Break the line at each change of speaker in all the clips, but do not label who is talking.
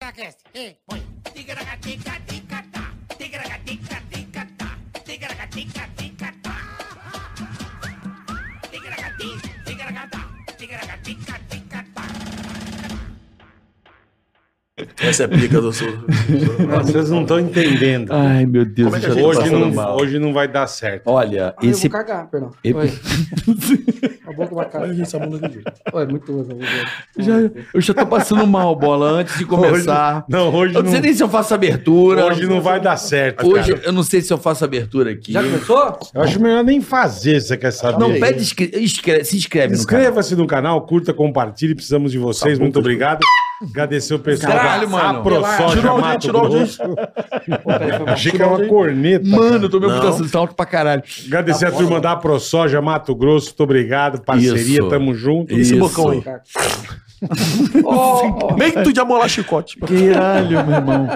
Ticaracacast. Ei, põe.
Ticaracatica-ticatá, ticaracatica-ticatá, ticaracatica-ticatá. Ticaracati, ticaracatá, ticaracatica-ticatá.
Essa é a pica do sul.
Não, vocês não estão entendendo.
Ai, meu Deus,
Como é que
eu
a
já tô
gente
hoje,
passando
não,
mal.
hoje não vai dar certo.
Olha,
Ah,
esse.
Eu vou cagar, perdão.
Ep-
Oi, a boca vai cagar.
Olha essa bunda aqui.
Oi, muito louco. muito louco.
já, eu já tô passando mal, bola, antes de começar.
Não, hoje
eu não sei
não,
nem se eu faço abertura.
hoje não vai dar certo.
né? Hoje
cara.
eu não sei se eu faço abertura aqui.
Já começou?
Eu acho melhor nem fazer, você quer saber?
Não, pede, inscre- inscre- se inscreve no canal. Tá
Inscreva-se no canal, curta, compartilhe. Precisamos de vocês. Muito obrigado. Agradecer o pessoal
Caralho,
da
mano.
A ProSoja
Tirou o dia,
Mato
tirou o dia.
Grosso.
Pô, peraí, foi mal.
Achei que era uma corneta.
Mano, tá tô me
Não.
botando salto pra caralho.
Agradecer a turma da ProSoja Mato Grosso. Muito obrigado. Parceria,
Isso.
tamo junto.
Esse
Isso.
bocão aí.
Ô, ô,
Meio de amolar chicote. Ô,
Caralho, meu irmão.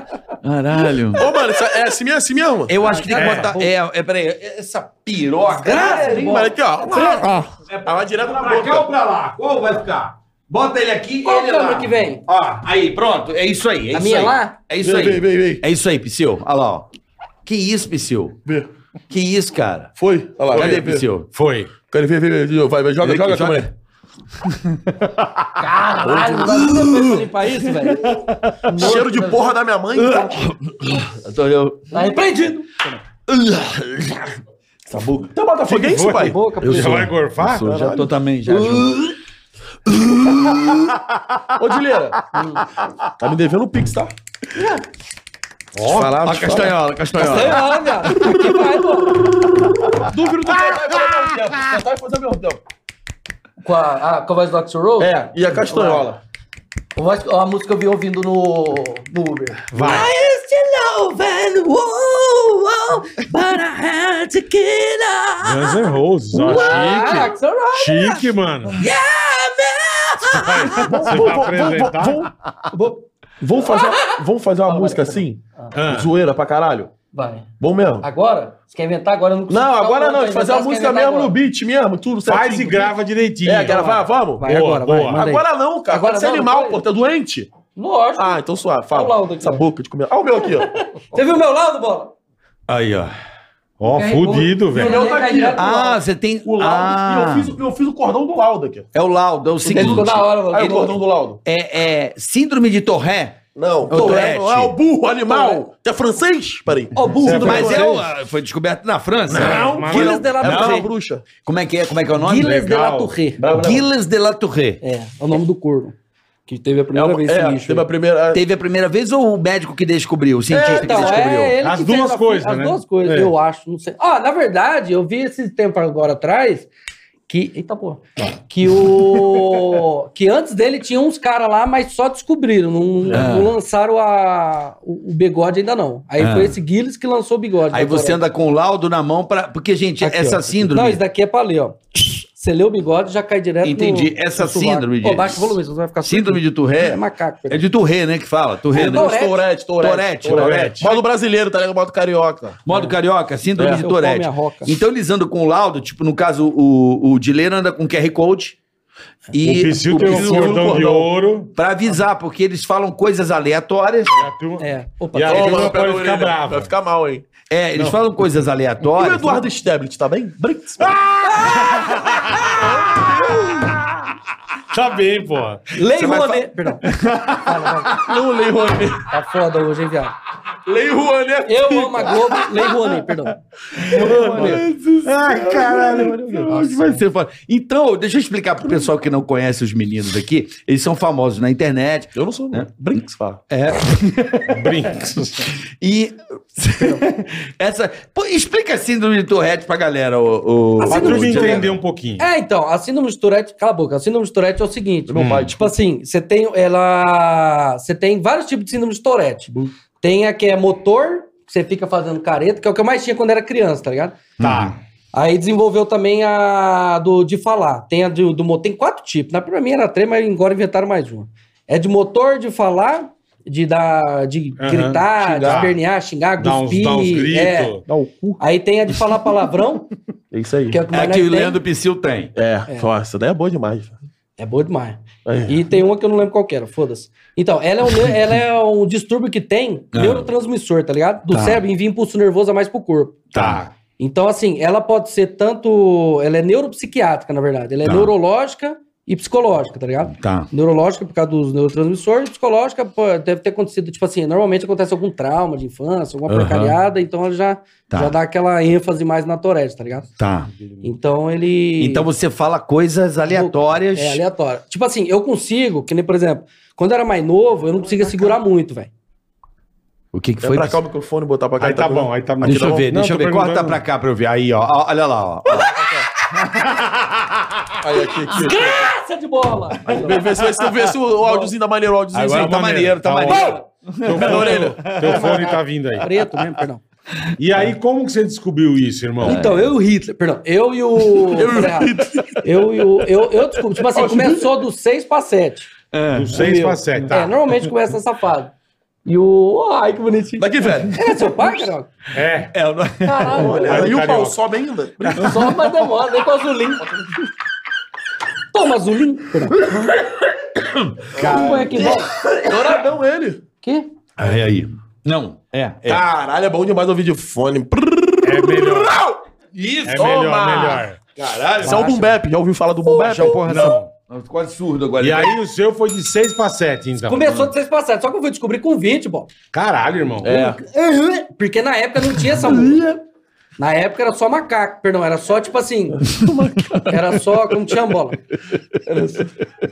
Caralho.
mano, essa, é assim mesmo? Assim mesmo?
Eu acho que tem que
É.
botar. É, é, peraí, essa piroca.
Graças a
Olha
Deus.
aqui, ó. Ela vai direto na boca.
pra lá? Qual vai ficar? Bota ele aqui
Qual câmera que vem?
Ó, aí, pronto. É isso aí. É
A
isso
minha
aí.
lá?
É isso aí.
Vem, vem, vem.
É isso aí, Psyu. Olha lá, ó. Que isso, Psyu?
vem. Vê.
Que isso, cara?
Foi. Olha lá.
Cadê,
vem, vem.
Psyu?
Foi.
Quero ver, ver, ver. Vai, vai. Joga,
Vem
joga,
aqui,
joga.
joga.
Caralho, não dá depois pra limpar isso, velho.
Cheiro de porra da minha mãe.
Eu tô- eu-
Tá repreendido.
Tá botafoguense,
Foi.
pai?
Boca,
Eu
Já
sou.
vai gorfar?
Sou, já tô também, já. junto.
Ô, Dileira. Tá me devendo um pix, tá?
Ó,
falar,
Ó, a
te falar.
castanhola, a
Sei
castanhola.
lá, viado. Aqui vai, pô.
Dúvida do cara. Vai fazer ao mesmo tempo. Cantar e fazer ao mesmo tempo.
Com a, a, com a voz do Axl Rose?
É, e a castanhola.
A voz- a música que eu vi ouvindo no, no Uber.
Vai. Guns N' Roses, ó. Chique.
Axl Rose.
Chique, mano. Vai, tá Você vai apresentar?
Vamos fazer, vamos fazer uma música assim?
Ah.
Zoeira pra caralho?
Vai.
Bom mesmo?
Agora? Você quer inventar agora? Eu não, consigo
Não,
ficar
agora
olhando
não,
pra
de fazer a
inventar, você quer
música mesmo
inventar
no beat mesmo, tudo certinho.
Faz e grava direitinho.
É, gravar, vamos?
Vai,
Boa,
agora, vai.
boa.
manda aí.
Agora não, cara.
Agora
Agora você é
não,
animal,
depois.
pô, tá doente?
Lógico.
Ah, então suave, fala.
Olha o laudo aqui,
Essa
ó.
boca de comer. Olha o meu aqui, ó.
Você viu o meu lado, Bola?
Aí, ó.
Ó, fudido,
É, O
velho.
meu tá aqui.
Ah, você tem.
O laudo.
Ah,
um E eu, fiz, o- eu fiz o cordão do laudo aqui.
É o laudo, é o
Ele ficou
seguinte.
da hora, mano.
Aí o cordão do laudo.
É, é síndrome de Torré,
Não,
o Tourette.
não é o burro, animal. Que é francês? Peraí.
Ô, burro,
Você
mas
Torré.
é o, foi descoberto na França.
Não, mas
Guinness
não.
de la
É uma
Touré.
bruxa.
Como é que é? Como é que é o nome?
Guilherme de la
Legal.
Touré.
Bravo, né? bravo.
Guilherme de la Touré.
É, é o nome do corvo. Que teve a
É,
primeira
uma,
vez esse
é,
lixo.
teve a
aí.
primeira.
Teve a primeira vez ou o médico que descobriu? O cientista
É, então,
que descobriu?
é ele
As
que
duas
fez a-
coisas,
As
né?
duas coisas,
É.
eu acho. Não sei. Ah, na verdade, eu vi esse tempo agora atrás que. Eita porra. Que o. que antes dele tinha uns caras lá, mas só descobriram. Não,
Ah.
não lançaram a, o, o bigode ainda não. Aí
Ah.
foi esse Guilherme que lançou o bigode.
Aí
da
você
Toré.
anda com o laudo na mão pra. Porque, gente,
Aqui,
essa
ó.
síndrome.
Não, isso daqui é pra ler, ó. Você lê o bigode já cai direto
Entendi. Essa
sovaco.
síndrome de-
Ô, baixa o volume, senão você vai ficar
Síndrome de
É
Tourette.
macaco.
É de Tourette, né? Que fala. Tourette. né?
Tourette,
Tourette.
Tourette, Tourette.
Modo brasileiro, tá ligado? Modo carioca.
Modo carioca, síndrome
É.
de
Eu
Tourette.
como a roca.
Então eles andam com o laudo, tipo, no caso, o, o Dileira anda com QR Code.
O
E
Psyu tem um
Psyu
cordão de ouro.
Pra avisar, porque eles falam coisas aleatórias.
E a turma-
É. Opa,
E a
Toma,
turma
pra
pode
orelha.
ficar brava.
Vai ficar mal, hein?
É, eles falam coisas
E
aleatórias.
o Eduardo Stablet, tá bem? Brinks.
Tá bem, pô.
Lei
Você vai
Rouanet. Perdão.
Não, Lei Rouanet.
Tá foda hoje, hein, viado?
Lei Rouanet.
Eu amo a Globo. Lei Rouanet, perdão.
Ah, caralho.
Nossa, vai ser foda. Então, deixa eu explicar pro pessoal que não conhece os meninos aqui. Eles são famosos na internet.
Eu não sou, né? Brinks, fala.
É.
Brinks.
E. essa. Pô, explica a síndrome de Tourette pra galera, o. o...
Pra
síndrome
turma
de Tourette.
entender um pouquinho.
É, então, a síndrome de Tourette... Cala a boca. A síndrome de Tourette é o seguinte.
Meu pai,
Tipo assim, você tem ela... Você tem vários tipos de síndrome de Tourette.
Hum.
Tem a que é motor, que você fica fazendo careta, que é o que eu mais tinha quando era criança, tá ligado?
Tá.
Aí desenvolveu também a do de falar. Tem a do, do mo- tem quatro tipos. Na pra mim era três, mas agora inventaram mais uma. É de motor, de falar, de dar, de
Aham,
gritar,
xingar.
de espernear, xingar,
Dá uns,
cuspir.
dá uns gritos.
é.
Dá o cu.
Aí tem a de falar palavrão,
É isso aí.
que é o que
É
mais
que
nós
o
tem.
Leandro Psyu tem.
É, nossa, daí é boa demais. velho.
É boa demais.
É.
E tem uma que eu não lembro qual que era, foda-se. Então, ela é, um, ne- ela é um distúrbio que tem
Ah.
neurotransmissor, tá ligado? Do
Tá.
cérebro envia impulso nervoso a mais pro corpo.
Tá.
Então, assim, ela pode ser tanto. Ela é neuropsiquiátrica, na verdade. Ela é
Tá.
neurológica e psicológica, tá ligado?
Tá.
Neurológica por causa dos neurotransmissores, psicológica pô, deve ter acontecido, tipo assim, normalmente acontece algum trauma de infância, alguma
Aham.
precariada, então ela já,
Tá.
já dá aquela ênfase mais na torete, tá ligado?
Tá.
Então ele.
Então você fala coisas aleatórias.
É aleatório. Tipo assim, eu consigo, que nem, por exemplo, quando eu era mais novo, eu não conseguia segurar muito, velho.
O que, que
Foi
foi?
pra cá o microfone, botar pra cá.
Aí tá bom, aí tá bom.
Deixa eu ver,
Não,
deixa eu
tô
ver. Corta
perguntando.
pra cá pra eu ver. Aí, ó. ó, Olha lá, ó. ó.
Aí aqui, aqui.
Graça de bola!
Vê, vê se, vê se- vê se o áudiozinho da maneira, o
é
áudiozinho
Agora
tá
tá
maneiro, tá
maneiro.
maneiro.
Teu
Pé na
fone,
orelha.
teu fone tá vindo aí.
Preto mesmo, perdão.
E aí, como que você descobriu isso, irmão?
Então, eu e o Hitler, perdão, eu e o. eu, eu e o. Eu, eu desculpa, tipo assim, começou do 6 pra 7.
Do 6 pra 7,
É,
tá?
normalmente começa essa fase. E o. Ai, que bonitinho.
Daqui, velho.
É seu pai, caralho?
É.
É, eu não-
Caralho,
Olha,
Aí o
Carioca.
pau sobe ainda.
só mas demora, nem com azulinho. Toma azulinho. Como é que volta?
Douradão ele.
Que?
Aí, aí. Não, é. é.
Caralho, é bom demais ouvir de fone.
É melhor.
Isso,
É melhor, melhor.
Caralho, isso é o Boom Bap. Já ouviu falar do Boom Bap?
não. Eu tô Quase surdo agora.
E aí, o seu foi de 6 pra 7, então.
Começou de vocês passados, só que eu fui descobrir com 20, bom.
Caralho, irmão.
É.
Porque na época não tinha essa música. Na época era só macaco, perdão, era só tipo assim. era só, como tinha bola.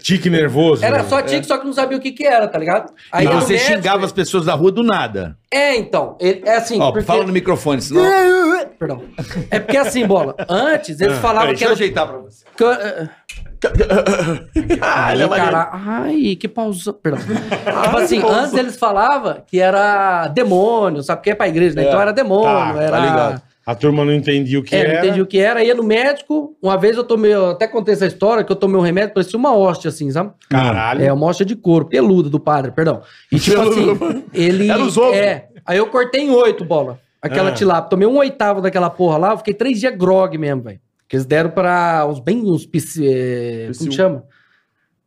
Tique nervoso.
Era
irmão.
só tique, só que não sabia o que que era, tá ligado?
Aí
o
você
médico-
xingava as pessoas da rua do nada.
É, então, ele- é assim,
Ó,
porque...
fala no microfone, senão.
Perdão. É porque assim, bola, antes eles falavam
Deixa
que
eu
era...
ajeitar pra você.
Can-
Ah,
Aí
ele é
o
maneiro.
cara, ai, que pausa. Perdão. tipo assim, antes eles falavam que era demônio, sabe? Porque é pra igreja, né? Então era demônio,
Tá,
era.
tá ligado.
A turma não entendia o que
É,
era.
não entendi o que era. Ia no médico, uma vez eu tomei, eu até contei essa história, que eu tomei um remédio, parecia uma hóstia, assim, sabe?
Caralho.
É, uma hóstia de couro, peluda do padre, perdão. E tipo assim, ele.
Era os ovos.
É. Aí eu cortei em oito, bola. Aquela
Ah.
tilápia. Tomei um oitavo daquela porra lá, eu fiquei três dias grog mesmo, velho. Que eles deram pra uns bem uns pis, é, Como
Psil.
chama?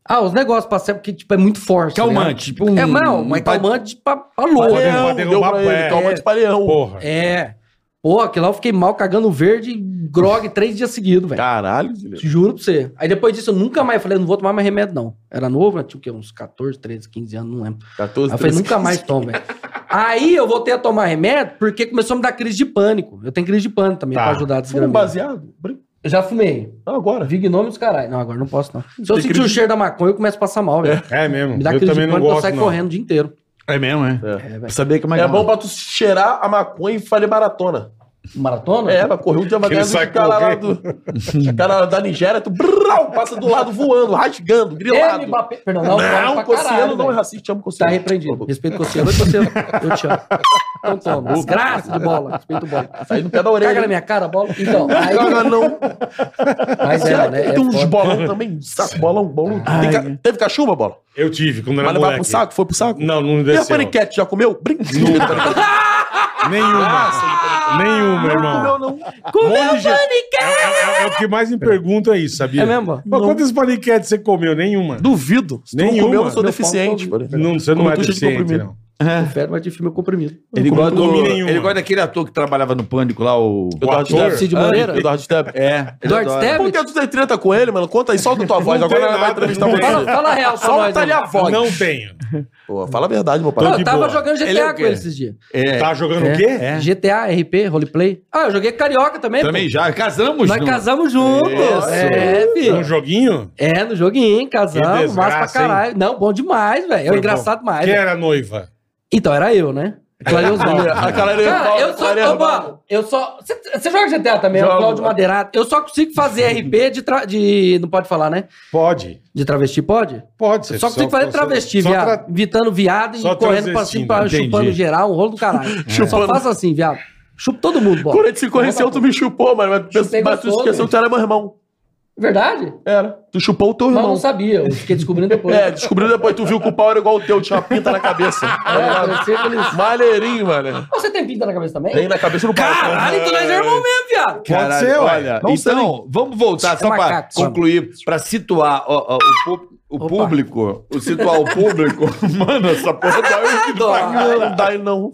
Ah, os negócios pra ser, porque tipo, é muito forte. tá
Calmante, tipo um.
ligado? é, não, mas
um-
calmante pra, pra louco.
Valeu.
Leão,
Pra derrubar
deu pra
a
ele.
pé.
Calma de palhão.
Porra.
É. Pô, aquilo lá eu fiquei mal cagando verde, grog três dias seguidos, velho.
Caralho, Zileiro.
Te Juro pra você. Aí depois disso eu nunca mais falei, não vou tomar mais remédio, não. Era novo, né? tinha o quê? Uns 14, 13, 15 anos, não lembro.
14,
Aí eu falei,
13.
nunca mais tomo, velho. Aí eu voltei a tomar remédio porque começou a me dar crise de pânico. Eu tenho crise de pânico também
Tá.
pra ajudar
Fuma
a
um
desgraça.
baseado? Brin-
Eu já fumei.
Ah, Agora.
Vignome dos caralho. Não, agora não posso, não. Se eu
Tem
sentir
crise
o
de-
cheiro da maconha, eu começo a passar mal, velho.
É mesmo.
Me dá
Eu
crise de
também não
pânico, eu
gosto,
saio
não.
correndo o dia inteiro.
É mesmo, é?
É,
Pra
velho.
Saber como é que
É bom pra tu cheirar a maconha e fazer maratona.
Maratona?
É, pra correr um dia vai
Ele
ganhar
sai
do cara lá do.
correndo.
O cara da Nigéria, tu brrrau, passa do lado voando, rasgando, grilado.
É, Mbappé. Perdão,
Não,
não, não, pra
Cossiano
caralho,
não é
velho.
racista, te amo
Tá
Cossiano.
repreendido. Respeito o Cossiano. Oi, Cossiano. Eu te amo. Então toma. Desgraça de bola. Respeito o bola.
Sai no pé da orelha.
Caga na minha cara a bola. Então, aí...
Caga não.
Mas é,
Será
mano,
que
é, é
tem uns
foda.
bolão também? Um Saco, bolão, bolão. Tem ca- Teve cachumba, bola?
Eu tive, quando
Vai
era
levar
moleque.
pro saco? Foi pro saco?
Não, não
E a
desceu.
paniquete, já comeu? Brinquedo.
Nenhuma. Nenhuma, irmão.
Não, não.
Monte de- É, é- é- é o que mais me pergunta aí, sabia?
É mesmo?
Mas quantas paniquetes você comeu? Nenhuma.
Duvido. Se tu não
Nenhuma.
comeu, eu sou
Meu
deficiente.
pau tá
mano.
Não, você não
Como
é
tu cheio de
deficiente,
comprimido.
não.
Confere, mas de filme é comprimido.
Ele gosta, do,
comi nenhuma.
ele gosta daquele ator que trabalhava no Pânico lá, o.
Eduardo
ator?
Stepp.
Cid Moreira?
Ah, Eduardo Stepp.
É. ele
Eduardo
adora.
Stepp?
Por que tu tem treta com ele, mano? Conta aí, solta tua voz.
Não
Agora
tem
ela vai
nada,
entrevistar
não tem
Fala,
você.
fala a real pra nós.
Solta-lhe a
aí.
voz.
Não tenho.
Pô, fala a verdade, meu
Não,
pai.
eu
de
tava
boa.
jogando
Ele é o
GTA
quê?
com ele esses dias.
É.
Tá jogando
É.
o quê?
GTA, RP, roleplay. Ah, eu joguei carioca também.
Também
pô.
já. Casamos,
Nós
não?
casamos juntos.
Isso.
É,
Um
filho.
joguinho?
É, no joguinho,
Que
casamos,
desgraça,
massa pra caralho. Não, bom demais, velho. É
Foi
o engraçado demais.
Quem
velho.
era a noiva?
Então, era eu, né? Clareuzão.
Ah,
A cara dele
Cara,
fala-
eu só.
cara dele
Ô,
fala-
mano, eu só. Você joga GTA também,
Jogo.
o Cláudio Madeirato. Eu só consigo fazer RP de, tra- de. Não pode falar, né?
Pode.
De travesti, pode?
Pode ser.
Só que tem que fazer travesti,
só
viado.
tra-
Evitando viado e
só
correndo pra
travestindo,
cima, pra-
entendi.
chupando geral, um rolo do caralho. Só
Chupando.
faça assim, viado. Chupa todo mundo,
Quando a
bora.
gente se conheceu, tu me chupou, mano. Mas,
Chupei
mas tu
gostoso.
esqueceu que tu era meu irmão.
Verdade?
Era. Tu chupou o teu
Mas eu não
irmão.
sabia, eu fiquei descobrindo depois. Ah,
É, descobriu depois, tu viu que o pau era igual o teu, tinha uma pinta na cabeça.
É, parecia aqueles-
Maneirinho, mano.
Você tem pinta na cabeça também?
Tem na cabeça do pau.
Caralho, tu não é irmão mesmo, viado.
Caralho,
ser, ué.
olha.
Não
então, vamos voltar só
É
para
macaco,
concluir, para situar ó, ó, o, pu- o
Opa.
é
público, o situar o público. Mano, essa porra dói muito pra
Dói.
caralho.
Não dá, não.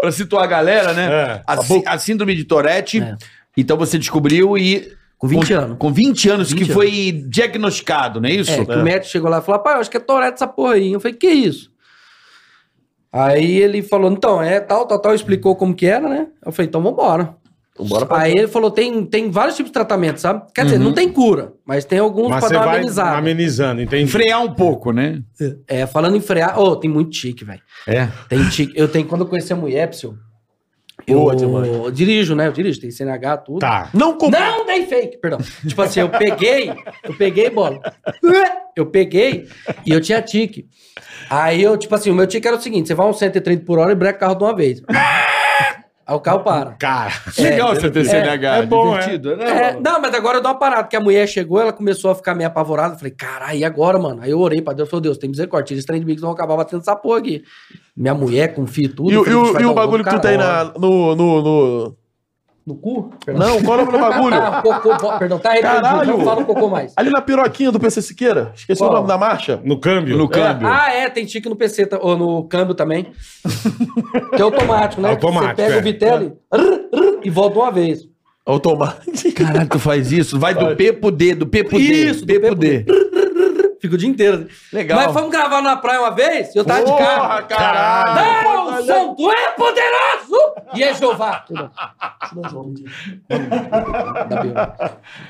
Pra situar a galera, né?
É.
A, sí- a síndrome de Tourette.
É.
Então você descobriu e
Com 20
com,
anos.
com 20 anos
20
que
anos.
foi diagnosticado, não é isso?
É, que o médico chegou lá e falou, pai, eu acho que é Tourette essa porra aí. Eu falei, que isso? Aí ele falou, então, é tal, tal, tal, explicou como que era, né? Eu falei, então vambora.
Bora pra
Aí ele falou, tem, tem vários tipos de tratamento, sabe? Quer dizer,
Uhum.
não tem cura, mas tem alguns
Mas
pra
você
dar uma
vai
amenizada.
amenizando, entende?
Frear um pouco, né?
É, falando em frear, ô, tem muito tique, velho.
É.
Tem tique. Eu tenho, quando eu conheci a mulher, Psyu, eu
Boa demais.
dirijo, né? Eu dirijo, tem CNH, tudo.
Tá.
Não comprei.
Não dei fake, perdão. Tipo assim, eu peguei, eu peguei bola. Eu peguei e eu tinha tique. Aí eu, tipo assim, o meu tique era o seguinte: você vai uns 130 por hora e breca o carro de uma vez. Aí o carro para.
Cara.
Legal você ter CNH,
é bom,
divertido,
É,
né?
não, mas agora eu dou uma parada, porque a mulher chegou, ela começou a ficar meio apavorada. Eu Falei, caralho, e agora, mano? Aí eu orei pra Deus, falei, Deus, tem misericórdia, tira esse trem de mim que não vão acabar batendo essa porra aqui. Minha mulher com fio e tudo.
E,
eu
o-
falei,
e
"Bicho,
o,
vai
e
dar
o
um
bagulho que tu
louco,
tem
cara,
na, no, no, no-
No cu? Perdão.
Não, qual é o nome do bagulho?
Ah, cocô, bo- perdão, tá arrependido,
Caralho.
não fala cocô mais.
Ali na piroquinha do PC Siqueira. Esqueci
Qual?
o nome da marcha.
No câmbio.
No
É.
câmbio.
Ah, é, tem tique no PC, tá- ou no câmbio também. que é automático, né?
Automático,
Você pega
é.
o Vitelli rrr, rrr, e volta uma vez.
Automático.
Caralho, tu faz isso? Vai do P pro D, do P pro D.
Isso, do
P
P
pro
pro
D.
Fica o dia inteiro. assim.
Legal.
Mas fomos gravar na praia uma vez, eu tava de carro.
Tá caralho.
Não, um santo é poderoso! E é Jeová.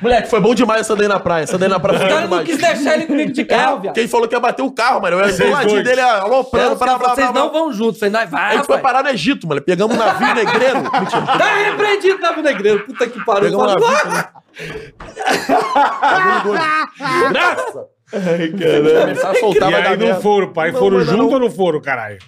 Moleque, foi bom demais essa daí na praia. Essa daí na praia
O
foi
cara
bom
não
demais.
quis deixar ele comigo de carro,
É,
viado.
quem falou que ia bater o carro, mano. Eu ia
Vocês
do ladinho
dois.
dele
Aí
aloprando,
os caras
blá, blá,
falaram, Vocês
blá,
não
blá.
vão juntos. Falei, nós
A
vai,
gente foi
rapaz.
parar no Egito, mano. Pegamos um navio negreiro. Mentira.
Tá repreendido na Vinegreiro. Puta que pariu.
Pegamos um
Fala,
navio. né? Bagulho doido. Graça! Começar a soltar,
E
vai
aí
dar
não
merda.
foram, pai.
Não,
Foram
mas não.
junto ou não foram, caralho?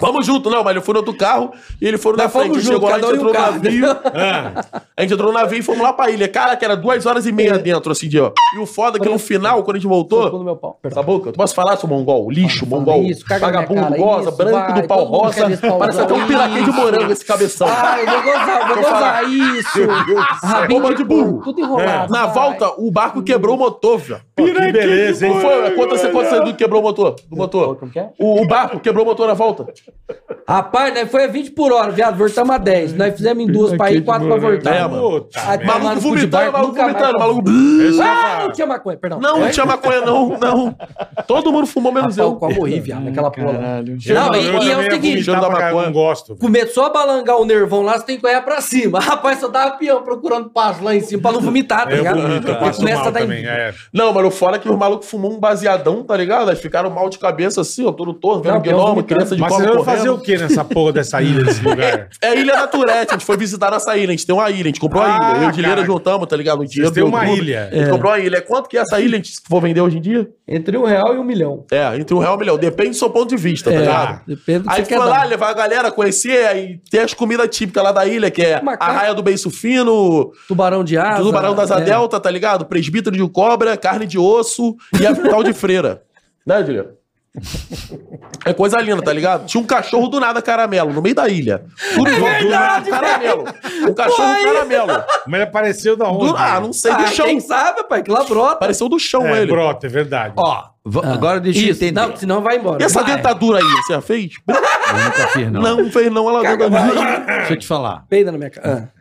Fomos junto, não, mas eu fui no outro carro e ele foi na
Nós
frente.
fomos juntos,
chegou lá, a
cada
gente
um
entrou
no
no
carro.
navio. É. A gente entrou no navio e fomos lá pra ilha. Cara, que era duas horas e
É.
meia dentro, assim, de ó. E o foda é que no final, quando a gente
Tocou no
voltou.
meu pau.
Tá boca? Tu posso falar, seu mongol? Lixo,
Fala,
mongol.
isso, caga na minha
vagabundo,
cara,
goza,
isso,
branco
vai,
do pau
todo mundo
rosa.
quer ver esse pau
Parece até um
rosa.
piraquê de morango esse cabeção.
Ai, vou gozar, vou gozar. Isso.
Rouba de burro. É,
Tudo enrolado.
Na
vai. Hum.
volta, o barco quebrou o motor, velho.
Que beleza, hein?
Não foi? Conta você pode sair do que quebrou o motor. Do
Pô,
motor.
como que é?
O, o barco quebrou o motor na volta.
Rapaz, nós foi a 20 por hora, viado. Voltamos a 10. Nós fizemos em duas pra ir, quatro pra voltar.
É, mano.
Puta
Ai,
merda.
Maluco
mas- Tomar no cu de
vomitando,
barco,
maluco
nunca mais
vomitando, maluco.
Esse
Ah,
já
não tinha maconha, perdão.
é Não, não
É?
tinha maconha, não, não. Todo mundo fumou, menos
Rapaz, eu
eu.
quase morri, é um viado, naquela porra.
Caralho.
Não, e- e é o seguinte,
eu
eu dava
não
conta.
gosto. velho.
Começou a balangar o nervão lá, você tem que olhar pra cima. Rapaz, só dava peão procurando passo lá em cima pra não vomitar, tá
Eu
ligado?
vomito, eu
Porque
passo
começa a
mal
dar
também.
em...
É.
Não, mano, fora que os malucos fumou um baseadão, tá ligado? Aí ficaram mal de cabeça assim, ó, todo torto, vendo
Não,
gnomo,
Deus
criança de
Mas
colo
você vai
correndo.
fazer o que nessa porra dessa ilha, desse lugar?
É a Ilha da Turete, a gente foi visitar nossa ilha, a gente tem uma ilha, a gente comprou a
Ah,
ilha. Eu e o Dileira
cara.
juntamos, tá ligado? O dinheiro
têm
deu
uma
tudo.
ilha.
A gente comprou uma ilha. É Quanto que é essa ilha, a gente, se for vender hoje em dia?
Entre um real e um milhão.
É, entre um real e um milhão. Depende do seu ponto de vista, tá
É,
ligado?
depende do que
Aí
você
foi
quer
lá
dar.
levar a galera, conhecer, aí tem as comidas típicas lá da ilha, que é
Macaco.
arraia do beiço fino,
Tubarão de asa.
tubarão das
é.
adelta, tá ligado? Presbítero de cobra, carne de osso e avental de freira. Né, Dileira? É coisa linda, tá ligado? Tinha um cachorro do nada caramelo, no meio da ilha. Tudo do nada caramelo. Um cachorro
Porra,
caramelo.
Mas ele apareceu da
Do-
onde?
ah, não sei, do
Ah,
chão.
quem sabe, pai, que lá brota.
Apareceu do chão
É,
ele.
brota, é verdade.
Ó, v- agora deixa eu
Ah. Isso,
entender.
não, senão vai embora.
E essa
Vai.
dentadura aí, você já fez?
Eu nunca fiz, não.
Não, fez não, ela
Caga, vai.
Deixa eu te falar.
Peida na minha cara. Ah,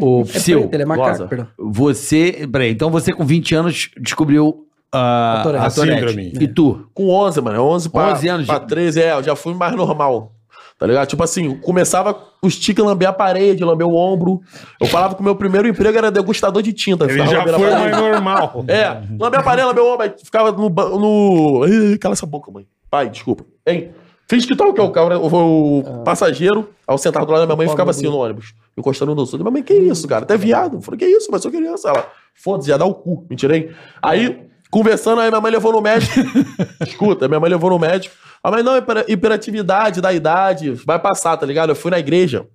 Ô,
é
Psyu,
preto, ele é macaco,
goza.
perdão.
você... Peraí, então você com 20 anos descobriu ah,
A Tourette.
a Tourette.
Síndrome.
E tu?
Com 11, mano. 11 pra,
11 anos de-
pra 13, é. Eu já fui mais normal. Tá ligado? Tipo assim, eu começava os ticos a lamber a parede, lamber o ombro. Eu falava que o meu primeiro emprego era degustador de tinta.
Ele
ficava
já
lambendo a
foi
parede.
mais normal.
É, lamber a parede, lamber o ombro. Aí ficava no... ban- no... Ih, Cala essa boca, mãe. Pai, desculpa. Hein? Finge que tal que é o cara, o, o passageiro, ao sentar do lado da minha mãe, ficava assim no ônibus, encostando no sul. Minha mãe, que isso, cara? Até viado. Eu falei, que isso, mas sou criança. Ela, foda-se, já dá o cu. Me tirei. Aí, conversando, aí minha mãe levou no médico. Escuta, minha mãe levou no médico. A mãe, não, hiper- hiperatividade da idade, vai passar, tá ligado? Eu fui na igreja.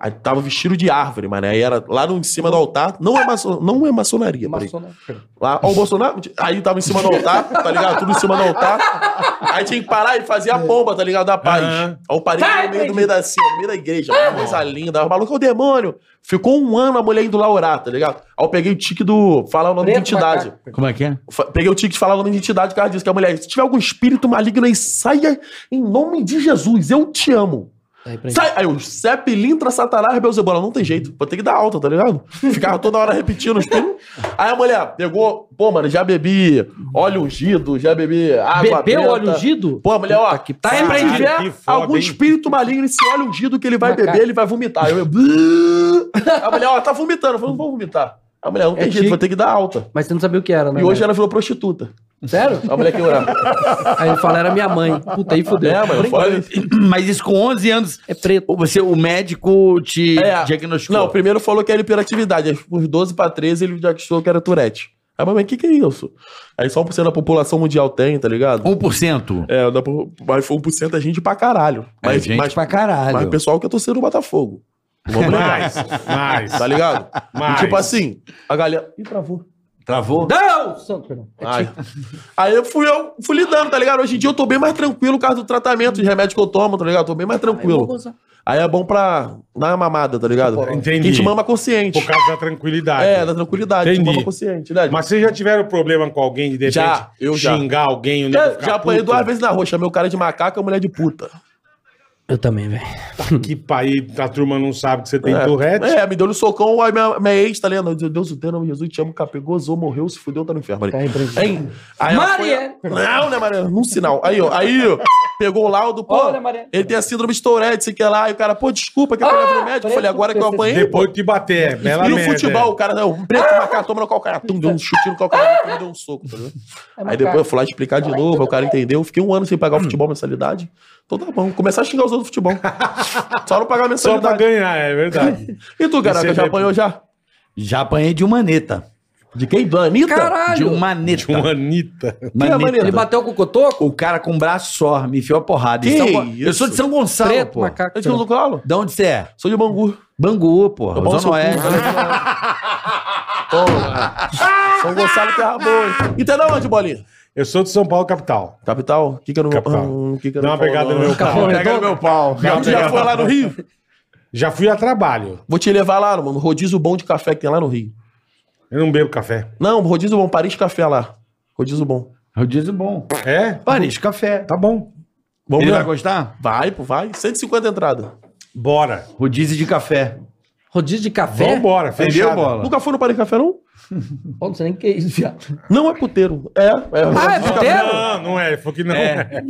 Aí tava vestido de árvore, mano. Aí era lá no, em cima do altar. Não é, maço, não é maçonaria, peraí.
Maçonaria.
Lá, Ah, ó, o Bolsonaro. Aí tava em cima do altar, tá ligado? Tudo em cima do altar. Aí tinha que parar e fazer a bomba, tá ligado? Da paz.
Aham.
Aí eu parei
Tá,
no meio,
entendi.
do meio da cena, no meio da igreja. Uma coisa linda. Aí O maluco é o demônio. Ficou um ano a mulher indo lá orar, tá ligado? Aí eu peguei o tique do. Falar o nome da entidade.
Como é que é?
Fa- Peguei o ticket de falar o nome de entidade por causa disso, que a mulher, se tiver algum espírito maligno aí, saia em nome de Jesus, eu te amo.
Aí, pra
Sai! Aí o Sepp, Lintra, Satanás, Beelzebub, ela não tem jeito, vou ter que dar alta, tá ligado? Ficava toda hora repetindo os termos. Aí a mulher pegou, pô, mano, já bebi óleo ungido, já bebi água
Bebeu
benta.
óleo ungido?
Pô, a mulher, ó,
Puta que
tá
pariu.
repreendido.
Caralho, que foda,
algum
hein?
espírito maligno, esse óleo ungido que ele vai
Na
beber,
cara.
ele vai vomitar. Eu, a mulher, ó, tá vomitando, eu falei, não vou vomitar. A mulher, não tem
É
jeito,
tique.
vou ter que dar alta.
Mas você não sabia o que era, né?
E hoje ela virou prostituta.
Sério?
A mulher que orava.
Aí eu falo, era minha mãe. Puta, aí fodeu.
É, mano, fora isso.
Mas isso com 11 anos.
É preto.
ou Você, o médico te
É.
diagnosticou.
Não, primeiro falou que era hiperatividade. Aí, uns 12 pra 13, ele diagnosticou que era Tourette. Aí, mas o que, que é isso? Aí só 1% da população mundial tem, tá ligado?
1%.
É, da, po- mas foi 1% é gente pra caralho. Mas,
É gente
mas,
pra caralho.
mas o pessoal que é torcedor do Botafogo. Vamos negar.
Mais, mais.
Tá ligado?
Mas-
E, tipo assim, a galera. Ih, travou.
Travou?
Não! Santo, perdão. É
Ai. Aí eu fui, eu fui lidando, tá ligado? Hoje em dia eu tô bem mais tranquilo por causa do tratamento de remédio que eu tomo, tá ligado? Tô bem mais
Vou
tranquilo.
gozar.
Aí é bom pra dar uma mamada, tá ligado?
Entendi.
A gente mama consciente.
Por causa da tranquilidade.
É, da tranquilidade,
Entendi.
de forma consciente, né?
Mas vocês já tiveram problema com alguém de repente
Já, eu já.
xingar alguém? O nego
É, já,
ficar
já apanhei
puto?
duas vezes na roxa, meu cara de macaco é mulher de puta.
Eu também, velho.
Que país a turma não sabe que você tem Tourette.
É, me deu no socão, aí minha, minha ex, tá ligado? Meu Deus do céu, nome de Jesus, te amo, capê, gozou, morreu, se fudeu, tá no inferno.
Tá
Aí.
repreendido.
Hein? Aí ela
Marielle!
foi- Não, né, Maria? Num sinal. Aí, ó, aí, ó, pegou o laudo, pô,
Olha, Marielle.
ele tem a síndrome de Tourette, sei que é lá, e o cara, pô, desculpa, que eu
Ah,
ah, pro médico. Eu falei,
preto,
agora que eu
preto.
apanhei,
Depois te bater, é, bela
e o
merda.
futebol, o cara, não, um preto macaco, toma no calcanhar, tum, deu um chute no calcanhar, tum, deu um soco, tá ligado? Aí depois eu fui lá explicar de novo, aí o cara entendeu. Fiquei um ano sem pagar o futebol mensalidade. Então tá bom, começar a xingar os outros do futebol. Só não pagar
Só é pra
mensalidade.
ganhar, é verdade.
E tu,
Você
Garaca, já
vê-
apanhou já?
Já apanhei de uma neta.
De quem? Da Anitta?
Caralho!
De uma neta.
De uma Anitta.
Uma
Que é
neta.
Ele bateu com o cotoco?
O cara com um braço só me enfiou a porrada.
Que
Em São Gon- Eu
isso?
sou de São Gonçalo,
Preto,
pô.
macaco.
Eu te uso claro?
De onde você é?
Sou de Bangu.
Bangu, pô.
Eu posso-
Zona Oeste.
né?
né?
Toma. São Gonçalo Terra Boa. hein? E tu é da onde, Bolinha?
Eu sou de São Paulo, capital.
Capital? Kika no meu
Capital.
pau. Kika
Dá uma
pau,
pegada
não.
no meu
Nunca
carro.
foi.
Pega no meu
Dá uma
pau.
Tu Então, já
pegada.
foi lá no Rio?
Já fui a trabalho.
Vou te levar lá, mano. Rodízio bom de café que tem lá no Rio.
Eu não bebo café.
Não, rodízio bom. Paris Café lá. Rodízio bom.
Rodízio bom.
É?
Paris, café.
Tá bom.
Vamos
Ele vai
ver?
gostar?
Vai, pô, vai. 150 entradas.
Bora.
Rodízio de café.
Rodízio de café?
Vambora.
Entendeu,
Fechado.
bola?
Nunca foi no Paris Café, não?
Pô, não sei nem o que é isso, viado.
Não é puteiro. É, é.
Ah, é
rodízio de
puteiro?
café.
Não, não é. Ele falou que não é.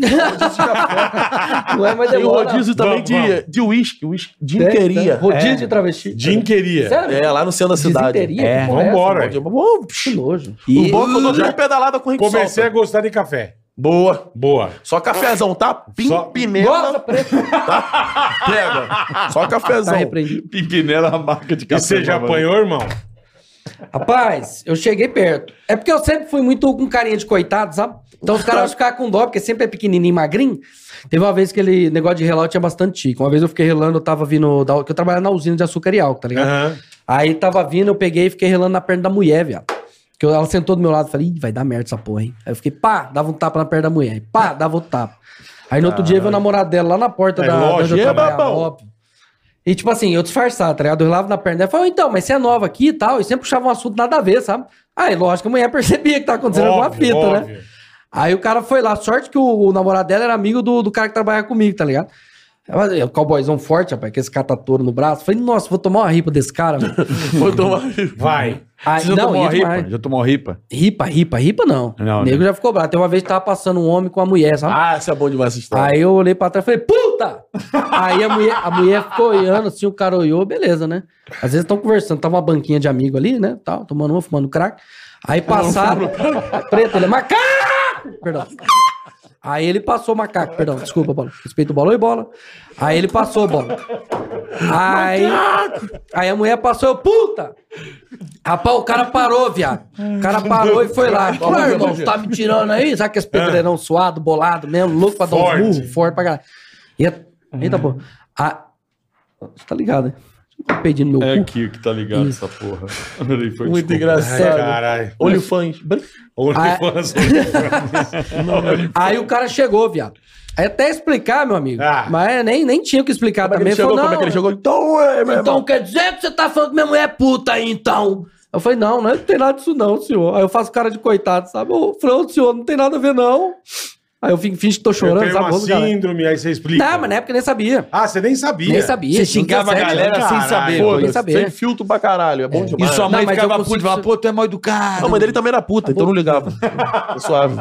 Não é, mas
Tem o
demora.
rodízio também
Vamos, vamos.
de, de uísque, uísque de
Tem,
inqueria.
tem. Rodízio de travesti.
Jim queria.
Sério?
É, lá no centro da cidade.
Desinteria?
É,
Que porra essa,
Vambora.
Bom, bom, psh,
Que nojo.
O bom é que eu dou três pedaladas com o Rick
Comecei a
Solta.
gostar de café.
Boa.
Boa.
Só cafezão, tá?
Só-
Gosta,
Pimpinela.
preto.
Pega. Só
Tá
cafezão.
repreendido.
Pimpinela, é a marca de
E você já apanhou, irmão?
Rapaz, eu cheguei perto. É porque eu sempre fui muito com carinha de coitado, sabe? Então os caras ficavam com dó, porque sempre é pequenininho e magrinho. Teve uma vez que ele, negócio de relar, eu tinha bastante tico. Uma vez eu fiquei relando, eu tava vindo, da, que eu trabalhava na usina de açúcar e álcool, tá ligado?
Aham.
Aí tava vindo, eu peguei e fiquei relando na perna da mulher, viado. Que eu- ela sentou do meu lado e falei, Ih, vai dar merda essa porra, hein? Aí eu fiquei, pá, dava um tapa na perna da mulher. Pá, dava outro tapa. Aí no outro dia veio o namorado dela lá na porta
É
da, da
lógico,
onde eu
é
trabalhava,
babão.
óbvio. E tipo assim, eu disfarçava, tá ligado? Eu relava na perna dela e falava, então, mas você é nova aqui e tal. E sempre puxava um assunto nada a ver, sabe? Aí, lógico, que a mulher percebia que tava acontecendo alguma
Óbvio,
fita, né?
óbvio.
Aí o cara foi lá. Sorte que o, o namorado dela era amigo do, do cara que trabalhava comigo, tá ligado? Aí, O cowboyzão forte, rapaz, com esse catatório no braço. Falei, nossa, vou tomar uma ripa desse cara, mano.
Vou tomar.
Vai.
Aí,
Você já
Ah, não, é
tomou
ia
uma ripa?
demais.
Já tomou uma ripa?
ripa, ripa, ripa não.
Não,
o nego
não.
já ficou bravo. Tem uma vez que tava passando um homem com uma mulher, sabe?
Ah, isso é bom demais essa história.
Aí eu olhei pra trás e falei, puta! Aí a mulher, a mulher ficou olhando assim, o cara olhou, beleza, né? Às vezes estão conversando, tava uma banquinha de amigo ali, né? Tal, tomando uma, fumando crack. Aí passaram. É preto, ele é macaco! Perdão. Aí ele passou macaco, perdão, desculpa, bola. Respeito bola e bola. Aí ele passou bola. Aí, aí a mulher passou, eu, puta! Rapaz, o cara parou, viado. O cara parou e foi lá. Falou, "Ah, irmão, tu tá me tirando aí? Sabe que
É.
esse pedreirão suado, bolado mesmo, louco pra dar uns
Forte.
murros, forte pra caralho. E a- Eita, pô. A... Você tá ligado, né? Pedindo meu
É
cu.
aqui que tá ligado
Isso.
essa porra. Ele foi,
Muito
desculpa.
engraçado.
Caralho.
Ah, Olifãs. Brinca.
OnlyFans.
Aí o cara chegou, viado. Aí até explicar, meu amigo.
Ah.
Mas é, nem, nem tinha o que explicar
Como é que
também.
ele chegou?
Falou,
Como é que ele chegou? Então, é, meu
Então
irmão.
quer dizer que você tá falando que minha mulher é puta aí, então? Eu falei, não, não, é- não tem nada disso não, senhor. Aí eu faço cara de coitado, sabe? Eu falei, ô, senhor, não tem nada a ver não. Aí eu fin- finge que tô
Eu
chorando,
tenho
sabe?
uma
Rodo, cara.
síndrome, aí você explica.
Não, Tá, é mas na época eu nem sabia.
Ah, você nem sabia.
Nem sabia.
Você xingava a
17,
galera
né?
sem
Caralho.
saber.
Pô,
mano.
nem sabia.
Sem filtro pra caralho. É bom
E
demais.
sua mãe
Não, mas
ficava
eu consigo-
puta, falava, pô, tu é mal educado.
Não, mas ele também era puta, então não ligava. É suave.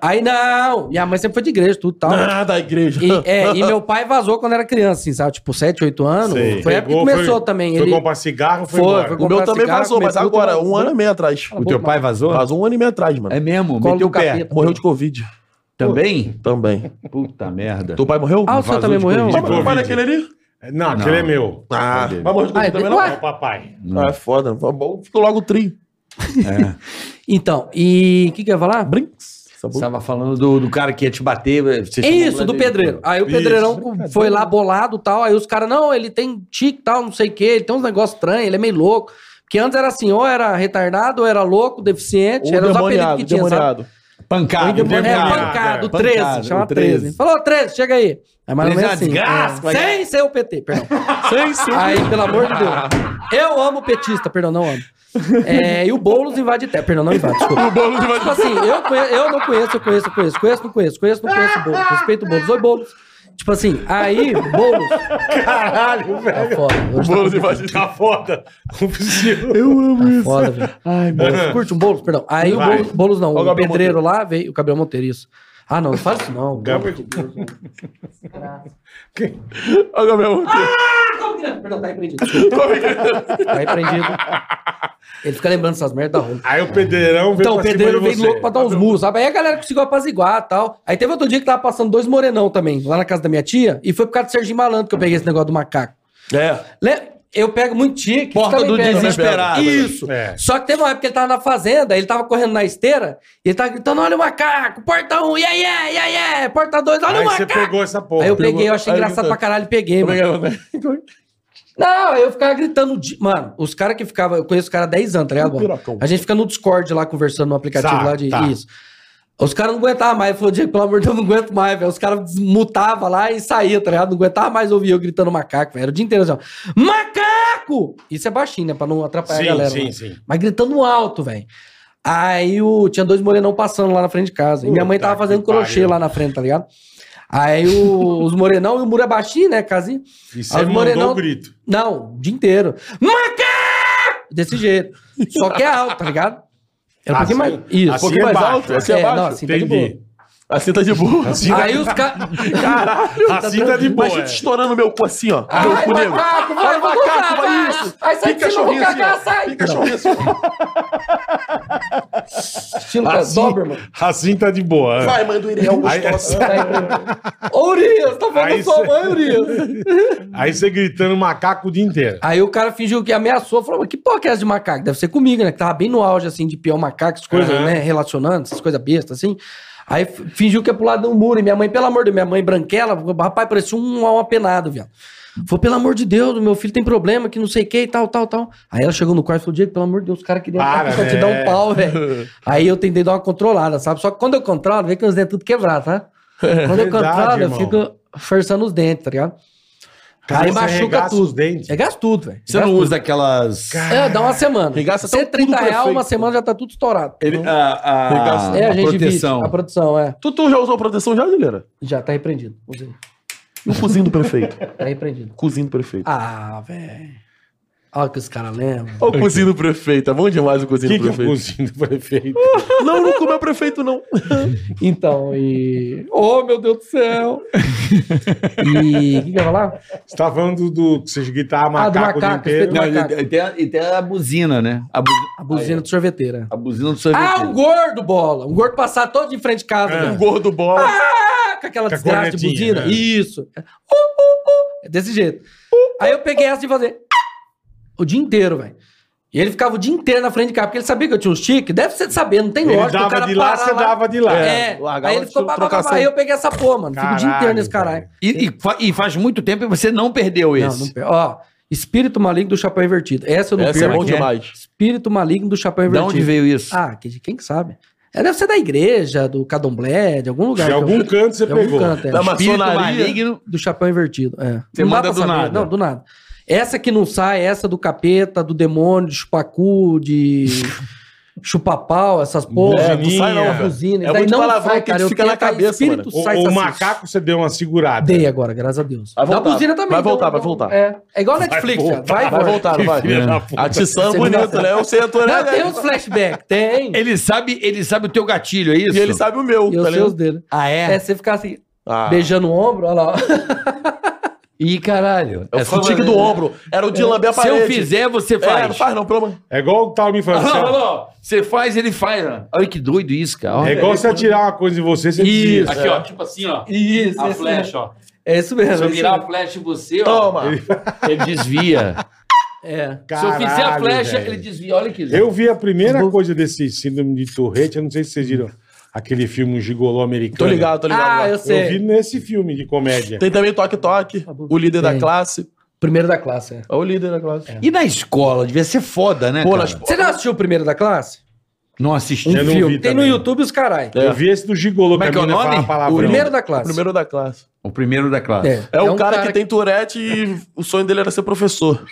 Aí não, minha mãe sempre foi de igreja, tudo e tal.
Ah, da igreja.
E, é, e meu pai vazou quando era criança, assim, sabe? Tipo, 7, 8 anos.
Sei.
Foi a época que
Pegou,
começou
foi-
também.
Foi
ele...
comprar cigarro, foi,
Foi,
embora.
foi
o meu
comprar
também
cigarro,
vazou, mas
comer fruta,
agora,
mas-
um ano e meio atrás.
O teu pai é vazou?
Vazou um ano e meio atrás, mano.
É mesmo?
Colo
Meteu
do
o pé.
capeta.
Morreu de Covid.
Também?
Também.
Puta merda.
Teu pai morreu?
Ah, o senhor também
de
morreu?
Mas
Covid.
meu pai naquele ali?
Não, aquele é meu.
Ah,
Cadê?
mas morreu de Covid
Ah,
também
é-
não?
ué.
É o papai.
Ah, é foda. Foi bom. Ficou logo tri.
Então, e o que, que eu ia falar?
Brinks. Essa
Você
boca.
tava falando do, do cara que ia te bater. eh, Você
É
chamou
isso,
a mulher
do
dele.
pedreiro.
então.
Aí o
Isso,
pedreirão foi lá bolado e tal. Aí os caras, não, ele tem tique e tal, não sei o quê, ele tem uns negócios estranhos, ele é meio louco. Porque antes era assim, ou era retardado, ou era louco, deficiente,
Ou
era os apelidos
demoniado,
que tinha, sabe?
demoniado.
Pancada. né,
Aí depois, é,
Demoniado,
pancado,
é,
13,
pancado,
chama
o 13.
13. Falou, 13, chega aí. É mais ou
13 é
menos
uma
assim.
desgraça, vai-
Sem ser o PT, perdão.
Sem sim.
Aí, pelo amor de Deus. Eu amo petista, perdão, não amo. É, e o Boulos invade terra. Perdão, não invade, desculpa. O Boulos invade Tipo assim, eu, conhe- eu não conheço, eu conheço, eu conheço, conheço, não conheço, conheço, não conheço o Boulos. Respeito o Boulos. Oi, Boulos. Tipo assim, aí, Boulos.
Caralho, velho.
Tá foda. Hoje
Boulos invadido.
Tá foda. Não precisa.
tá foda, velho. Ai, Boulos. Curte um Boulos, perdão. Aí o
Vai.
Boulos, Boulos não,
Ó, o
o,
Gabriel
pedreiro lá veio, o Gabriel Monteiro, isso. Ah, não, não faz isso não. Pelo amor de Deus.
Quem-
Olha o meu.
Perdão, tá repreendido. desculpa. Tá repreendido. Ele fica lembrando essas merdas da rua.
Aí o pedreirão veio
Então, o
pra cima
pedreiro
de
vem
você.
louco pra dar uns murros, sabe? Aí a galera conseguiu apaziguar e tal. Aí teve outro dia que tava passando dois morenão também, lá na casa da minha tia, e foi por causa do Serginho Malandro que eu peguei esse negócio do macaco.
É.
Le- Eu pego muito tique.
Porta
também
do
pega, né?
desesperado.
Isso.
É.
Só que teve uma época que ele tava na fazenda, ele tava correndo na esteira, e ele tava gritando, olha o macaco, porta 1, um, yeah, yeah, yeah, yeah, porta 2, olha
Aí
o
você
macaco.
pegou essa porra.
Tá Aí eu peguei, eu achei
Aí
engraçado
gritou.
pra caralho e peguei,
é
mano. Não, eu ficava gritando. de- Mano, os caras que ficavam. Eu conheço os caras há 10 anos, tá ligado?
Um
mano?
pirocão.
A gente fica no Discord lá conversando no aplicativo
Tá,
lá de.
tá.
Isso. Os caras não aguentavam mais. Falou, Diego, pelo amor de Deus, eu não aguento mais, velho. Os caras desmutavam lá e saíam, tá ligado? Não aguentava mais ouvir eu gritando macaco, velho. Era o dia inteiro assim, ó. Macaco! Isso é baixinho, né? Pra não atrapalhar
Sim,
a galera.
sim,
né?
sim.
Mas gritando alto, velho. Aí o, tinha dois morenão passando lá na frente de casa. E minha mãe
Puta
tava fazendo
que
crochê
pariu.
lá na frente, tá ligado? Aí o- os morenão e o muro é baixinho, né, casinha?
E você
Aí o
mandou
Morenão-
o grito.
Não, o dia inteiro. Macaco! Desse jeito. Só que é alto, tá ligado? É um
Ah,
pouquinho mais.
assim-
Isso, um
assim
pouquinho
é
mais
baixo,
alto.
assim é baixo.
não, assim tá de
Entendi.
boa.
Assim tá de boa.
Assim tá-
Aí os caras.
Caralho.
Assim tá de boa.
Imagina
é. Ah.
te estourando meu cu assim, ó.
Ai,
meu cu negro.
macaco, vai,
Vai,
vou
macaco,
colocar,
vai
vai.
isso.
Aí sai de
Fica
cima, vou
cachorrinho assim,
cagar,
ó.
sai.
Fica cachorrinho assim.
Estilo
Assim,
Doberman.
assim tá de boa. é.
Vai, mãe do Iriel
Aí-
gostosa.
Ô, Urias, tá
Aí
falando sua
cê-
mãe, Urias.
Aí você gritando macaco o dia inteiro.
Aí o cara fingiu que ameaçou, falou, mas que porra que é essa de macaco? Deve ser comigo, né? Que tava bem no auge, assim, de peão macaco, essas coisas,
Aham.
né? Relacionando, essas coisas bestas, assim. Aí f- fingiu que ia pro lado do muro. E minha mãe, pelo amor de Deus, minha mãe branquela, rapaz, parecia um alma penado, viado. Falou, pelo amor de Deus, meu filho tem problema, que não sei o que e tal, tal, tal. Aí ela chegou no quarto e falou, Diego, pelo amor de Deus, os caras queriam
Para,
só te
né?
dar um pau, velho. Aí eu tentei dar uma controlada, sabe? Só que quando eu controlo, vê que os dentes tudo quebrados, tá? Quando
Verdade,
eu controlo, eu
irmão.
fico forçando os dentes, tá ligado?
Cara,
aí
você
machuca
arregaça
tudo.
os dentes.
É gasto tudo, velho.
Você não usa aquelas.
É, dá uma semana.
Regaça
Se é
tão tudo
30 reais,
perfeito.
uma semana já tá tudo estourado.
Ele, a, a,
Regaça.
é, a,
a
gente
proteção.
vive. A produção, é.
Tu, tu já usou proteção já, Lileira?
Já tá repreendido. Usei.
E o cozinho do prefeito?
Tá repreendido.
cozinho do prefeito.
Ah, velho. Olha o que os caras lembram.
Ô, Ah, o cozinho do prefeito. É bom demais o
O
cozinho
que,
do
que é o
prefeito.
cozinho do prefeito?
Não, não comeu prefeito, não.
Então, e. Oh, meu Deus do céu! e. O que, que eu ia falar?
Você tá falando do, do que você gritava
Ah, do
macaco o dia
macaco,
inteiro.
Não,
macaco.
e, e tem a, e tem a buzina, né? A, bu-
A buzina de sorveteira.
a buzina do sorvete.
Ah, um gordo, bola! Um gordo passar todo de frente de casa, né?
É.
velho.
Gordo bola.
Ah, com aquela
Com a
desgraça de
cornetinha,
buzina.
né?
Isso. Uh, uh, uh. É desse jeito. Aí eu peguei essa de fazer. O dia inteiro, velho. E ele ficava o dia inteiro na frente de carro, porque ele sabia que eu tinha uns tiques. Deve ser de saber, não tem
Ele
lógica. o
dava
cara
de lá,
parar
você dava de lá.
É,
largava
aí ele ficou
de
pá, pá, pá, pá,
trocação.
aí eu peguei essa porra, mano. Fico o dia
Caralho,
inteiro nesse caralho.
velho.
E, e fa- e faz muito tempo e você não perdeu
Não,
esse.
não pe- Ó, Espírito maligno do chapéu invertido. Essa eu não
Essa é
perco. né?
bom demais.
Espírito maligno do chapéu
De
invertido.
onde veio isso?
Ah, que- quem que sabe? É, deve ser da igreja, do candomblé, de algum lugar.
De
que eu-
algum canto você
então, de algum
pegou.
canto, é.
Da
Espírito
maçonaria.
maligno.
do chapéu invertido. É.
Você
não dá
manda
pra
do
saber.
nada.
Não, do nada. Essa que não sai, essa do capeta, do demônio, de chupacu, de chupapau, essas porra.
É, não sai não,
Uma
cara.
buzina.
É
Daí
muito
não
palavrão
sai,
que
cara. Eu
fica na
tento, aí
cabeça,
espírito
O,
sai,
o
sai, sai.
macaco tá você deu uma segurada.
Dei agora, graças a Deus.
Vai
Da
voltar,
buzina também.
vai
então,
voltar, vai
então,
voltar.
É, é igual Netflix,
voltar,
cara.
Vai
Vai, vai.
voltar, não vai.
Filha da puta.
A Tissan
Você não dá
bonito, né? O centro, né?
Não, tem uns flashbacks, tem.
Ele sabe, ele sabe o teu gatilho, é isso?
E ele sabe o meu,
E eu
tá
sei os
ligado?
dele.
Ah, é?
É, você ficar assim,
Ah.
beijando o ombro, olha lá. ó.
Ih, caralho.
É o futigue do ombro. Era o de lamber a
Se
parede.
eu fizer, você faz.
É, não faz não, pelo amor.
É igual o tal me
Olha
falando.
lá, olha
você-
lá, ó. Você faz, ele faz. ó. Olha que doido isso, cara. Olha.
É igual você atirar uma coisa em você, você
Isso.
desvia.
Aqui, ó, tipo assim, ó.
Isso,
A
isso
flecha,
mesmo.
ó.
É isso mesmo.
Se eu
é isso
virar a
mesmo.
flecha em você, ó.
Toma.
Ele desvia.
É.
Se eu fizer a
Caralho,
flecha,
velho.
ele desvia. Olha que
Eu vi a primeira coisa desse síndrome de Tourette, eu não sei se vocês viram aquele filme um Gigolô americano.
Tô ligado, tô ligado.
Ah, eu
Eu
sei.
vi nesse filme de comédia.
Tem também Toque Toque, o líder da
Tem.
classe.
Primeiro da classe, é.
É o líder da classe.
E na escola? Devia ser foda, né?
Pô,
cara?
nas-
Você não assistiu o primeiro da classe?
Não assisti.
Um
Eu não
filme.
vi
Tem no
também.
YouTube os carai.
É.
Eu vi esse do Gigolô,
Como é que é o
menina
nome?
fala palavrão.
O
Primeiro da classe.
Primeiro da classe.
O primeiro da classe.
É, um cara, que tem Tourette e o sonho dele era ser professor.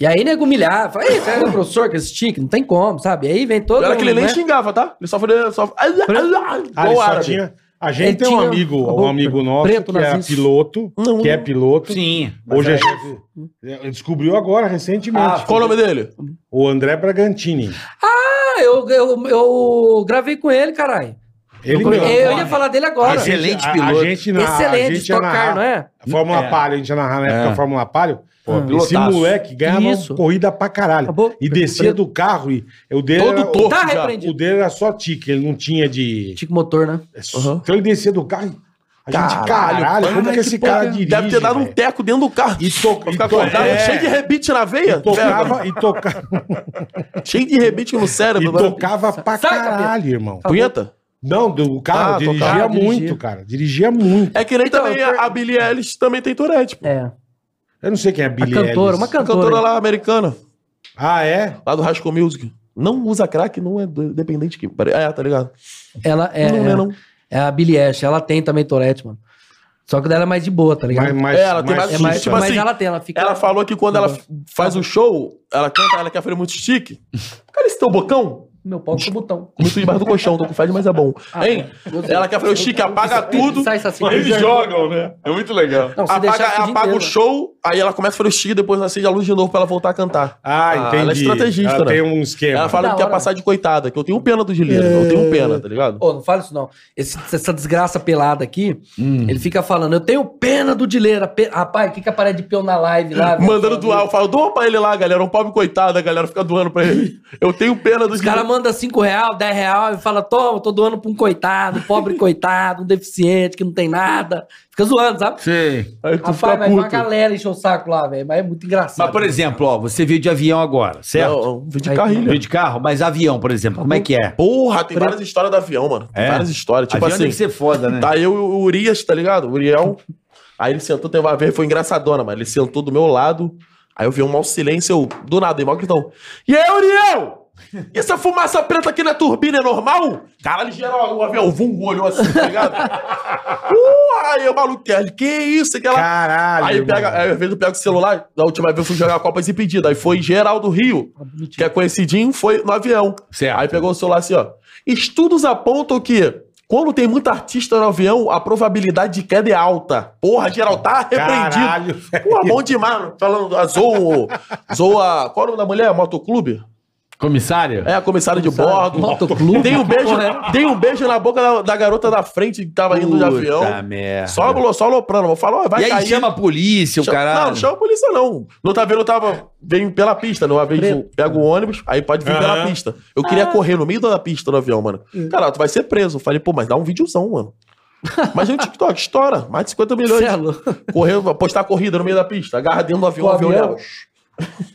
E aí nego humilhava. Fala, "Ih, você era professor com esse tique? Não tem como, sabe? E aí vem todo
Era que ele nem
mundo, né?
xingava, tá? Ele só fazia... Só...
Ah, ele
Igual
só
árabe.
tinha- A gente
Ele
tem um
tinha
amigo,
a boca
um amigo nosso
preto,
que é
nazista.
piloto,
Não,
que é
não.
piloto.
Sim.
Hoje a gente é, descobriu agora, recentemente.
Ah, Qual o nome dele?
O André Bragantini.
Ah, eu, eu, eu gravei com ele, caralho.
Ele
Eu,
mesmo.
eu ia falar dele agora.
A gente-
Excelente
a-
piloto.
A gente na, a
Excelente,
gente ia
tocar,
narrar
não é?
Fórmula
É.
Palio, a gente ia narrar na época
É.
a Fórmula Palio.
Pô,
Esse
pilotaço.
moleque ganhava
Isso.
corrida pra caralho.
Acabou.
E descia do carro e o dele,
Todo
era,
torto
Tá
já.
repreendido.
o, o dele era só tique, ele não tinha de...
Tique motor, né?
Uhum.
Então ele descia do carro e... A gente, caralho, como que esse cara dirige,
Deve ter dado um
velho?
teco dentro do carro.
E to-
Pra ficar
e to-
acordado,
é.
cheio de rebite na veia.
Tocava e tocava...
velho. Cheio de rebite no
E
cérebro. agora-
tocava pra
Sai, capeta.
caralho, irmão.
Punheta?
Não, do- o carro
Ah,
dirigia
tocava,
muito,
dirigia.
cara. Dirigia muito.
É que nem
Então,
também
eu per-
a Billie Ellis também tem Tourette. pô.
É.
Eu não sei quem é a
A
Billie
cantora,
Eilish.
uma
A cantora
cantora.
lá americana,
Ah, é?
lá do Rascal Music. Não usa crack, não é do- dependente que. É, tá ligado?
Ela é,
não é, não.
é a Billie Eilish. Ela tem também Tourette, mano. Só que dela é mais de boa, tá ligado?
Mas, mas,
É, ela tem mais
É
susto,
mais,
tipo
mas
assim,
ela tem, ela fica.
Ela falou que quando ela f- faz o show, ela canta, ela quer fazer muito chique. Cara, esse teu bocão?
Meu pau com o botão.
Comi tudo debaixo do colchão, tô com fede, mas é bom.
Ah,
hein?
gostei.
Ela quer fazer o chique, apaga tudo.
Sai, sai, assim.
Eles jogam, né?
É muito legal.
Não, se
apaga
deixar, fica o dia
apaga o
inteiro.
show, aí ela começa a fazer o chique, depois ela acende a luz de novo pra ela voltar a cantar.
Ah, entendi.
Ela é estrategista,
Ela
né?
tem um esquema.
Ela fala
Da
que quer
hora. É.
passar de coitada, que eu tenho pena do Gileiro, eu tenho pena, tá ligado?
Ô, não fala isso não. Esse- essa desgraça pelada aqui, ele fica falando, eu tenho pena do Dileira. pe- Rapaz, o que que a parede de pão na live lá? velho?
Mandando doar, eu falo, doa pra ele lá, galera, um pobre coitado, a galera fica doando pra ele. Eu tenho pena dos
Os caras mandam 5 real, 10 real e fala, toma, tô doando pra um coitado, pobre coitado, um deficiente que não tem nada. Fica zoando, sabe?
Sei.
Aí tu
Rapaz,
fica
vai uma
puto.
galera encher o saco lá, velho. Mas é muito engraçado.
Mas, por exemplo, ó, você veio de avião agora, certo?
Não, um vídeo de
Aí-
carrilha.
Veio de carro, mas avião, por exemplo, como é que é?
Porra, tem várias histórias do avião, mano. Tem
É?
várias histórias. Tipo
avião
assim,
tem que ser foda, né?
tá eu e o Urias, tá ligado? O Uriel. Aí ele sentou, teve uma vez, foi engraçadona, mano. Ele sentou do meu lado. Aí eu vi um mau silêncio, eu, do nada, aí, mau gritão. E aí, Uriel? E essa fumaça preta aqui na turbina é normal? Caralho, geral, o avião, vum, olhou assim, tá ligado? uh, aí o maluco, que isso, aquela...
Caralho,
Aí, pega,
irmão.
aí às vezes eu pego o celular, na última vez eu fui jogar a Copa Desimpedida, aí foi geral do Rio, que é conhecidinho, foi no avião.
Certo.
Aí pegou o celular assim, ó. Estudos apontam que quando tem muito artista no avião, a probabilidade de queda é alta. Porra, geral, tá repreendido.
Caralho, velho.
Pô, bom demais, mano. falando, a zoa, zoa, qual é o nome da mulher? Motoclube?
Comissário?
É, a comissária de bordo.
Motoclube?
Dei um beijo,
é.
dei um beijo na boca da, da garota da frente que tava indo de avião.
merda.
Só, só aloprando, eu falo, ó, vai
e aí
cair.
chama a polícia, o
Chama-
caralho.
Não, não chama a polícia, não. No outra vez eu tava. Vem pela pista, né? Uma vez eu pego o ônibus, aí pode vir pela
Aham.
pista. Eu queria
Ah.
correr no meio da pista do avião, mano.
Hum.
Cara, tu vai ser preso. Eu falei, pô, mas dá um videozão, mano. Imagina o TikTok, estoura. Mais de 50 milhões.
Celo.
Correr, postar corrida no meio da pista, agarra dentro do avião,
O
o avião.
avião?
leva.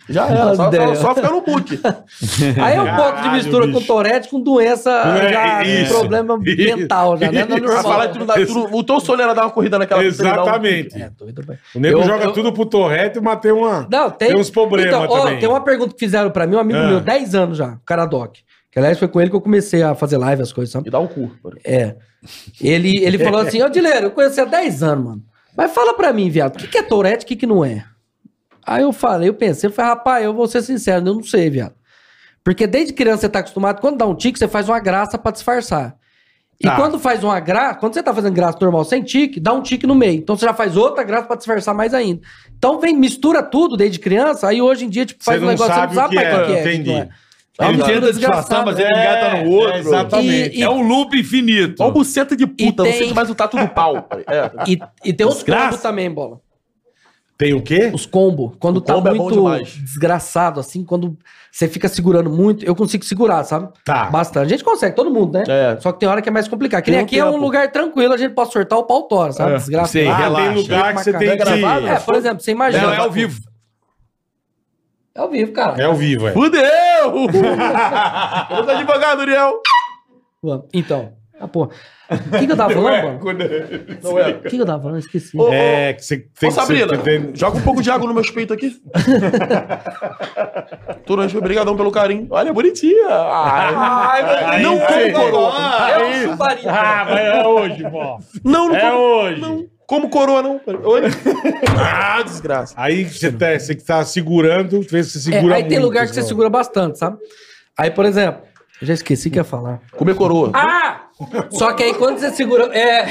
Já era, só,
Ideia.
só, só ficar no book.
Aí eu boto de
Caralho,
mistura
bicho.
com Tourette com doença,
É,
já,
isso.
problema
Isso.
mental, já, né? Não é
Isso.
Pra
normal.
falar que tu não dá, tu não- o teu sonho era dar uma corrida naquela que tu ia dar um-
Exatamente.
É, doido, velho.
O nego
Eu-
joga
eu-
tudo pro Torreto e matei uma.
Não, tem.
Ah,
Então,
Tem uns problemas
ó,
também.
tem uma pergunta que fizeram pra mim, um amigo
Ah.
meu, 10 anos já, o cara doc. Que aliás foi com ele que eu comecei a fazer live, as coisas, sabe?
E dar um cu. cara.
É. Ele, ele falou assim: Ô, Dileiro, eu conheço você há 10 anos, mano. Mas fala pra mim, viado, o que, que é Tourette e o que, que não é? Aí eu falei, eu pensei, eu falei, rapaz, eu vou ser sincero, eu não sei, viado. Porque desde criança você tá acostumado, quando dá um tique, você faz uma graça pra disfarçar. E
Tá.
quando faz uma graça, quando você tá fazendo graça normal sem tique, dá um tique no meio. Então você já faz outra graça pra disfarçar mais ainda. Então vem, mistura tudo desde criança, aí hoje em dia, tipo, faz
Você
um
não
negócio, você não
sabe o que
sabe mais o
é,
que é.
entendi.
o que não é. É
Ele
uma
tenta
mistura
disfarçar,
desgraçada,
mas ele
né?
engata no outro.
É, exatamente.
E-
É um loop infinito.
Ó o buceta de puta,
tem-
não sente mais o tato do pau. cara. É.
E, e tem os
Desgraça.
combos também, bola.
Tem o quê?
Os combos. Quando
O
tá
combo é bom
muito
demais.
desgraçado, assim, quando você fica segurando muito, eu consigo segurar, sabe?
Tá.
Bastante. A gente consegue, todo mundo, né?
Ah. É.
Só que tem hora que é mais complicado. Que
Tem
nem
um
aqui é um
tempo. É.
lugar tranquilo, a gente pode sortar o pau tora, sabe? Desgraçado.
sei.
Ah,
relaxa.
tem lugar que você
Não é
tem que.
gravado?
É, por exemplo, você imagina.
Não, é ao vivo.
É ao vivo, cara.
É ao vivo, é.
Fudeu! Vamos advogado, Uriel.
Então. Ah, porra. O que, que eu tava falando, mano?
é
Então,
Não é.
O que, que eu tava falando? Esqueci.
Ô,
É, que você tem
Ô,
que ser-
Sabrina,
que tem-
joga um pouco de água no meu peito aqui. Turante, obrigadão pelo carinho. Olha, bonitinha. Ai,
Aí
não
sim.
como coroa.
É o chuparinho.
Ah, mas é hoje, bom.
Não, não
É
como.
hoje.
Não como coroa, não. Oi? Ah, desgraça.
Aí você tá, você que tá segurando, às vezes você
É,
segura
aí tem
muito,
lugar que você
senão-
segura bastante, sabe? Aí, por exemplo, eu já esqueci o que ia falar.
Comer coroa.
Ah! Só que aí quando você segura. É.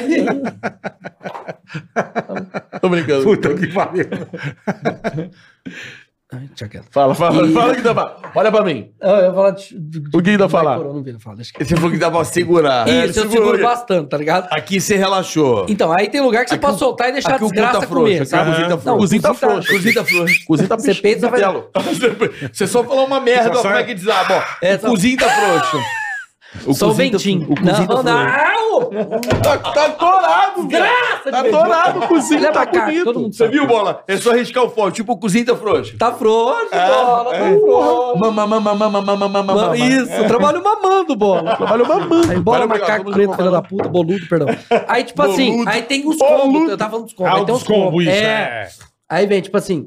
Tô brincando.
Puta que pariu.
Ai, Deixa quieto.
Fala, fala,
E-
fala, Guidama. Olha pra mim.
Eu, Ah, eu ia falar de. de- de-
O que tá ia falar?
Não vira, fala, deixa quieto.
Você falou que dava pra segurar. É, ele
Isso, eu
segurou
seguro
aqui.
bastante, tá ligado?
Aqui você relaxou.
Então, aí tem lugar que você pode soltar e deixar a
Aqui o cu
desgraça
tá frouxo.
comer,
é
Aqui a
sabe?
cozinha tá
Não,
frouxa.
Cozinha tá
cozinha tá-
frouxa.
Cozinha tá frouxa.
Cozinha tá
Você
piscando
peita, vai-
telo.
Você só falou uma merda,
Só
ó, como
sai-
é que desaba? ó?
É,
o
só-
cozinho tá frouxo.
Só o
cozinho tá
ventinho.
frouxo. O cozinho
Não,
tá frouxo.
não!
Tá, tá torado, velho.
Graça
Tá
de Deus.
torado o cozinho,
Olha
tá
pra cá, todo
bonito.
mundo
Você viu, bola? É só riscar o fogo. Tipo, o cozinho tá frouxo.
Tá frouxo, bola, tá frouxo.
Mama, mama, mama, mama, mama,
Mano,
mama.
Isso, trabalho mamando, bola.
Trabalho mamando.
Aí,
Valeu,
bora,
obrigado.
macaco
Vamos
preto,
lá.
filha da puta, boludo, perdão. Aí, tipo assim, aí tem os
Boludo.
combos. Eu tava falando dos combos.
Ah,
aí tem
os
os combos.
combos, isso,
é.
é.
Aí vem, tipo assim,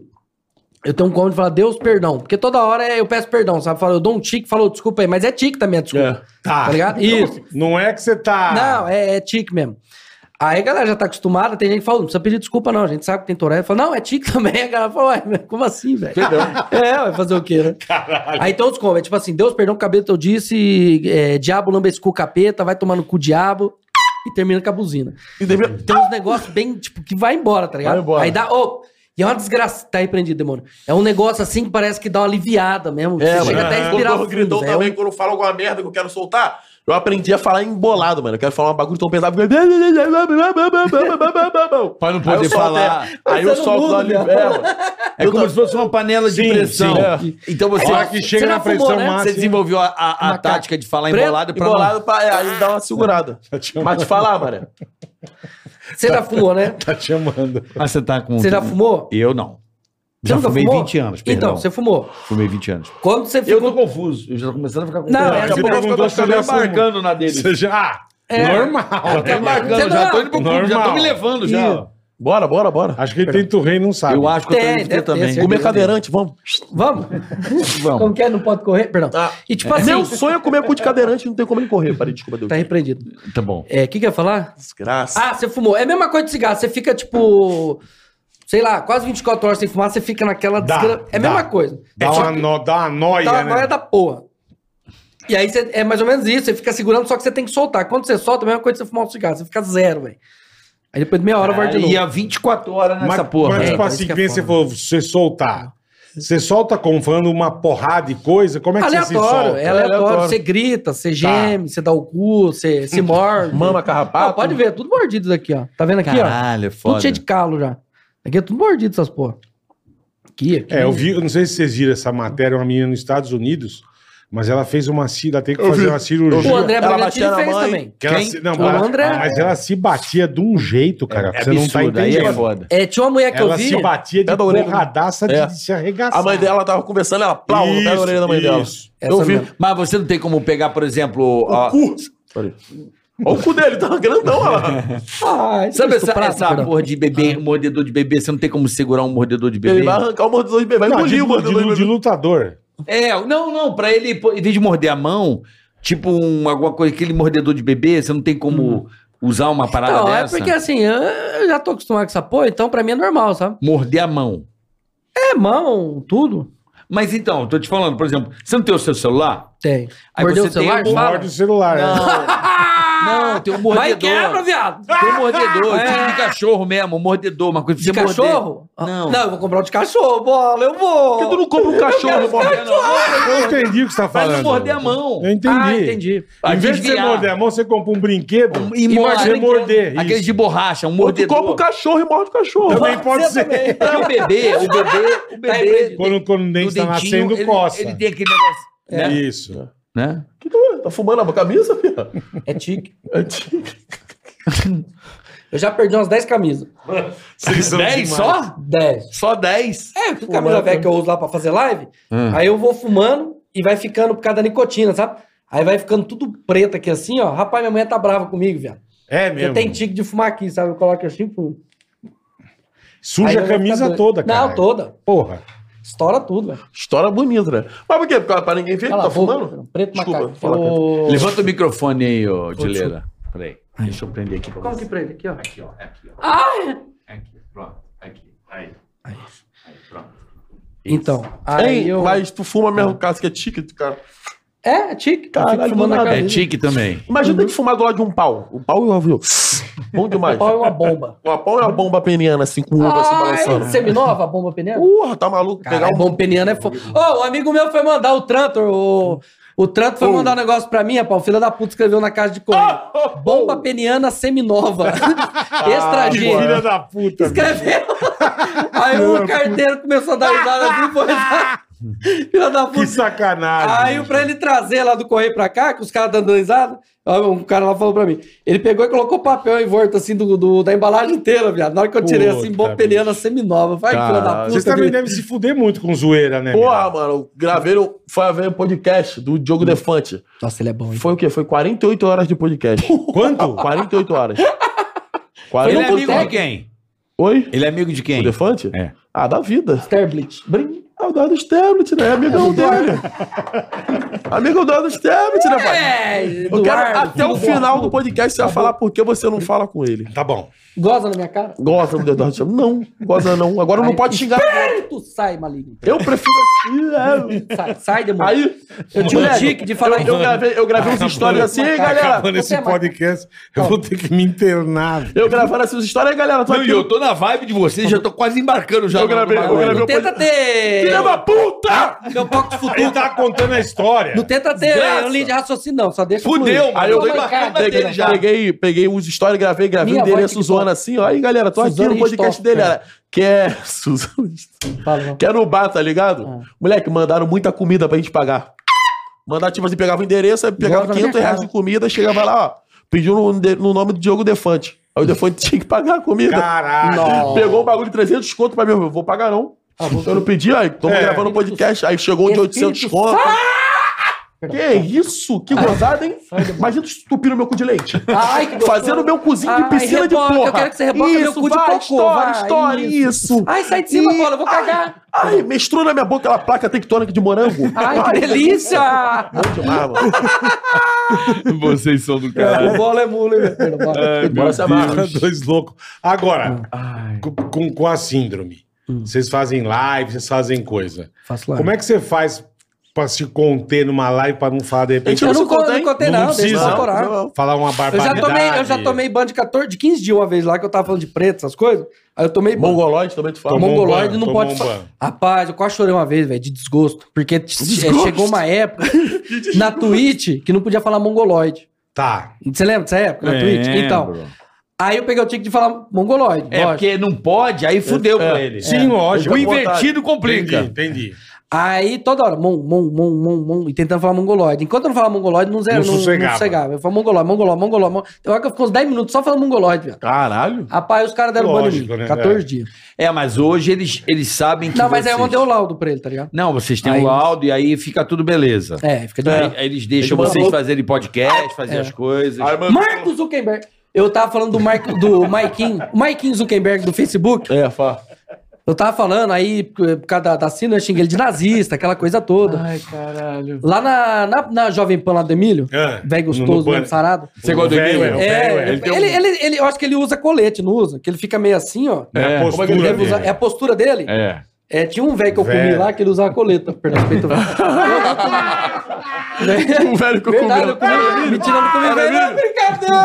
eu tenho um combo de falar, Deus, perdão. Porque toda hora é- eu peço perdão, sabe? Falo, eu dou um tique, falo, desculpa aí, mas é tique também, a desculpa.
Tá.
Tá ligado? Isso.
Não é que você tá.
Não, é, é tique mesmo. Aí a galera já tá acostumada, tem gente que fala, não precisa pedir desculpa, não. A gente sabe que tem Tourette. Fala, não, é tique também. A galera fala, ué, mas como assim, velho? É, vai fazer o quê, né? Aí tem outros combos, é tipo assim, Deus perdão, cabelo eu disse, é, diabo lamba esse cu capeta, vai tomar no cu diabo. E termina com a buzina.
E devia-
Tem uns negócios bem, tipo, que vai embora, tá ligado?
Vai embora.
Aí dá, ô, e é uma desgraça, tá aí prendido, demônio. É um negócio assim que parece que dá uma aliviada mesmo.
É,
você chega
mano.
até a é
Quando
inspirar
eu grindou
fundo, velho.
também, quando eu falo alguma merda que eu quero soltar, eu aprendi a falar embolado, mano. Eu quero falar um bagulho tão pesado. porque-
Pra não
Aí eu solto,
poder falar.
é. Aí eu
Você não
solto
muda, né?
ali.
viado.
É, mano.
É como se fosse uma panela de
Sim,
pressão.
sim, é. assim,
Então você,
A hora É que chega
Você já
na
fumou,
pressão
né?
você
máxima.
desenvolveu a, a- a
Macaco.
tática de falar
Preto,
embolado pra não...
Embolado, pra, é, aí dá uma segurada. Mas te falar, mano.
Você já fumou, né?
Tá te chamando.
Ah, você tá com...
Você já fumou?
Eu não.
Você
Já
nunca
fumei
fumou?
20 anos, perdão.
Então, você fumou.
Fumei 20 anos.
Quando você
Eu
ficou.
tô confuso. Eu já tô começando a ficar confuso.
Não, é
Você
tipo-
perguntou se eu já fumo.
embarcando na dele.
Você já. Ah,
É.
Normal.
Tá
né?
embarcando, já
Você não- é
tô indo pro clube, já tô
Normal.
me levando já.
Bora, bora, bora.
Acho que ele tem turrei e não sabe.
Eu acho que eu tô
Tem,
indo pro
deve ter,
também.
é, certeza. Tipo
Comer cadeirante, vamos.
Vamos? Como
Vamos. Tá.
que é? Não pode correr? Perdão.
Ah,
E tipo assim.
Meu sonho é comer cu de cadeirante não tem como ele correr. Parei, desculpa, Deus.
Tá repreendido.
Tá bom.
É, o que, que eu ia falar?
Desgraça.
Ah, você fumou. É a mesma coisa de cigarro. Você fica, tipo, sei lá, quase 24 horas sem fumar, você fica naquela
Dá,
desgra- É a
dá.
mesma coisa.
Dá, uma nó- dá uma noia,
Tá uma
né?
noia da porra. E aí você- é mais ou menos isso, você fica segurando, só que você tem que soltar. Quando você solta, é a mesma coisa de você fumar um cigarro, você fica zero, velho. Aí depois de meia hora vai de novo.
é
E há 24 horas
Mas,
nessa porra.
mas
É,
tipo
então
assim,
isso que
que
é
nem você
foda.
falou, você soltar. Você solta como falando uma porrada de coisa, como é que você se
Aleatório,
solta? Tá.
é aleatório,
Aleatório.
Você grita, você geme, você dá o cu, você se morde.
Mama, carrapato.
Ah, pode ver, é tudo mordido daqui, ó. Tá vendo aqui, ó?
Caralho, é
Tudo
foda.
cheio de calo já. Aqui é tudo mordido essas porra. Aqui, aqui.
É, eu vi, eu não sei se vocês viram essa matéria, uma menina nos Estados Unidos Mas ela fez uma cirurgia, ela tem que
Eu
fazer
vi.
uma
O
cirurgia.
André
Ela
Bragantini
batia na
fez
mãe.
também.
Que ela
Quem?
se- não,
O
ela-
André-
Mas ela se batia de um jeito, cara. que
É
você não tá
absurdo, aí é
entendendo.
foda.
É, tinha uma mulher que
Ela
eu vi.
se batia de
Pé da orelha.
porradaça de,
É.
de se arregaçar.
A mãe dela tava conversando, ela plau no pé da
Isso,
orelha da mãe
isso.
dela. Eu
Essa
vi.
mesmo.
Mas você não tem como pegar, por exemplo. ó,
Olha o cu dele, tava grandão, olha lá.
Sabe essa,
Estuprado,
essa
perdão.
porra de bebê,
Ah.
mordedor de bebê? Você não tem como segurar um mordedor de bebê?
Ele vai arrancar o mordedor de bebê, vai
Não,
engolir
de,
o mordedor
de,
de
de
bebê.
lutador.
É, não, não, pra ele, pô, em vez de morder a mão, tipo um, alguma coisa, aquele mordedor de bebê, você não tem como usar uma parada
Não, Hum. é
dessa?
porque assim, eu- eu já tô acostumado com essa porra, então pra mim é normal, sabe?
Morder a mão.
É mão, tudo.
Mas então, tô te falando, por exemplo, você não tem o seu celular?
Tem.
Aí
Mordeu
você
o celular?
tem um
Fala.
Morde o celular. né?
Não, tem um
Vai
mordedor.
quebra, viado!
Tem um mordedor,
É.
tipo de cachorro mesmo, um mordedor, uma coisa pra
De
você morder.
cachorro?
Não.
eu vou comprar um de cachorro, bola, eu vou.
Por que tu não compra um cachorro,
Não,
mano?
não, não,
Eu entendi o que você tá
Pra
falando.
não morder a mão.
Eu entendi.
Ah, entendi.
Pra
Em vez de você
desviar.
morder a mão, você compra um brinquedo
E
você
morde-
morder.
Aquele
Isso.
de borracha, um
Ou tu
mordedor.
compra o cachorro e morde o cachorro.
Também pode ser.
É
Porque o bebê, o bebê, o bebê.
Tá Quando, quando o dente
no
tá
dentinho,
nascendo,
ele,
coça.
Ele tem aquele negócio.
É.
Né?
Isso.
Né?
Que doido, Tá fumando a camisa, filha?
É tique.
É tique.
Eu já perdi umas 10 camisas.
10 só?
10.
Só 10?
É, que camisa velha que eu uso lá pra fazer live,
Hum.
aí eu vou fumando e vai ficando por causa da nicotina, sabe? Aí vai ficando tudo preto aqui assim, ó. Rapaz, minha mãe tá brava comigo, viado.
É mesmo.
Eu tenho tique de fumar aqui, sabe? Eu coloco assim, fumo. Aí
Suja
eu
a
vou ficar
camisa
doido.
toda, cara.
Não, toda.
Porra.
Estoura tudo, velho.
História bonita, né? Mas por quê? Porque ela- pra ninguém ver que
Cala
tá
a boca,
fumando?
Preto
Desculpa,
macaco.
fala, Pedro.
Ô,
Levanta o microfone aí, ô, Dileira. Peraí. Deixa eu prender aqui pra
Como
você.
que prende? Aqui, ó.
Aqui, ó. Aqui, ó. Aqui, pronto. Aqui. Aí. Aí, pronto.
Então, aí
Hein?
eu...
Mas tu fuma mesmo, caso que é tique, cara.
É, é tique. Eu
Caralho,
fico fumando
do
na
nada.
É
cabeça.
tique também.
Imagina
Uhum.
ter que fumar do lado de um pau. O pau e o avião. Bom demais.
Pau é uma bomba.
Uma pau é uma bomba peniana, assim, com o ombro assim
Ai,
balançando.
seminova, bomba peniana?
Porra, tá maluco?
Caralho,
Pegar um
bomba peniana é foda. Ô, um amigo meu foi mandar o Trantor, o... O Tranto foi mandar um negócio pra mim, rapaz. O filho da puta escreveu na caixa de correio.
Oh,
Bomba peniana seminova. Extra G.
Ah, Filha da puta.
Escreveu. Aí o carteiro começou a dar risada assim, foi. Filha da
Que
puta.
sacanagem.
Aí, pra ele trazer lá do correio pra cá, que os caras dando risada, ó, um cara lá falou pra mim. Ele pegou e colocou papel em volta, assim, do, do- da embalagem inteira, viado. Na hora que eu tirei, assim,
Puta,
bom peniana seminova. Vai, filha da puta.
Vocês também
bicho.
devem se fuder muito com zoeira, né?
Porra, mano, gravei, o- foi ver o podcast do Diogo Defante.
Nossa, ele é bom, hein?
Foi o quê? Foi 48 horas de podcast.
meu? Quanto?
48 horas.
Ele é
40...
amigo de quem?
Oi?
Ele é amigo de
O
quem?
Defante?
É.
Ah, da vida.
Sterblitz.
Brin... Ah, o Dado Stablet, né? Amigão dele. Amigo do Dado Stablet, né, pai?
É,
Eu quero,
Eduardo,
até o final do podcast você vai falar por que você não fala com ele.
Tá bom.
Goza na minha cara?
Gosta do Eduardo Stablet? Não, gosta não. Agora não
Ai,
pode xingar.
Espírito, sai, maligno.
Eu prefiro assim. é.
Sai, sai demônio.
Aí,
eu tinha um
moleque,
tique de falar
eu gravei, eu gravei uns stories assim, "Ei, galera.
acabando
você é
esse
macaco.
podcast, eu vou ter que me internar.
Eu gravando assim os stories, "Ei, galera. Tô
Não,
aqui.
e eu tô na vibe de vocês, já tô quase embarcando já.
Eu
no- no
gravei, eu
bagulho.
gravei.
Não tenta ter.
Filha da puta!
Meu palco de
Ele
futuro.
tá contando a história.
Não tenta ter
Desgraça.
linha de raciocínio, não. Só deixa.
Fudeu,
fluir.
mano.
Aí eu
Toma
tô
dei-
em casa.
embarcando na
Peguei,
dele já.
peguei, peguei os stories, gravei, gravei
Minha
o endereço
voz,
zoando assim, ó. Aí, galera, tô aqui
Suzana
no podcast
Ristoff,
dele,
cara.
era. Que é. Suzana Ristoff.
Fala, não.
Que é no bar, tá ligado?
Ah.
Moleque, mandaram muita comida pra gente pagar. Mandaram, tipo assim, pegava o endereço, aí pegava
Gosta da
500
minha
reais de
cara.
comida, chegava lá, ó. Pediu no, no nome do Diogo Defante. Aí o Defante tinha que pagar a comida.
Caralho.
Não.
Pegou um bagulho de 300 conto pra mim, eu vou pagar não. Então eu não pedi, aí tô
É.
gravando um podcast, aí chegou um de 800
Ah, Espírito
conto. Que isso? Que gozada, hein? Imagina tu estupir o meu cu de leite.
Ai, que gostoso.
Fazendo meu cozinho
Ai,
de piscina de
reboca,
porra.
eu quero que você reboca
isso,
meu cu de
vai,
cocô,
História,
vai,
história, isso.
Ai, sai de cima,
Ih,
bola, eu vou
ai,
cagar.
Ai, mestrou na minha boca aquela placa tectônica de morango.
Ai, que delícia!
Bom demais, mano.
Vocês são do
o bola é mula, hein, meu filho? Bola.
Bora se amarra.
Dois loucos. Agora, com- com, com a síndrome.
Hum.
Vocês fazem live, vocês fazem coisa.
Faço lá.
Como é que você faz pra se conter numa live pra não falar de
A gente
repente?
Eu não,
se conta,
co- não
hein?
contei, não.
Não
Deixa eu
precisa.
decorar.
Falar uma
Eu já
barbaridade.
tomei, eu já tomei ban de 14, de 15 dias uma vez lá, que eu tava falando de preto, essas coisas. Aí eu tomei ban.
Mongoloide também tu fala.
Tomou um
Mongoloide
ban,
não
tomou
pode
um
fa-
ban.
Rapaz, eu quase chorei uma vez, velho, de desgosto. Porque t-
Desgosto?
é, chegou uma época na Twitch que não podia falar mongoloide.
Tá.
Você lembra dessa época na Twitch? Então, aí eu peguei o tique de falar mongoloide.
É
lógico.
porque não pode, aí fudeu pra ele.
Sim, lógico.
O invertido complica.
Entendi, entendi.
Aí toda hora, mon, mon, mon, mon, mon, e tentando falar mongoloide. Enquanto eu não falava mongoloide, não, zero,
Não
não, não
sossegava.
sossegava. Eu falava mongoloide, mongoloide, mongoloide. mongoloide. Tem hora que eu fico uns 10 minutos só falando mongoloide, velho.
Caralho.
Rapaz, os caras deram banho em
Lógico,
mim.
né?
14
É.
dias.
É, mas hoje eles, eles sabem que.
Não, mas aí eu
vocês-
mandei o laudo pra ele, tá ligado?
Não, vocês têm
Aí-
o laudo e aí fica tudo beleza.
É, fica de
Aí, aí eles deixam
Ele
vocês
mandou-
fazerem podcast, fazer
É.
as coisas.
Aí, mano,
Marcos Zuckerberg. Eu tava falando do, Mark, do Maikin, o Maikin Zuckerberg do Facebook.
É, fala.
Eu tava falando aí, eh, por causa da, da Sina, eu xinguei ele de nazista, aquela coisa toda.
Ai, caralho.
Lá na, na, na Jovem Pan lá do Emílio,
Ah,
velho
no- no
gostoso,
banner.
mesmo, sarado.
Você gosta do
O velho,
Emílio?
é, o
É,
velho, é.
ele, ele, ele, eu acho que ele usa colete, não usa? Que ele fica meio assim, ó.
É a
É,
Como é que ele
postura
deve
dele.
usar? É a postura dele? É.
É.
tinha um velho que eu comi
Velho.
lá que ele usava coleta. Perdão, respeito.
O velho que eu
Verdade, um eu
comi.
comi. Me tirando, comi velho. Não, Brincadeira!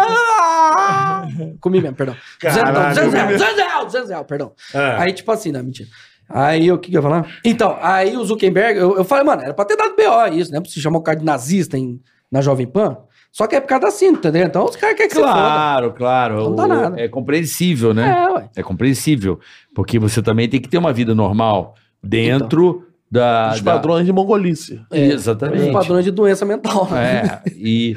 Comi mesmo, perdão. então,
Caralho.
200 reais, 200 reais, 200 reais, perdão.
Ah.
Aí, tipo assim, né? Mentira. Aí, o que, que eu ia falar? Então, aí o Zuckerberg, eu, eu falei, mano, era pra ter dado B.O. isso, né? Pra se chamar o cara de nazista em, na Jovem Pan. Só que é por causa da cinta, entendeu? Então os caras querem que você
Claro, claro.
Não dá
O-
nada.
É compreensível,
foda.
né?
É, ué.
É. compreensível. Porque você também tem que ter uma vida normal dentro da.
Os
da-
padrões de mongolice.
É, Os
Exatamente.
Então. padrões de doença mental. né?
É, e,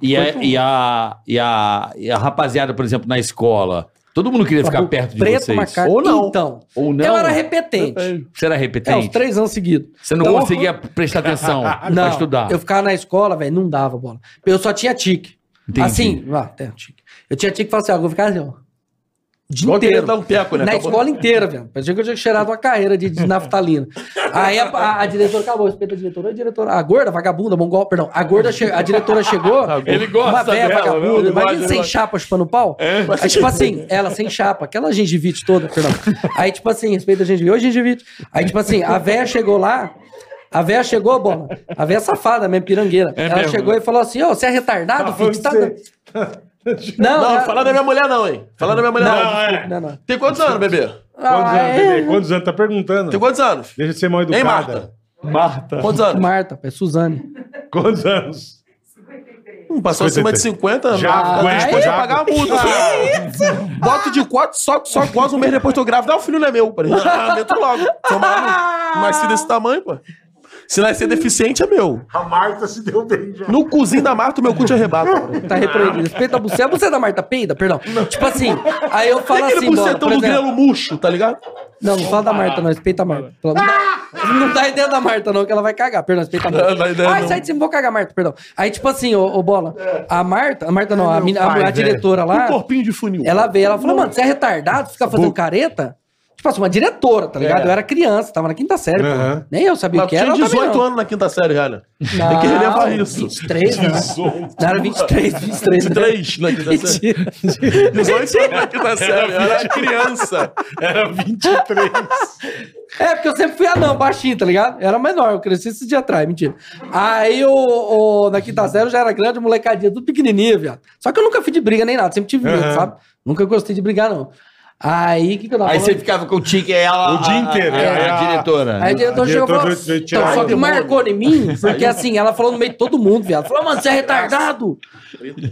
e, a, e, a, e, a, e a rapaziada, por exemplo, na escola, todo mundo queria ficar
Barro
perto de
preto,
vocês.
macaco.
Ou não.
Então,
Ou não.
eu era repetente.
Você era
É, uns
repetente?
três anos seguidos.
Você não
Então-
conseguia prestar atenção pra
Não,
estudar.
eu ficava na escola, velho, não dava bola. Eu só tinha tique.
Entendi.
Assim, lá, tem tique. Eu tinha tique e falava assim, ó, eu vou ficar assim, ó. O dia
Igual
inteiro.
querer dar um teco, né?
Na
Acabou.
escola inteira, velho. Parecia que eu tinha cheirado uma carreira de, de naftalina. Aí a, a- a diretora acabou, respeita a diretora, a diretora. A gorda, vagabunda, mongol, perdão. A gorda, che- a diretora chegou.
Ele gosta
Uma
dela, É?
véia
né?
vagabunda.
Ele gosta,
Imagina
ele
sem
gosta.
chapa chupando pau. Aí, tipo assim, ela sem chapa, aquela gengivite toda, perdão. Aí, tipo assim, respeita a gengivite. Ô, gengivite. Aí, tipo assim, a véia chegou lá. A véia chegou, bola. A véia safada, mesmo pirangueira. ela
É mesmo,
chegou e falou assim: Ô, você é retardado, filho? Você tá... dando-" Não,
Não,
ela-
fala da minha mulher, não, hein? Fala da minha mulher, não.
Não, é.
é. não, não.
Tem quantos anos, bebê?
Quantos
Ah,
anos,
é,
bebê? Quantos anos? Tá perguntando.
Tem quantos anos?
Deixa de ser mal
Hein,
educada.
Marta? Quantos anos?
Marta, é Suzane.
Quantos anos?
Hum, passou acima de 50 anos.
Já
Ah,
aguenta,
depois
já
de pagar a multa. Boto de quatro, só, só gozo um mês depois tô grávida. Ah, o filho não é meu. Peraí, Ah, meto logo. Sou maluco. Não Nasci desse tamanho, pô. Se nascer deficiente, é meu.
A Marta se deu bem já.
No cozinho da Marta, o meu cu te arrebata. pô.
Tá
Ah.
repreendido. Respeita a buceta. A buceta da Marta peida, perdão. Tipo assim, aí eu
Tem
falo
aquele
assim, bola,
bucetão
por
do
exemplo,
grelo Ah. murcho, tá ligado?
Não, não fala da Marta, não. Respeita a Marta. Pelo amor- Não dá ideia da Marta, não, que ela vai cagar. Perdão, respeita a
Não dá
Marta.
ideia,
Ai,
não. É.
sai de cima, vou cagar, Marta, perdão. Aí, tipo assim, ô, ô, bola, a Marta, a Marta não, a, mina- a- a
pai,
diretora
Um
lá,
corpinho de funil.
ela veio, ela falou, mano, você é retardado, fica fazendo careta? Tipo assim, uma diretora, tá ligado? Eu era criança, tava na quinta série. pô.
Aham.
Nem eu sabia o
É. Mas
que era.
tinha
ela também
18
não.
anos na quinta série, já, né?
Não,
Tem que relevar isso.
23, né? Não, era 23, 23.
23 na quinta série.
né? Mentira.
18 anos na quinta série. Eu era criança.
Era 23.
É, porque eu sempre fui anão, baixinho, tá ligado? Eu era menor, eu cresci esse dia atrás, mentira. Aí, o, o- na quinta série, eu já era grande, molecadinha, tudo pequenininha, viado. Só que eu nunca fui de briga nem nada, sempre tive medo,
Aham.
sabe? Nunca gostei de brigar, não. Aí, o que que eu tava
Aí você
falando?
né?
ficava com o tique e ela.
O dia
a-
inteiro,
A, a,
é,
a
a-
diretora.
Aí assim, o diretor
A
chegou e
diretora veio
falou.
te
Então,
tirar.
só
Ai,
que marcou em mim, porque assim, ela falou no meio de todo mundo, viado. Falou, mano, você é retardado.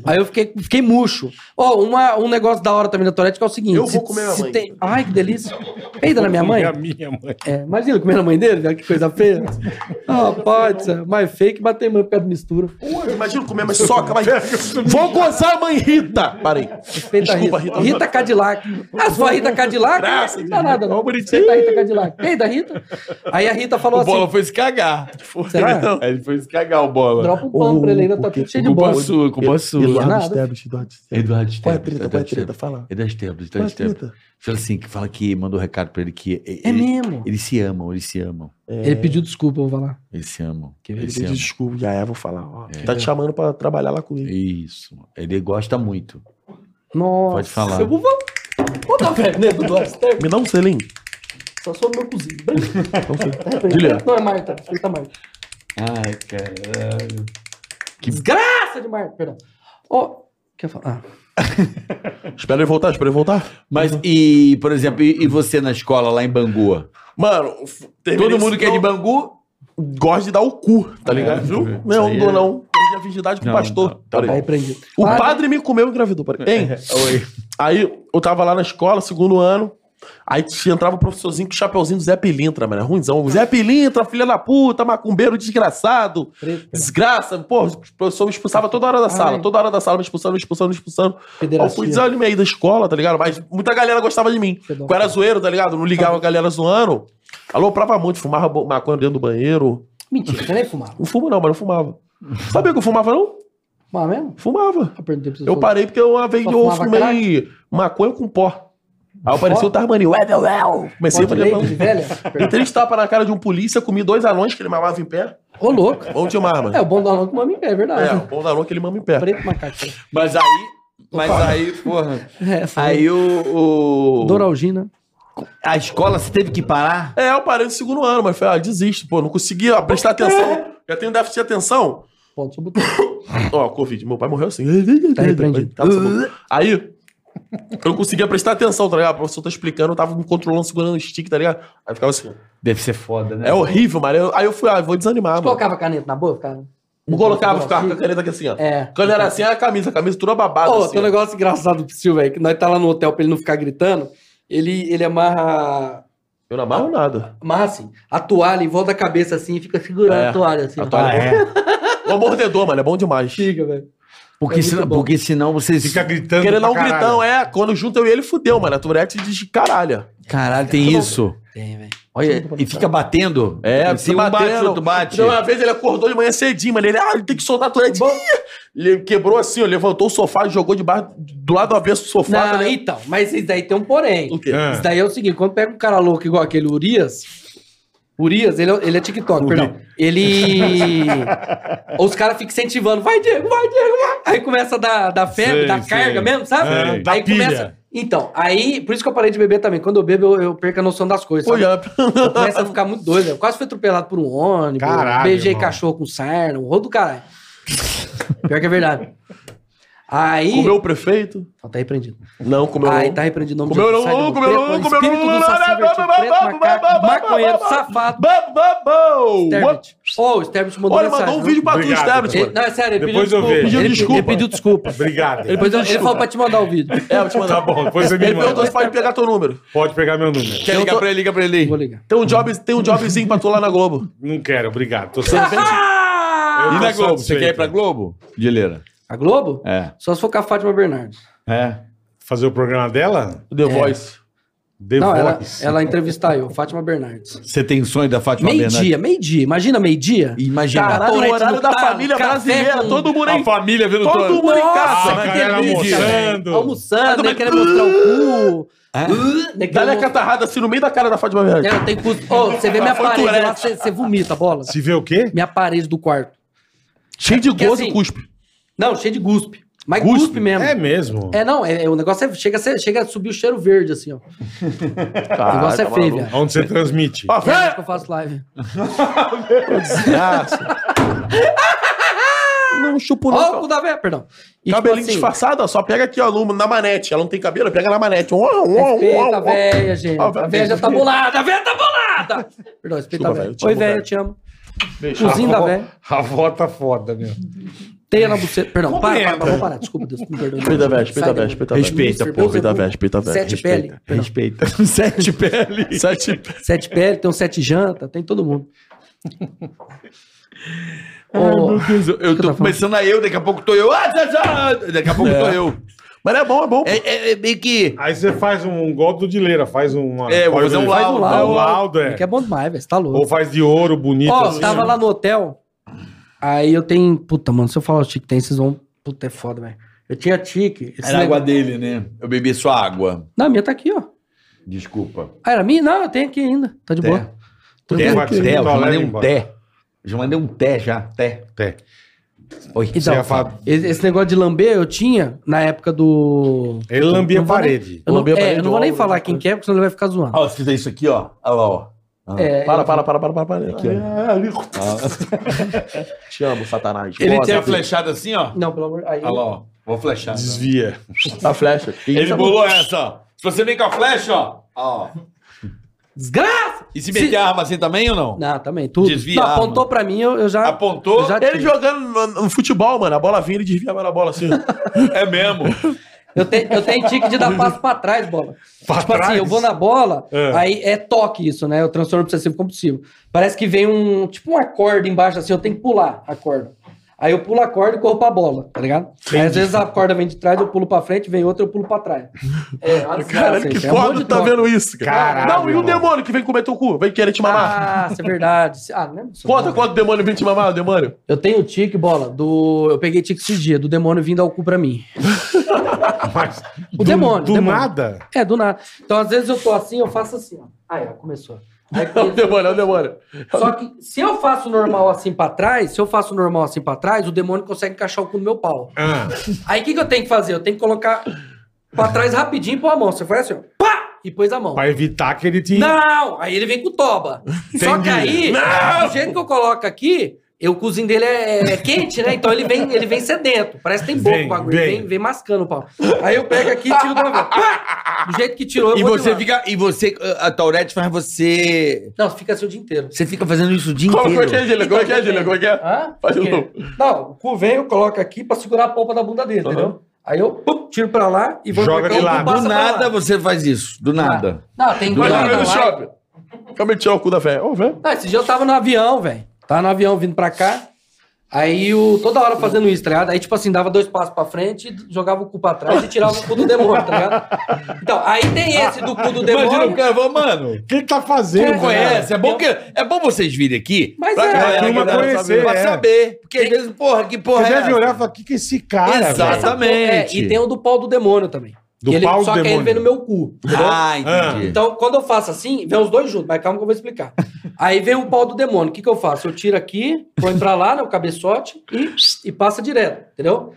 Aí eu fiquei, fiquei murcho. Ó, uma- um negócio da hora também da Tourette que é o seguinte.
Eu vou comer minha mãe.
tem- Ai, que delícia. Peida na minha mãe?
A minha mãe.
É, imagina comer na mãe dele, velho, que coisa feia. Ah, pode ser. Mais feio que bater em mãe por causa de mistura.
Imagina comer, mas soca, mas. Vou gozar, mãe Rita! Parei.
Respeita a Rita.
Desculpa,
Rita.
Rita.
Cadillac. Ah, se for a Rita Cadillac,
Graças
não dá nada.
Ó,
Não.
bonitinho.
Respeita a Rita Cadillac. Peida, Rita. Aí a Rita falou
O bola
assim,
foi se cagar.
será?
Aí ele foi se cagar o bola.
Dropa um pano pra ele ainda, tá tudo cheio de
Culpa
bola.
sua, culpa sua.
nada.
Esteves, Eduardo Esteves.
Eduardo
Qual é a treta? Qual é
Esteves.
a
Eduardo
treta?
Esteves.
Fala.
Eduardo Esteves.
Qual é
Eduardo
a
Esteves.
treta?
Fala assim, que fala que mandou um recado pra ele que.
É mesmo.
Eles se amam, eles se amam.
Ele pediu desculpa, eu vou falar.
Eles se amam.
Ele
Eles se
pediu
amam.
desculpa, já é, vou falar. ó. Tá te chamando pra trabalhar lá comigo.
Isso. Ele gosta muito.
Nossa.
Pode falar.
Eu vou... Vou dar velho, né, do Duarte?
Me dá um selinho. um
Só sou meu cozinho.
É. Guilherme.
Não é Marta, respeita a Marta.
Ai, caralho.
Desgraça de Marta, perdão. Ó, quer falar? Ah.
Espera ele voltar, espera ele voltar.
Mas, e, por exemplo, e, e você na escola lá em Bangu?
Mano, f- terminei
Todo mundo
isso,
que é de
não-
Bangu?
gosta de dar o cu, tá ligado? Viu? Não,
aí
não dou
é-
não. Tá Perdi a virgindade com o
Não,
pastor.
não,
Peraí.
Aí prendi.
O
Ah,
padre me comeu e engravidou. Peraí. Hein? Aí eu tava lá na escola, segundo ano. Aí t- entrava o professorzinho com o chapeuzinho do Zé Pilintra, mano. É Ruimzão. Zé Pilintra, filha da puta, macumbeiro, desgraçado. Desgraça. Pô, o professor me expulsava toda hora da sala.
Ai. assim,
Toda hora da sala, me expulsando, me expulsando, me expulsando. Aí Eu fui
Federacia.
desanimei da escola, tá ligado? Mas muita galera gostava de mim.
Pedófilo.
Eu era zoeiro, tá ligado? Não ligava a galera zoando. Aloprava muito, fumava bo- maconha dentro do banheiro.
Mentira, você nem fumava.
Não fumo não, mas não fumava. Sabia que eu fumava não?
Fumava mesmo?
Fumava.
Eu perguntei pra você.
Eu parei porque uma vez
Só
eu
fumava
fumei maconha com pó. Aí apareceu o Tarmani, ué, meu, ué. Comecei a
Pode
fazer...
leite de velha?
Dei três tapas na cara de um polícia, comi dois anões que ele mamava em pé.
Ô, louco.
Bom de
É,
marma.
o bom da que mama em pé, é
É,
verdade.
o bom da que ele mama em pé.
Preto macaco.
Mas aí. Mas aí, porra.
É, foi.
Aí o. o-
Doralgina.
A escola você teve que parar?
É, eu parei no segundo ano, mas falei, ah, desisto, pô, não consegui ó, prestar
É.
atenção. Já tenho déficit de atenção.
Ponto sobre o
Tá
tempo.
Ó, Covid, meu pai morreu assim.
Tá repreendido.
Tá, tá bom. Aí, eu não conseguia prestar atenção, tá ligado? O professor tá explicando, eu tava me controlando, segurando o stick, tá ligado? Aí ficava assim,
Deve ser foda, né?
é horrível, mano. Aí eu- Aí eu fui, ah, vou desanimar, mano.
Colocava caneta na boca? cara?
Não colocava, ficava com a caneta aqui assim, ó.
Uhum. É.
Quando era assim, era a camisa, a camisa toda babada.
Ô,
assim,
tem um negócio engraçado pro Silvio aí, que nós tá lá no hotel pra ele não ficar gritando, ele, ele amarra,
Eu não amarro nada.
amarra assim, a toalha em volta da cabeça assim e fica segurando
É,
a toalha assim.
A toalha é. O mordedor, mano, é bom demais.
Fica, velho.
Porque,
É muito
senão,
bom.
porque senão vocês.
Fica gritando.
Querendo dar um
pra caralho.
gritão, é. Quando junta eu e ele, fudeu, mano. A Tourette diz caralho.
Caralho, tem isso.
Tem, velho.
Olha, e fica batendo.
É,
se um
fica
bate,
batendo.
outro bate.
Então, uma vez ele acordou de manhã cedinho, mano. Ele, ah, ele tem que soltar a Tourette. Ele quebrou assim, ó, levantou o sofá, jogou debaixo, do lado avesso do sofá. tá
Não,
ligado?
então, mas isso daí tem um porém.
O quê?
Ah.
Isso daí é o seguinte, quando pega um cara louco igual aquele Urias, Urias, ele é, ele é TikTok, perdão. Ele. Os caras ficam incentivando, vai, Diego, vai, Diego, vai. Aí começa a dar, dar febre,
Sei,
dar
sei.
carga mesmo, sabe?
É,
aí
dá pilha.
Então, aí, por isso que eu parei de beber também. Quando eu bebo, eu, eu perco a noção das coisas.
Pô,
sabe?
já-
Eu começo a ficar muito doido. né? Eu quase fui atropelado por um ônibus.
Caralho,
beijei
irmão.
cachorro com sarna, um rolo do caralho. Pior que é verdade. Aí.
Comeu o prefeito?
Não, tá repreendido.
Não, comeu
Ai,
não.
tá repreendido o nome
Comeu
Jesus,
não,
sai do
comeu
preto,
não, comeu
espírito
não,
do saci,
não, não,
vertido,
não,
preto,
não, não,
macaco,
não, não,
Maconheiro,
não, não,
safado.
Bam, bam, bam! What?
Sterbit. Ô, o Sterbit mandou
Olha,
mensagem.
mandou um
né?
vídeo pra tu,
Obrigado,
Sterbit,
Ele-
mano.
não, é sério, ele
Depois eu
pediu desculpa.
vejo.
Pediu
Ele,
desculpa.
ele pediu desculpa.
Obrigado.
Ele-
Depois eu- ele falou pra te mandar o vídeo.
É, vou te mandar.
Tá bom, depois você me
Ele perguntou
manda.
se pode pegar teu número.
Pode pegar meu número.
Quer ligar pra ele, liga pra ele
Vou
aí.
ligar.
Tem um, job, tem um jobzinho pra tu lá na Globo.
Não quero, obrigado. Tô satisfeito.
Ah!
"Ah,
Eu
E
tô
na Globo? Você
satisfeito.
quer ir pra Globo? Dileira.
A Globo?
É.
Só se for com a Fátima Bernardes.
É.
Fazer o programa dela?
The Voice.
The
não, ela,
Voice.
ela entrevistar eu, Fátima Bernardes.
Você tem o sonho da Fátima Bernardes?
Meio-dia, meio-dia. Imagina meio-dia?
Imagina.
Caralho,
o
Tourette
horário
no
da
talo,
família
café
brasileira,
com-
todo mundo
a
em
família vendo
Todo
todo.
mundo em casa.
a galera almoçando. É?
velho. Almoçando, nem querendo mostrar o cu. Uh, nem
né? Dá-lhe a
querendo
catarrada assim no meio da cara da Fátima Verde.
Ela tem custo. Ô, você vê minha
Foi é.
parede
Tourette.
lá, você você vomita, bola.
Se vê o quê?
Minha parede do quarto.
Cheio de
Porque
gozo e
assim-
cuspe.
Não, cheio de guspe. Mas
Guspe?
guspe, mesmo.
É
É,
mesmo.
não, é, é- o negócio é, chega, a ser- chega a subir o cheiro verde, assim, ó. o
Caralho,
negócio é
tá
feio,
maluco.
velho.
Onde você transmite?
Ó,
É isso
Fran-
que eu faço live.
Não chupo
Ó, o
não.
cu da véia, perdão. E,
Cabelinho
tipo assim,
disfarçado, ó, só pega aqui, ó, no- na manete. Ela não tem cabelo, pega na manete. Uau, uau, uau,
Respeita a
uau.
véia, gente.
Ó,
A véia já tá bolada, a véia tá bolada! Perdão, respeita
Desculpa,
a
véia, eu
véia.
te
Oi,
amo,
véia,
véia.
eu te amo.
Beijo.
Cozinho da véia.
A vó tá foda, meu.
Teia na buceta. Perdão, para, para,
Compreenda.
para, vamos parar. Desculpa, Deus, me perdoe.
Respeita a véia, respeita a
Sai
véia,
daí.
respeita a véia.
Respeita,
Respeita,
porra.
Respeita a véia, respeita a véia.
Sete
respeita.
pele. Perdão.
Respeita. Sete pele.
Sete
Sete pele, tem um sete janta, tem todo mundo. Ô,
Eu, eu tô começando a é eu, daqui a pouco tô eu. Ah, já, já. Daqui a pouco tô eu.
Mas é bom, é bom.
É, é, é meio que.
Aí você faz um golpe do Dileira, faz uma.
É, vou fazer um
faz
laudo.
laudo,
Um
laudo, é.
que é bom demais, velho. Você tá
Ou
louco.
faz de ouro bonito.
Ó,
assim,
tava
né?
lá no hotel. Aí eu tenho. Puta, mano, se eu falar o tique tem, vocês vão. Puta, é foda, velho. Eu tinha tique. esse
Era é a
negócio-
água dele, né? Eu bebi sua água.
Não, a minha tá aqui, ó.
Desculpa.
Ah, era minha? Não, eu tenho aqui ainda. Tá de
Té.
boa.
Té,
Tô aqui.
té, eu já
Tô
mandei
leve
um
embora.
té. Já mandei um té já, té.
Té.
Oi.
Então,
É, ia falar-
esse esse negócio de lamber eu tinha na época do.
Ele lambia
então, Não
a
vou nem-
parede.
Eu não,
Lamber a
é,
parede
eu não vou
do
nem
álcool,
falar
né?
quem quer, porque senão ele vai ficar zoando.
Ó, você fez isso aqui, ó. Olha lá, ó.
É,
Para,
ele-
para, para, para, para, para. Aqui, ó. Te amo, Satanás.
Ele
Foda,
tinha
filho.
flechado assim, ó.
Não, pelo amor de Deus.
Olha lá, ó. Vou flechar. né?
Desvia.
A flecha. Que
Ele
isso,
bolou essa, ó. Se você vem com a flecha, ó. é ó.
Desgraça!
E se meter a arma assim também ou não?
Não, também, tudo.
Desvia
Não,
a
apontou pra mim, eu, eu já.
Apontou?
eu já
Ele
tive.
jogando no, no futebol, mano. A bola vinha, ele desviava na bola assim.
É mesmo.
Eu, te, eu tenho tique de dar passo pra trás, bola.
Pra
tipo assim,
trás?
eu vou na bola,
É.
aí é toque isso, né? Eu transformo obsessivo compulsivo. Parece que vem um, tipo uma corda embaixo assim, eu tenho que pular a corda. Aí eu pulo a corda e corro pra bola, tá ligado? Aí, às vezes a corda vem de trás, eu pulo pra frente, vem outra, eu pulo pra trás. É, uma desgraça,
Caralho, que
gente, é um monte
foda
de
tu tá
toque.
vendo isso, cara.
Caralho,
Não, e o
irmão.
demônio que vem comer teu cu? Vem querer te mamar.
Ah, isso é verdade. Ah, não lembro disso,
Conta
não.
quanto demônio vem te mamar, demônio.
Eu tenho tique, bola, do. Eu peguei tique esses dias, do demônio vindo ao cu pra mim.
Mas
O demônio.
Do
o demônio.
nada?
É, do nada. Então, às vezes eu tô assim, eu faço assim, ó. Aí, ó, começou. Aí,
É o demônio, é o demônio.
Só que se eu faço normal assim pra trás, se eu faço normal assim pra trás, o demônio consegue encaixar o cu no meu pau.
Ah,
Aí o que, que eu tenho que fazer? Eu tenho que colocar pra trás rapidinho e pôr a mão. Você faz assim, ó, pá! E pôs a mão.
pra evitar que ele te...
Não! Aí ele vem com toba. Só que aí, do jeito que eu coloco aqui, eu, o cozinho dele é, é quente, né? Então ele vem, ele vem sedento. Parece que tem pouco
Vem,
o bagulho. Ele
vem.
Vem, vem mascando o pau. Aí eu pego aqui e tiro do avião. Pá! Do jeito que tirou, eu
E
vou de
você
lado.
fica. E você. A Tourette faz você.
Não, fica assim o dia inteiro.
Você fica fazendo isso o dia
Como como é que é,
inteiro.
Gília? Como é que é, Gília? Como é que é?
Hã?
Faz de
Por quê?
novo.
Não, o cu vem, eu coloco aqui pra segurar a polpa da bunda dele, entendeu? Aí eu pum, tiro pra lá e vou
Joga
pra cá,
de
o cu
lado.
passa
Do
pra lá.
nada você faz isso. Do nada.
Não, tem
Vai
nada
comer no
lá.
shopping. Calma aí, tirar o cu da fé. Ô, velho.
Ah, esse dia eu tava no avião, velho. Tava no avião vindo pra cá. Aí o, toda hora fazendo isso, tá ligado? Aí, tipo assim, dava dois passos pra frente, jogava o cu pra trás e tirava o cu do demônio, tá ligado? Então, aí tem esse do cu do
Ah.
demônio.
cara fala, mano.
O que ele tá fazendo?
Não conhece. É bom, que, é bom vocês virem aqui.
Mas
Pra
é.
A turma
Pra
conhecer,
Pra
é.
saber. Porque às vezes, porra, que porra.
Você
é
deve
essa?
olhar e falar, o que que é esse cara,
Exato.
velho?
Exatamente.
É, e tem o do pau do demônio também.
Do
Que ele-
pau do
só que aí ele
demônio.
vem no meu cu.
né?
entendeu?
Ah, entendi.
Então, quando eu faço assim, vem os dois juntos, mas calma que eu vou explicar. Aí vem o pau do demônio. O que, que eu faço? Eu tiro aqui, põe pra lá, né, o cabeçote, e, e passa direto, entendeu?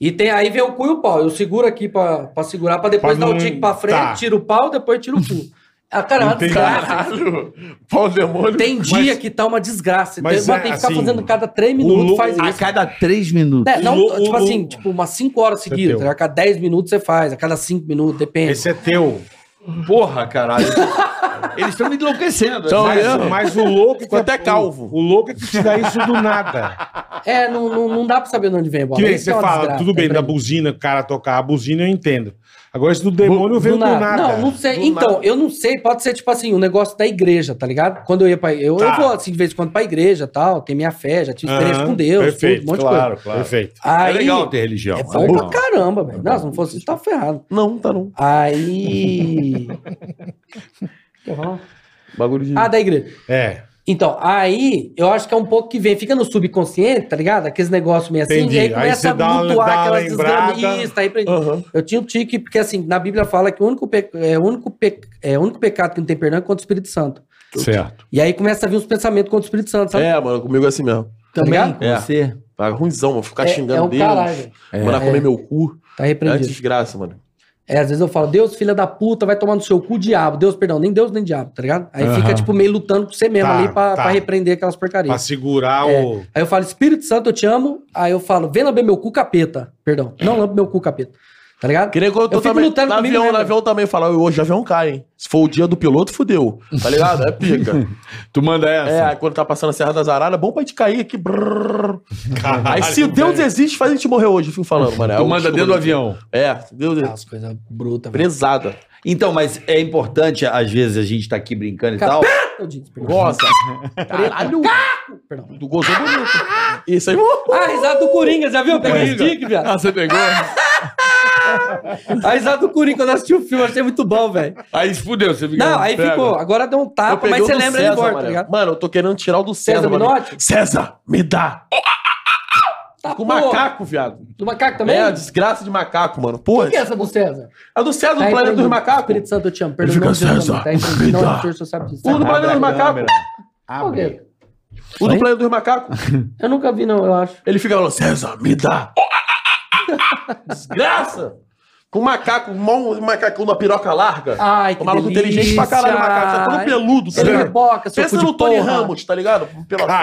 E tem, aí vem o cu e o pau. Eu seguro aqui pra, pra segurar, pra depois
Pra
dar o
não-
tique pra frente,
tá.
tiro o pau, depois tiro o cu. Ah, cara, é uma
Entendi.
desgraça.
Caralho. Pau demônio.
Tem dia que tá uma desgraça.
mas
Mas, tem,
é
tem que ficar
assim,
fazendo cada três
lu-
minutos, faz
Então, A
isso.
cada três minutos.
É, não,
o-
tipo
o-
assim, tipo, umas 5 horas seguidas.
teu.
tá ligado? A cada 10 minutos você faz, a cada 5 minutos, depende.
Esse é teu.
Porra, caralho. Eles estão me enlouquecendo.
Então,
Mas-
é.
Mas, mas o louco...
Ficou até calvo.
O, o louco é que te dá isso do nada.
É, não, não, não dá pra saber de onde vem a bola.
que nem
Isso
você
é uma
fala,
desgraça,
tudo bem,
tá
da
ligado?
buzina, o cara tocar a buzina, eu entendo. Agora esse do demônio veio do
Do
nada.
Não, não sei. então, eu não sei. Pode ser, tipo assim, um negócio da igreja, tá ligado? Quando eu ia pra. Eu,
Tá.
eu vou, assim, de vez em quando pra igreja tal. Tem minha fé, já tive experiência
Aham,
com Deus,
perfeito,
tudo, um monte
claro, Uhum.
de coisa.
claro. Perfeito.
Aí,
é legal ter religião.
É
É
bom
legal.
pra caramba, velho. Não, se não fosse isso, tava ferrado.
Não, tá não.
Aí. Quer falar?
Bagulho de...
Ah, da igreja.
É.
Então, aí eu acho que é um pouco que vem, fica no subconsciente, tá ligado? Aqueles negócios meio assim,
Entendi.
e aí
Aí
começa
você
a
dá uma-
mutuar
dá uma
aquelas
lembrada.
desgraminhas, tá aí pra...
Aham.
Eu tinha um tique, porque assim, na Bíblia fala que o único, pe- é, o único, pe- é, o único pecado que não tem perdão é contra o Espírito Santo.
Certo.
E aí começa a vir uns pensamentos contra o Espírito Santo, sabe?
É, mano, comigo é assim mesmo.
Também?
É.
Você.
Tá ruimzão, mano. Ficar
É,
xingando
é um
Deus.
caralho, velho.
Mandar
É.
comer meu cu.
Tá
É uma
repreendido.
desgraça, mano.
É, às vezes eu falo, Deus, filha da puta, vai tomar no seu cu, diabo. Deus, perdão, nem Deus nem diabo, tá ligado? Aí fica, tipo, meio lutando com você mesmo
Tá,
ali pra,
tá.
pra repreender aquelas porcarias.
Pra segurar o...
Aí eu falo, Espírito Santo, eu te amo. Aí eu falo, vem lamber meu cu, capeta. Perdão, não lambe meu cu, capeta. Tá ligado?
Queria que eu,
Eu
tô
fico
também.
lutando
No
comigo
avião,
mesmo.
no avião também fala, hoje o avião cai, hein? Se for o dia do piloto, fudeu. Tá ligado? É pica.
Tu manda
é,
essa?
aí quando tá passando a Serra das Araras, é bom pra gente cair aqui. brrr. Aí
Caralho,
se Deus
velho.
existe, faz a gente morrer hoje, eu fico falando, mano. É
Tu
o
manda
desculpa
dentro do
que eu
avião.
tenho. É, Deus
Ah,
existe.
As coisas brutas, velho.
Prezada.
Então, mas é importante, às vezes, a gente tá aqui brincando e tal.
Eu disse, perdão.
Gosta. Caralho.
perdão.
Tu gozou bonito. Isso aí.
Ah, a risada do Coringa, já viu? Eu Peguei esse tique,
Ah,
viado.
você pegou?
A risada do Coringa, quando eu assisti o filme, eu achei muito bom, velho.
Aí se fudeu, você fica.
Não, aí
Pega.
ficou. Agora deu um
Eu
tapa,
peguei
mas
o
você
do
lembra ele
César,
embora, tá
mano.
ligado?
Mano, eu tô querendo tirar o do César.
César
mano.
Minotti?
César, me dá.
Tá,
Com
porra.
macaco, viado.
Do macaco também?
É, a
O
desgraça de macaco, mano. Porra.
que é essa do César?
A do César do
Tá
Planeta dos
repreendido.
Macacos.
Espírito Santo, eu te amo. Perdão,
Ele
não,
fica,
Deus,
César,
também, tá repreendido.
me
Não,
dá.
o senhor só sabe disso.
O do
Tá?
Planeta dos Macacos.
Por quê?
O do Planeta dos Macacos.
Eu nunca vi, não, eu acho.
Ele fica falando, César, me dá. Desgraça. Com macaco, mão, macacão na piroca larga.
Ai, Ah, que
o maluco
delícia.
inteligente pra caralho, o macaco. Tá todo peludo. Tá
Ele
ligado?
reboca, seu
Pensa
cu de
no Tony
porra.
Ramos, tá ligado? Um Pelotão.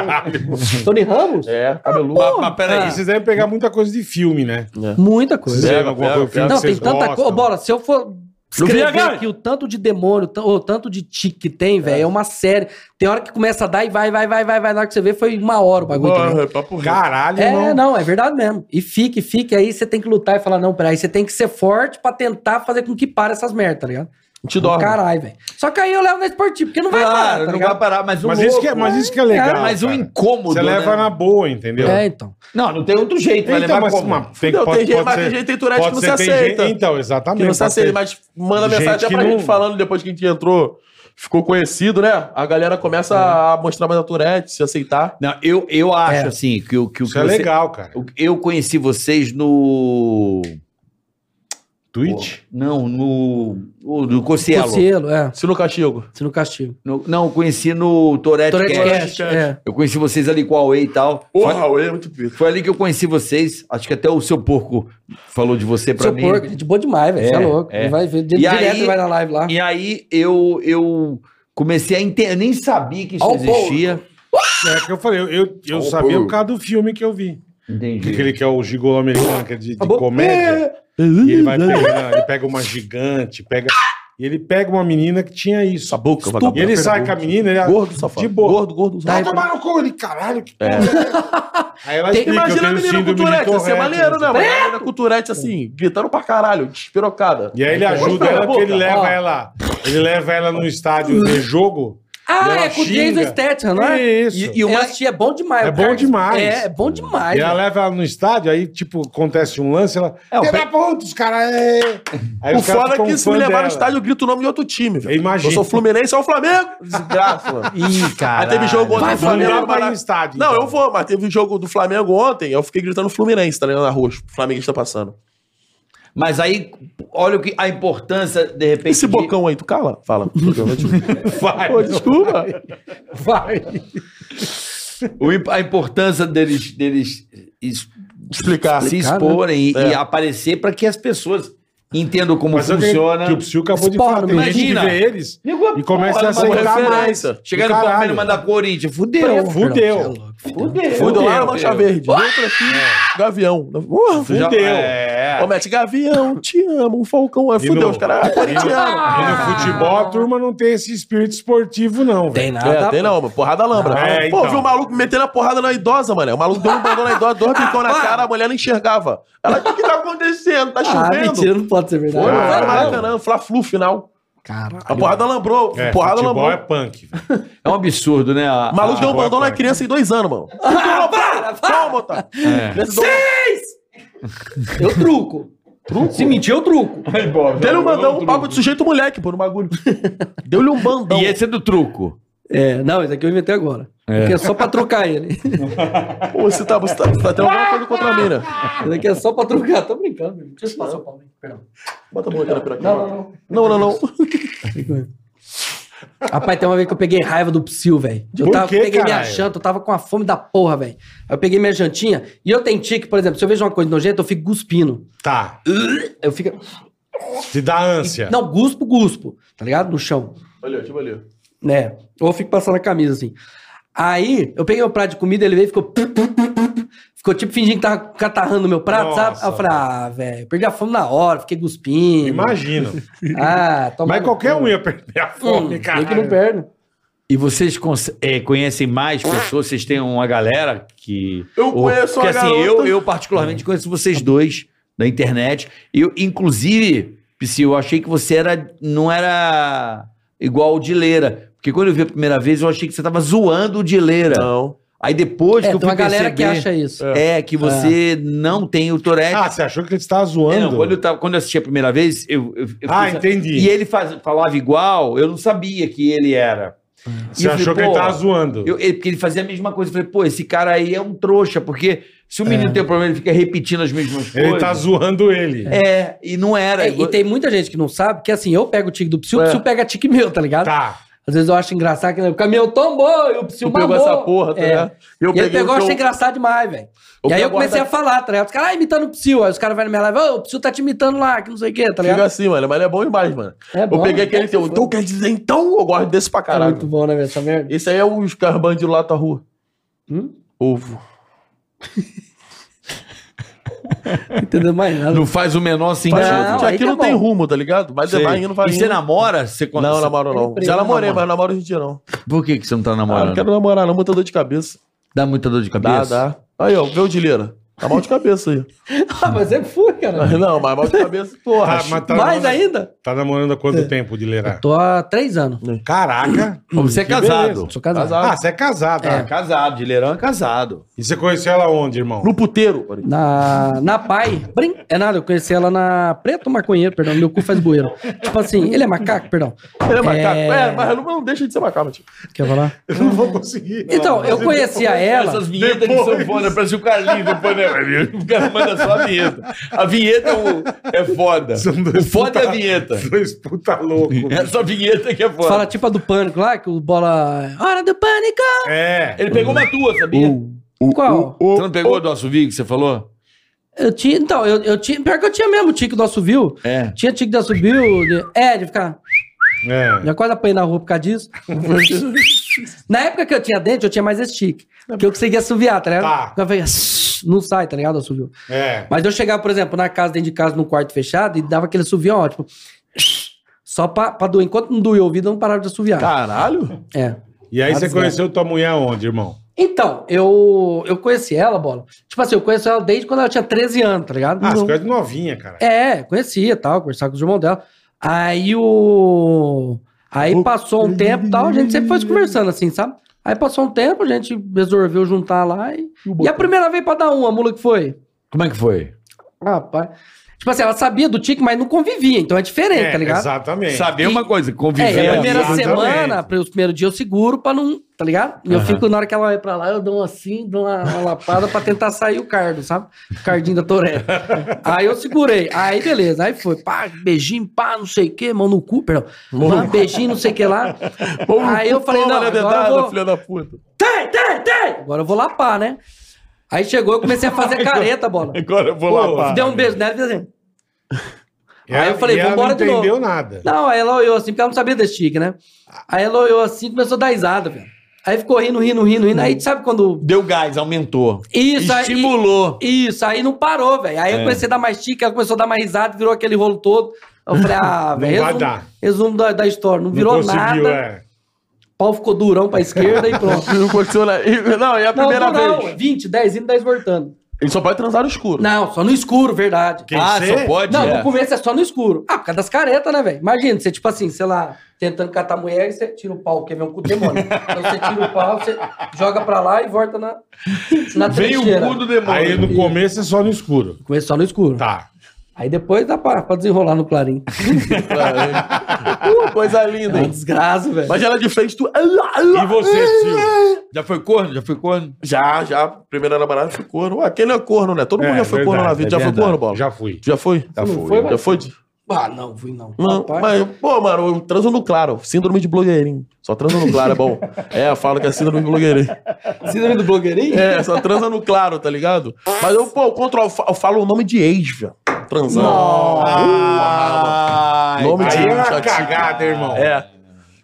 Tony Ramos?
É, cabeludo.
Mas, mas peraí.
Ah.
Vocês devem pegar muita coisa de filme, né?
Muita coisa.
Pega,
Alguma
pega,
coisa de filme
pega.
Não,
que vocês
tem tanta
gostam.
coisa. Bola, se eu for escrever
VH.
aqui o tanto de demônio, t- o tanto de tique que tem, velho, é. uma série. Tem hora que começa a dar e vai, vai, vai, vai, vai. Na hora que você vê, foi uma hora o bagulho. entendeu?
Porra, é papo reto.
Caralho,
É,
irmão.
não, é verdade mesmo. E fique, fique, aí você tem que lutar e falar, não, peraí, você tem que ser forte pra tentar fazer com que pare essas merdas, tá ligado?
Não te dorme.
Caralho, velho. Só que aí eu levo na esportiva, porque não vai parar,
Claro,
tá
não vai
ligado?
parar, mas um
Mas isso, que é,
louco,
mas isso que é legal.
né?
é, mas um
cara.
incômodo,
Você leva
né?
na boa, entendeu?
É, então.
Não, não tem outro jeito, vai
Então,
levar
mas
como?
uma, tem,
Não,
pode,
tem gente,
pode
mas
ser,
tem gente que tem Tourette que
pode
não
ser,
se
tem
aceita.
gente- então, exatamente.
Que não se
pode
aceita,
ser.
mas manda
Gente
mensagem até
que
pra
não-
gente falando depois que a gente entrou, ficou conhecido, né? A galera começa
É.
a mostrar mais a Tourette, se aceitar.
Não, eu, eu acho,
É.
assim, que o que, o
Isso
que
é
você-
legal, cara.
o- Eu conheci vocês no...
Twitch?
Não, no... o- No Cocielo.
Conselho, é.
Se no castigo.
Se não castigo.
No- não, eu conheci no Tourette Cast.
Toretcast, é.
Eu conheci vocês ali com a Away e tal. Foi-
Porra, o é muito pico.
Foi ali que eu conheci vocês. Acho que até o seu porco falou de você pra
Seu
mim.
porco, gente boa demais, velho. Você é,
É,
louco.
é.
Ele Vai ver,
E
direto
aí-
ele vai na live lá.
E aí eu, eu comecei a entender. Eu nem sabia que isso
Ó o
existia.
É que eu falei, eu, eu, eu
Oh,
sabia
pô.
por causa do filme que eu vi.
Entendi.
Aquele que é o gigolo americano, que é de, de
Acabou?
É.
comédia. E ele vai pegando, ele pega uma gigante, pega. E ele pega uma menina que tinha isso.
Essa boca,
E ele sai com a menina, ele
Gordo, safado.
de boa.
Gordo, gordo,
Vai
safado.
tomar no cu, ele, caralho. Que porra. é? Aí ela
Tem-
explica, eu
Imagina a
tenho
menina com
síndrome de
Tourette, ia ser
Tourette,
maneiro,
não
né?
sei o
Uma menina com Tourette, assim, gritando pra caralho, despirocada.
E aí ele ajuda
Cala a
ela porque ele
boca.
leva
Ó.
ela. Ele leva ela num estádio de jogo.
Ah,
Ela
é com o
xinga.
Jason Statham, não é?
É isso.
E, e o Masti é bom demais.
É
o
bom demais.
É, é bom demais.
E ela
velho.
leva ela no estádio, aí, tipo, acontece um lance, ela.
É, o
Filha da puta, os caras. é." Aí
O
os caras
foda é
ficam
que se
fã
me levar
dela.
no estádio, eu grito o nome de outro time, velho.
Eu imagino.
Eu sou Fluminense, é o Flamengo. Desgraça, mano.
Ih, cara.
Aí teve jogo ontem
Vai,
do Flamengo.
Flamengo,
lá no
vai no
Maraca-
estádio,
Não,
então.
eu vou, mas teve jogo do Flamengo ontem, eu fiquei gritando Fluminense, tá ligado? Na rua, o Flamenguista passando.
Mas aí, olha o que, a importância, de repente.
Esse
de-
bocão aí, tu cala? Fala.
Vai.
Pô, desculpa.
Vai.
o imp- a importância deles, deles es-
Explicar. né? É.
se exporem e, e aparecer para que as pessoas entendam como
Mas é o que-
funciona.
Que o Psyu acabou de
Esporte,
falar. Tem gente que
imagina.
vê eles
Nego,
e começa a
porra,
Como
aceitar mais.
é referência.
Chegar
Do
no Palmeiras
caralho.
e mandar Corinthians.
Porra,
Fudeu.
fudeu.
você é louco.
Fudeu.
Fui do lá na Mancha Verde. Outro aqui,
É.
Gavião. Porra,
Tu já-
Fudeu.
É.
Comete, Gavião, te amo, um Falcão. É,
E
fudeu,
no-
os caras. Ah,
E no,
corintiano.
Ah.
e no futebol, a turma não tem esse espírito esportivo, não, velho.
Tem nada.
É, tem não, mano. Porrada lambra.
É,
Pô,
então.
viu o maluco metendo a porrada na idosa, mano. O maluco deu um bandão na idosa, dois picão na cara, a mulher não enxergava. Ela, o que, que tá acontecendo? Tá
Ah,
chovendo?
mentira, não pode ser
Foi, mano,
verdade.
foi no Maracanã, Fla-Flu final.
Caralho.
A porrada lambrou.
É,
porrada
futebol
lambrou.
é punk. velho.
É um absurdo, né? A-
O maluco deu um
futebol é
bandão na
forte.
criança em dois anos, mano. Ah, para, Calma, tá.
é.
é Eu truco. truco. Se mentir, eu truco.
Deu-lhe um bandão, um papo de sujeito moleque, pô, no bagulho. Deu-lhe um bandão.
E esse é do truco.
É, não, isso aqui eu inventei agora. Porque é só pra trocar ele. Isso
Pô, você tá, você, tá, você tá tendo alguma coisa contra a mina.
aqui é só pra trocar. Tô brincando, meu. Deixa eu passar o pau. Perdão.
Bota a boca na piraquinha.
Não, não,
Não, não, não.
Rapaz, tem uma vez que eu peguei raiva do Psyu, velho. Eu
Por
tava,
quê,
peguei minha
caralho?
janta, eu tava com a fome da porra, velho. Aí eu peguei minha jantinha e eu tenho tique, por exemplo, se eu vejo uma coisa nojenta, eu fico guspindo.
Tá.
Eu fico.
Te dá ânsia.
Não, guspo, guspo, tá ligado? No chão.
Olha, deixa eu olhar.
né? Ou eu fico passando a camisa assim. Aí, eu peguei o prato de comida, ele veio e ficou. Ficou tipo fingindo que tava catarrando no meu prato, sabe? Aí eu
Nossa.
falei, ah, velho, perdi a fome na hora, fiquei guspindo.
Imagino.
Ah, toma.
Mas
no
qualquer
cu.
um ia perder a fome,
Hum,
cara.
tem que não perde.
E vocês cons- eh, conhecem mais pessoas? Vocês têm uma galera que.
Eu conheço
Porque
uma
assim,
garota-
eu, eu particularmente conheço vocês dois da internet. Eu, inclusive, Psy, eu achei que você era, não era igual o Dileira. Porque quando eu vi a primeira vez, eu achei que você tava zoando o Dileira.
Não.
Aí depois
É,
que eu fui
tem uma galera que
perceber,
acha isso.
É, que você não tem o Tourette.
Ah, você achou que ele estava
É, não,
zoando?
quando, eu tava- quando eu assisti a primeira vez, eu, eu- eu
ah,
fiz-
entendi.
E ele faz- falava igual, eu não sabia que ele era. E
Ah. Você
eu falei,
achou que ele
pô,
tava zoando.
eu- ele- porque ele fazia a mesma coisa. Eu falei, pô, esse cara aí é um trouxa, porque se o menino tem um problema, ele fica repetindo as mesmas
Ele
coisas.
tá zoando ele.
É, e não era.
É, e tem muita gente que não sabe que assim, eu pego o tique do Psyu, o
É.
Psyu pega tique meu, tá ligado?
Tá.
Às vezes eu acho engraçado que né, o caminhão tombou e o Psyu
Tu pegou
mamou.
essa porra, tá
É.
ligado?
E ele pegou, é, eu
o
achei
teu-
engraçado demais, velho.
Eu
E aí eu
pego a
comecei a
guarda-
falar, tá ligado? Os caras, ah, imitando o Psyu. Aí os caras vão na minha live, ô, o Psyu tá te imitando lá, que não sei o quê, tá
Fica
ligado?
assim, mano. Mas ele é bom demais, mano.
É bom,
eu peguei
né?
aquele teu. Então quer dizer, então? Eu gosto desse pra
É
caralho.
muito bom, Hum? né, velho, essa merda?
Esse aí é os carbandidos lá da rua. Ovo.
Não entendeu mais nada.
Não faz o menor sentido.
Faz-
Não, aí
aqui
tá
não tem
bom.
rumo, tá ligado? Mas
Sei.
vai indo, vai
e
indo.
você namora? Você con-
Não,
você-
namoro não.
Ele
Já namorei,
namora.
mas namoro hoje em dia não.
Por que, que você não tá
Ah, não
namorando?
quero namorar, não. Muita dor de cabeça.
Dá muita dor de
Dá,
cabeça?
dá. Aí, ó, vê o Dileira. Tá mal de cabeça aí.
Ah, mas sempre fui, cara.
Não, mas mal de cabeça, porra.
Ah, mas tá
Mais
namorando-
ainda?
Tá namorando há quanto tempo de Leirá?
Tô há três anos.
Caraca!
Pô, Você é casado.
beleza.
Sou casado.
Casado.
Ah, você é casado.
É,
ah.
casado. Dileirão é casado.
E você conheceu ela onde, irmão?
No puteiro.
Na, na Pai. Brin... É nada, eu conheci ela na. Preto maconheiro, perdão. Meu cu faz bueiro. tipo assim, ele é macaco, perdão.
Ele é macaco. É, mas não- não deixa de ser macaco, tipo. tio.
Quer falar?
Eu não vou conseguir.
Então, eu conhecia ela.
Essas vinhetas de sanfona, parece o Carlinhos do Panema. O cara manda só a vinheta. A vinheta é, o- é foda.
São
O
dois
foda é a
puta-
vinheta.
Dois puta louco.
Essa vinheta que é
Tu
foda.
Fala tipo a do pânico lá, que o bola. Hora do pânico!
É.
Ele pegou uma tua, sabia?
Uh.
Qual?
Você não pegou do assovio que você falou?
Eu tinha. Então, eu, eu tinha. Pior que eu tinha mesmo o tique do assobio.
É.
Tinha tique do assobio. de- É, de ficar.
É.
Já quase apanhei na rua por causa disso. na época que eu tinha dente, eu tinha mais esse tique. Porque eu conseguia assoviar, tá
Tá.
ligado? Eu falei, "Sss", não sai, tá ligado? O Assovio.
É.
Mas eu chegava, por exemplo, na casa, dentro de casa, num quarto fechado, e dava aquele assovião, ó, tipo. Só pra, pra doer. Enquanto não doía o ouvido, eu não parava de assoviar.
Tá. Caralho.
É.
E aí você
Casado.
conheceu tua mulher onde, irmão?
Então, eu, eu conheci ela, bola. Tipo assim, eu conheço ela desde quando ela tinha 13 anos, tá ligado?
Ah,
Não-
você conhece novinha, cara.
É, conhecia e tal, conversava com os irmãos dela. Aí o. Aí passou um tempo e tal, a gente sempre foi se conversando assim, sabe? Aí passou um tempo, a gente resolveu juntar lá e. E a primeira vez pra dar uma, a mula que foi?
Como é que foi?
Rapaz. Tipo assim, ela sabia do tique, mas não convivia, então é diferente, tá ligado?
Exatamente.
Saber
E-
uma coisa,
É,
conviver.
e a primeira
Exatamente.
semana, pro- os primeiros dias eu seguro pra não. Tá ligado? E eu
Aham.
fico, na hora que ela vai pra lá, eu dou um assim, dou uma, uma lapada pra tentar sair o cardo, sabe? O cardinho da Toré. aí eu segurei. Aí beleza, aí foi. Pá, beijinho, pá, não sei o que, mão no cu, perdão. Pá, beijinho, não sei o que lá. aí eu falei,
Toma,
não,
né,
agora
dedada,
eu vou.
filha da puta.
Tem, tem, tem! Agora eu vou lapar, né? Aí chegou, eu comecei a fazer careta, bola.
Agora eu vou
Pô,
lá.
Deu um beijo nela e fez assim.
E ela-
Aí eu falei,
e ela
vambora de
Não entendeu
novo.
nada.
Não, aí ela olhou assim, porque ela não sabia desse tique, né? Aí ela olhou assim e começou a dar risada, velho. Aí ficou rindo, rindo, rindo, rindo. Aí sabe quando.
Deu gás, aumentou.
Isso aí.
Estimulou.
Isso, aí não parou, velho. Aí eu comecei a dar mais tique, ela começou a dar mais risada, virou aquele rolo todo. Eu falei, ah,
vai
velho. Resumo,
dar.
resumo da, da história. Não virou nada.
é.
O pau ficou durão pra esquerda e pronto.
Não aconteceu nada. E- Não, é a
Não,
primeira
durão.
vez.
20, 10 indo, 10 voltando.
Ele só pode transar no escuro.
Não, só no escuro, verdade.
Quem
ah,
ser?
só pode?
Não,
é.
no começo é só no escuro. Ah, por causa das caretas, né, velho? Imagina, você, tipo assim, sei lá, tentando catar a mulher e você tira o pau, que é mesmo com o demônio. então você tira o pau, você joga pra lá e volta na, na
Veio
trincheira.
o cu do demônio.
Aí no começo é só no escuro.
Começo é só no escuro.
Tá.
Aí depois dá pra, pra desenrolar no clarim.
Uh, coisa linda,
É uma
hein?
desgraça, velho.
Mas ela de frente, tu.
E você, Silvio?
Já foi corno? Já foi corno?
Já, já. Primeira namorada foi corno. Ué, quem não é corno, né? Todo mundo
É,
já foi corno na
verdade,
vida.
é
já foi
verdade.
corno, Bola?
Já fui.
Já foi?
Já foi.
foi,
Já foi? de-
Ah, não, fui não.
Não,
Rapaz.
mas, pô, mano, eu transo no claro. Síndrome de blogueirinho. Só transa no claro, é bom. É, eu falo que é síndrome de blogueirinho.
Síndrome do blogueirinho?
É, só transa no claro, tá ligado? Mas eu, pô, eu, controlo, eu fa- eu falo o nome de ex, velho. Transando.
Ah,
Nome
Aí
de
é
ex,
uma
chatinho.
cagada, irmão.
É.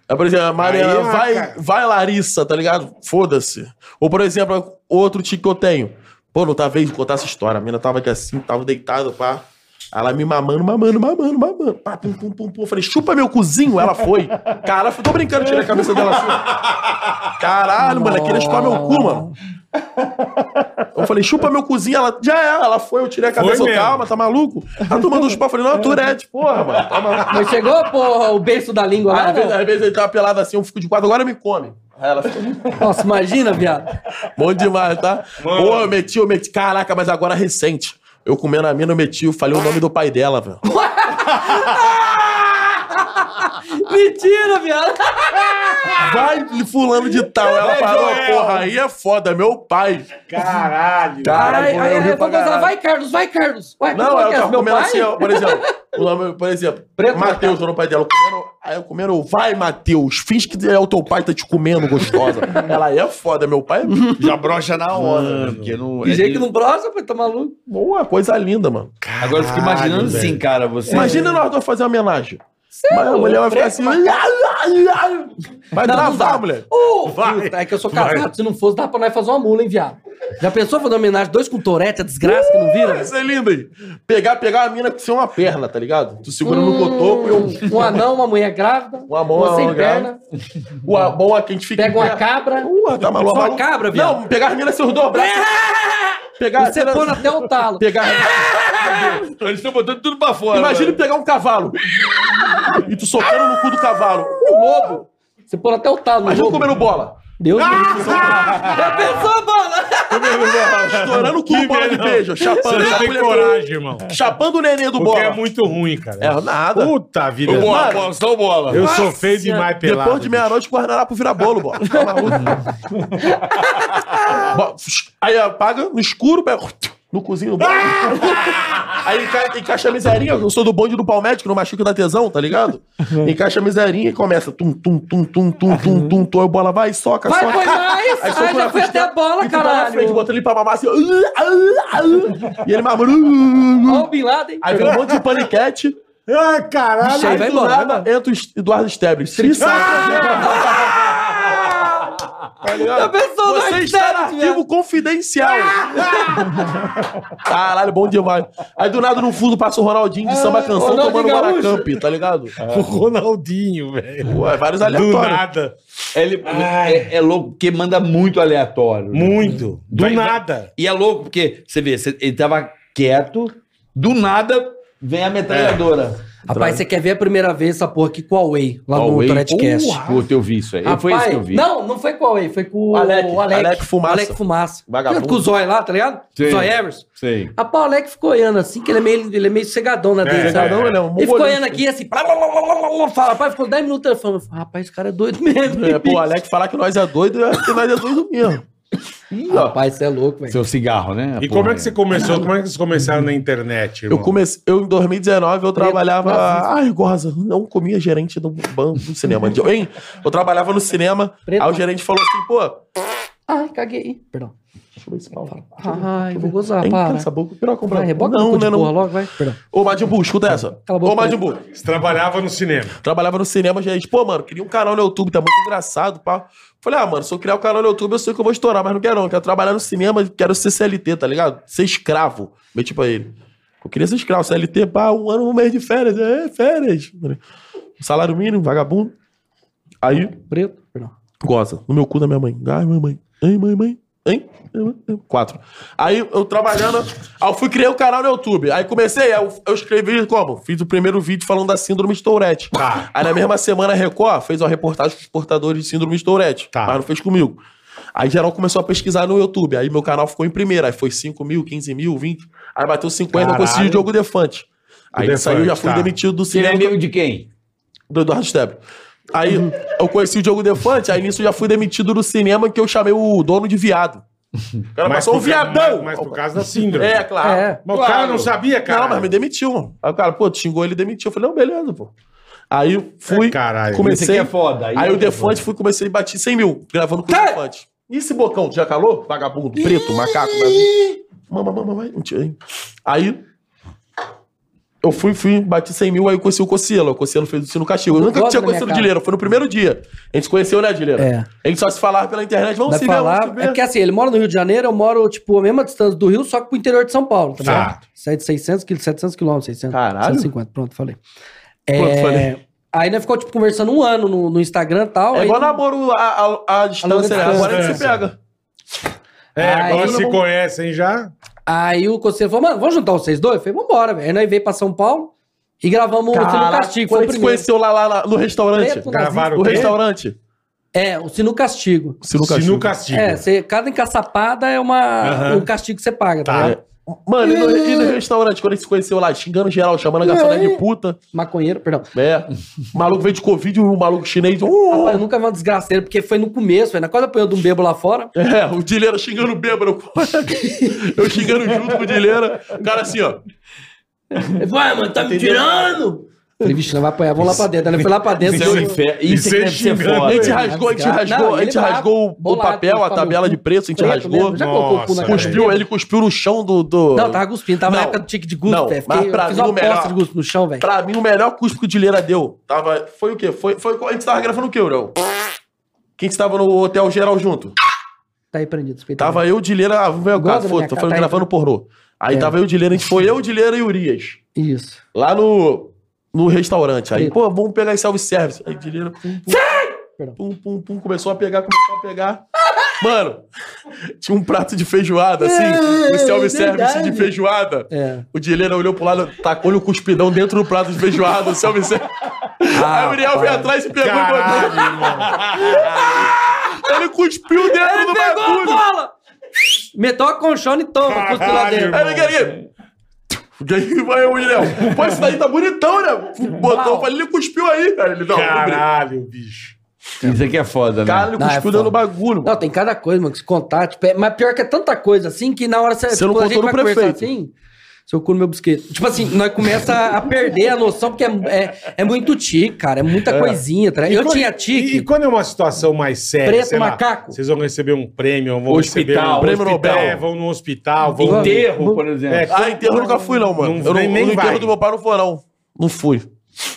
É, por exemplo, a Mariana,
Aí,
vai,
cara.
vai Larissa, tá ligado? Foda-se. Ou, por exemplo, outro tique que eu tenho. Pô, não tá vendo contar essa história. A menina tava aqui assim, tava deitado, pá. Ela me mamando, mamando, mamando, mamando. Pá, pum, pum, pum, pum. Eu Falei, chupa meu cozinho. Ela foi. Cara, eu falei, tô brincando, tirei a cabeça dela assim. Caralho, mano, ela queria chupar meu cu, mano. Eu falei, chupa meu cozinho. Ela, já é, ela foi, eu tirei a
Foi
cabeça. Eu,
mesmo.
calma, tá maluco? Tá tomando um chupar. Eu falei, não, Turete, porra, mano. Tá maluco.
Mas chegou, porra, o berço da língua lá,
Às vezes,
não?
às vezes ele tava pelado assim, eu fico de quatro, agora me come. Aí ela fica
Nossa, imagina, viado.
bom demais, tá?
Mano.
Pô, eu meti, eu meti. Caraca, mas agora recente. Eu comendo a mina, eu meti, eu falei o nome do pai dela, velho.
Mentira, viado.
Vai, fulano de tal. Ela parou,
Joel.
porra, aí é foda, meu pai.
Caralho.
Caralho,
Ai, ai,
eu ri pra
ai, vou gozar.
caralho.
Vai, Carlos, vai, Carlos. é Vai,
Não, ela
vai,
tava
Carlos,
comendo assim, ó, por exemplo. O nome, por exemplo,
Preto
Matheus, era o pai dela. Comendo, aí eu comendo, vai, Matheus, finge que é o teu pai tá te comendo, gostosa. ela aí é foda, meu pai.
Já brocha na hora. né? Porque não,
De
é
jeito
de-
que não brosa, pô, tá maluco.
Boa, coisa linda, mano.
Agora eu fico imaginando
Caralho,
assim, cara. Você...
Imagina nós dois fazer uma homenagem.
Cê
Mas
é
a mulher vai
louco,
ficar
preto,
assim.
mas-
Vai
Não, não dá.
travar, mulher.
Ô,
Vai,
puta, é que eu sou casado.
vai.
Se não fosse, dá pra nós fazer uma mula, hein, viado? Já pensou fazer uma homenagem dois com Torete, a desgraça que não vira?
Isso é lindo aí. Pegar, pegar a mina que sem uma perna, tá ligado? Tu segura
Hum.
no cotoco e um,
Um anão, uma mulher grávida,
uma mão,
uma
uma
sem
perna.
perna,
O a- bom é que a gente fica.
pega
em
uma
pé.
cabra,
Porra, tá maluco.
Só uma
maluco.
cabra, viado.
Não, pegar as minas seus dois braços. Pegar
você põe até o talo.
Pegar.
Eles estão botando tudo pra fora.
Imagina pegar um cavalo. e tu socando no cu do cavalo. Um lobo.
Você põe até o talo.
Imagina comendo bola.
Deus me livre.
um
Já pensou, bola?
Estourando o cu do bola de beijo.
Você
Chapando.
não tem coragem, irmão.
Chapando o neném do
Porque
bola.
é muito ruim, cara.
É nada.
Puta vida.
velho. Bola,
Mano.
bola, só bola.
Eu sou feio demais pelado.
Depois de meia-noite, guardanapo vira bolo, bola. Tá
Uhum.
maluco? Bo- Aí apaga no escuro, pega no cozinho do bolo. Aí enca- encaixa a miserinha. Eu sou do bonde do palmético, no machuca da tesão, tá ligado?
Uhum.
Encaixa a miserinha e começa tum, tum, tum, tum, tum, tum, tum, tum. Aí a bola vai, soca,
Vai,
soca.
foi mais.
só
Ai,
põe na
já foi até
costela
a bola,
e tu vai na frente,
caralho.
bota ele pra mamar assim. "Ah, ah, ah", E ele mamando.
Olha o Bin Laden.
Aí vem um monte de paniquete.
Ah, caralho.
Vixe, aí vai
do
embora, vai
nada,
embora.
entra o Es- Eduardo Estebre. Se é Tá ligado?
Já pensou,
Você
Eduardo
está no
Esteves,
arquivo
viado?
confidencial. Caralho, bom demais. Aí do nada no fundo passa o Ronaldinho de samba canção
Ah, Ronaldinho
tomando
Gaúcho.
Maracamp, tá ligado?
O Ronaldinho, velho.
Ué, vários
Do
aleatórios. Tá
nada.
Ele é, é louco porque manda muito aleatório.
Muito. Do
Vai- vai-
nada.
E é louco porque, você vê, você- ele tava quieto, do nada vem a metralhadora.
Rapaz, você quer ver a primeira vez essa porra aqui com a Huawei, lá no
Huawei.
Toretcast.
Puta, eu vi isso aí.
Rapaz,
Foi isso que eu vi.
Não, não foi com o Huawei, foi com o
Alec.
Alec.
Alec Fumaça.
Alec Fumaça.
Vagabundo.
Junto Com o Zói lá, tá ligado?
Sim.
Zói Everson.
Sei.
Rapaz, o Alec ficou olhando assim, que ele é meio, ele é meio cegadão na dele,
É,
sabe?
é, é.
Não, ele é um
Ele ficou
mongolista.
olhando aqui assim, blá, blá, blá, blá, blá, blá, fala, rapaz, ficou 10 minutos telefone. Eu falei, rapaz, esse cara é doido mesmo.
É, pô, o Alex falar que nós é doido, é que nós é doido mesmo. Ih, ó.
Rapaz, você é louco, velho.
Seu cigarro, né?
E como é que você começou? Como é que vocês começaram na internet, irmão?
Eu comecei, eu em 2019 eu trabalhava,
Preto,
ai, goza, não comia gerente do banco do cinema. Hein? Eu trabalhava no cinema,
Preto.
aí o gerente falou assim, pô,
Ai, caguei. Perdão.
deixa eu ver esse pau.
Ai, vou gozar,
Hein, cala
para.
essa boca, piroca comprar.
Vai, reboca
não,
no cu
né,
de porra
não.
logo, vai. Perdão.
Ô, Madimbu, escuta essa.
Cala a boca,
Ô, Madimbu,
Você trabalhava no cinema.
trabalhava no cinema, gerente, pô, mano, queria um canal no YouTube, tá muito engraçado, pá. Falei, ah, mano, se eu criar um canal no YouTube, eu sei que eu vou estourar, mas não quero não, eu quero trabalhar no cinema, quero ser CLT, tá ligado? Ser escravo. Meti pra ele. Eu queria ser escravo, CLT, pá, um ano, um mês de férias, é, férias. Um Salário mínimo, vagabundo. Aí,
Preto, perdão.
goza. No meu cu da minha mãe. Ai, mãe, mãe. Ai, mãe, mãe. Hein? Ai, mãe, mãe. Quatro. Aí eu trabalhando. Aí eu fui criar o canal no YouTube. Aí comecei, aí eu, eu escrevi como? Fiz o primeiro vídeo falando da síndrome de Tourette.
Tá.
Aí na mesma semana a Record fez uma reportagem com os portadores de síndrome de Tourette.
Tá.
Mas não fez comigo. Aí geral começou a pesquisar no YouTube. Aí meu canal ficou em primeira. Aí foi 5 mil, 15 mil, 20. Aí bateu 50, eu
Caralho.
consegui o Diogo Defante. Aí
Defante,
saiu, já fui
tá.
demitido do
Ele é
cinema
amigo de quem?
do Eduardo Stebre. Aí eu conheci o Diogo Defante, aí nisso eu já fui demitido do cinema que eu chamei o dono de viado. O cara passou um
por ca-
viadão!
Mas, mas por causa da síndrome.
É, claro.
É.
Mas o
Claro.
cara não sabia, cara.
Não, mas me demitiu. mano. Aí o cara, pô, te xingou ele e demitiu. Eu falei, não, beleza, pô. Aí eu fui,
É, caralho.
Esse aqui
comecei.
é foda.
aí o Defante fui, comecei a bater 100 mil, gravando com
Tá.
o Defante. E esse bocão, tu já calou? Vagabundo, preto, macaco, Brasil. Mama, mama, vai. Não tinha, hein? Aí. Eu fui, fui, bati 100 mil, aí eu conheci o Cocielo. O Cocielo fez o sino castigo. Eu
Eu
nunca
gosto
tinha
da minha
conhecido o
cara.
Dileira, foi no primeiro dia. A gente se conheceu, né, Dileira?
É.
A gente só se falava pela internet, vamos
Vai
se ver, vamos se
falar.
ver.
É porque assim, ele mora no Rio de Janeiro, eu moro, tipo, a mesma distância do Rio, só que pro interior de São Paulo, tá
Tá.
ligado? Sai de 600 quilômetros, 700 quilômetros, 600.
Caralho.
150, pronto, falei. É,
Pronto, falei.
Aí nós ficou, tipo, conversando um ano no, no Instagram e tal.
É
aí
igual namoro à- à à distância, né?
distância.
Agora a gente se pega.
É,
Ah,
agora
Aí
se
não-
conhecem já.
Aí o conselheiro falou, mano, vamos juntar vocês dois? Eu falei, vambora, velho. Aí nós veio pra São Paulo e gravamos o Sino Castigo.
quando a
Foi o
gente se
primeiro.
conheceu lá, lá, lá no restaurante.
Preto,
Gravaram
O
o quê?
restaurante.
É, o Sino Castigo.
Sino castigo.
Sinu Castigo.
É, você, cada encaçapada é uma,
Aham.
um castigo que você paga, tá,
Tá.
ligado?
Ah, Mano, e no, e no restaurante, quando a gente se conheceu lá, xingando geral, chamando a garçonete de puta.
Maconheiro, perdão.
É. O maluco veio de Covid, o maluco chinês. "Oh!"
Rapaz, eu nunca vi uma desgraceira, porque foi no começo, velho. Na quase apanhou de um bebo lá fora.
É, o Dileira xingando bêbado. Eu xingando junto com o Dileira. O cara assim, ó.
Ele falou, "Ah, mano, tá me tirando! Falei, vixe, não vai apanhar, vamos lá pra dentro. Aí Ele foi lá pra dentro.
Isso é o
eu-
inferno.
E
Isso é
você
que deve ser
xingando
A
foda.
gente
ele.
rasgou, a gente
é, Não,
rasgou, a
ele
gente
bravo,
rasgou o
bolado,
papel, a
colocou
tabela
meu
de
cu
preço, a gente
preto
rasgou.
mesmo, Já colocou o cu na
Nossa,
cara.
Cuspiu, ele cuspiu no chão do. do...
Não, tá. tava cuspindo, tava na
Não.
época do tique de gusto,
Não,
velho.
mas
Fiquei-
pra
eu Fiz
mim
uma
o melhor-
aposta de gusto no chão, velho.
Pra mim, o melhor cuspe que o Dileira deu tava, foi o quê? Foi, foi, a gente tava gravando o quê, Uriel? Quem estava no hotel geral junto?
Tá aí prendido. suspeitado.
Tava eu, Dileira, ah, vem cá,
Gosta da
foda,
minha
tô
cara,
falando
tá aí.
gravando pornô. Aí
É.
tava eu, Dileira, a gente foi eu, Dileira e Urias.
Isso.
Lá no, no restaurante. Aí,
Sim.
pô, vamos pegar esse self-service. Aí, Dileira, pum, pum,
Perdão.
pum, pum, pum, começou a pegar, começou a pegar. Mano, tinha um prato de feijoada, assim,
É,
o self-service
verdade.
de feijoada.
É.
O Dileira olhou pro lado, tacou-lhe o cuspidão dentro do prato de feijoada, o self-service. Aí o Ariel veio atrás e pegou e botou.
Caralho, irmão.
Ele cuspiu dentro do
Pegou a
bagulho.
bola! Meteu a conchona e toma, custa lá
Caralho,
dentro.
Aí ele queria. E aí é vai o William. Pô, esse daí tá bonitão, né? Botou, eu falei, ele cuspiu aí, cara. Ele, não,
Caralho, bicho.
Isso aqui é foda, né?
Cara, ele
Não, é
cuspiu
foda.
dentro do bagulho, mano.
Não, tem cada coisa, mano, que se contar. Tipo, é- mas pior que é tanta coisa, assim, que na hora você...
Você não
tipo, a gente
contou no
vai conversar
prefeito.
Assim, se eu cu no meu bisqueito. Tipo assim, nós começa a perder a noção, porque é, é, é muito tique, cara. É muita coisinha. tá ligado? Eu
quando-
tinha
E, e
tique.
quando é uma situação mais séria,
Preto,
sei lá,
macaco.
vocês vão receber um prêmio, vão
Hospital,
receber um
prêmio Nobel.
É, vão no hospital, vão...
Enterro, por exemplo.
É,
Ah, enterro eu nunca fui, não, mano.
Não-
eu não,
nem- nem
no enterro
vai.
do meu pai eu não foi, não. Não fui.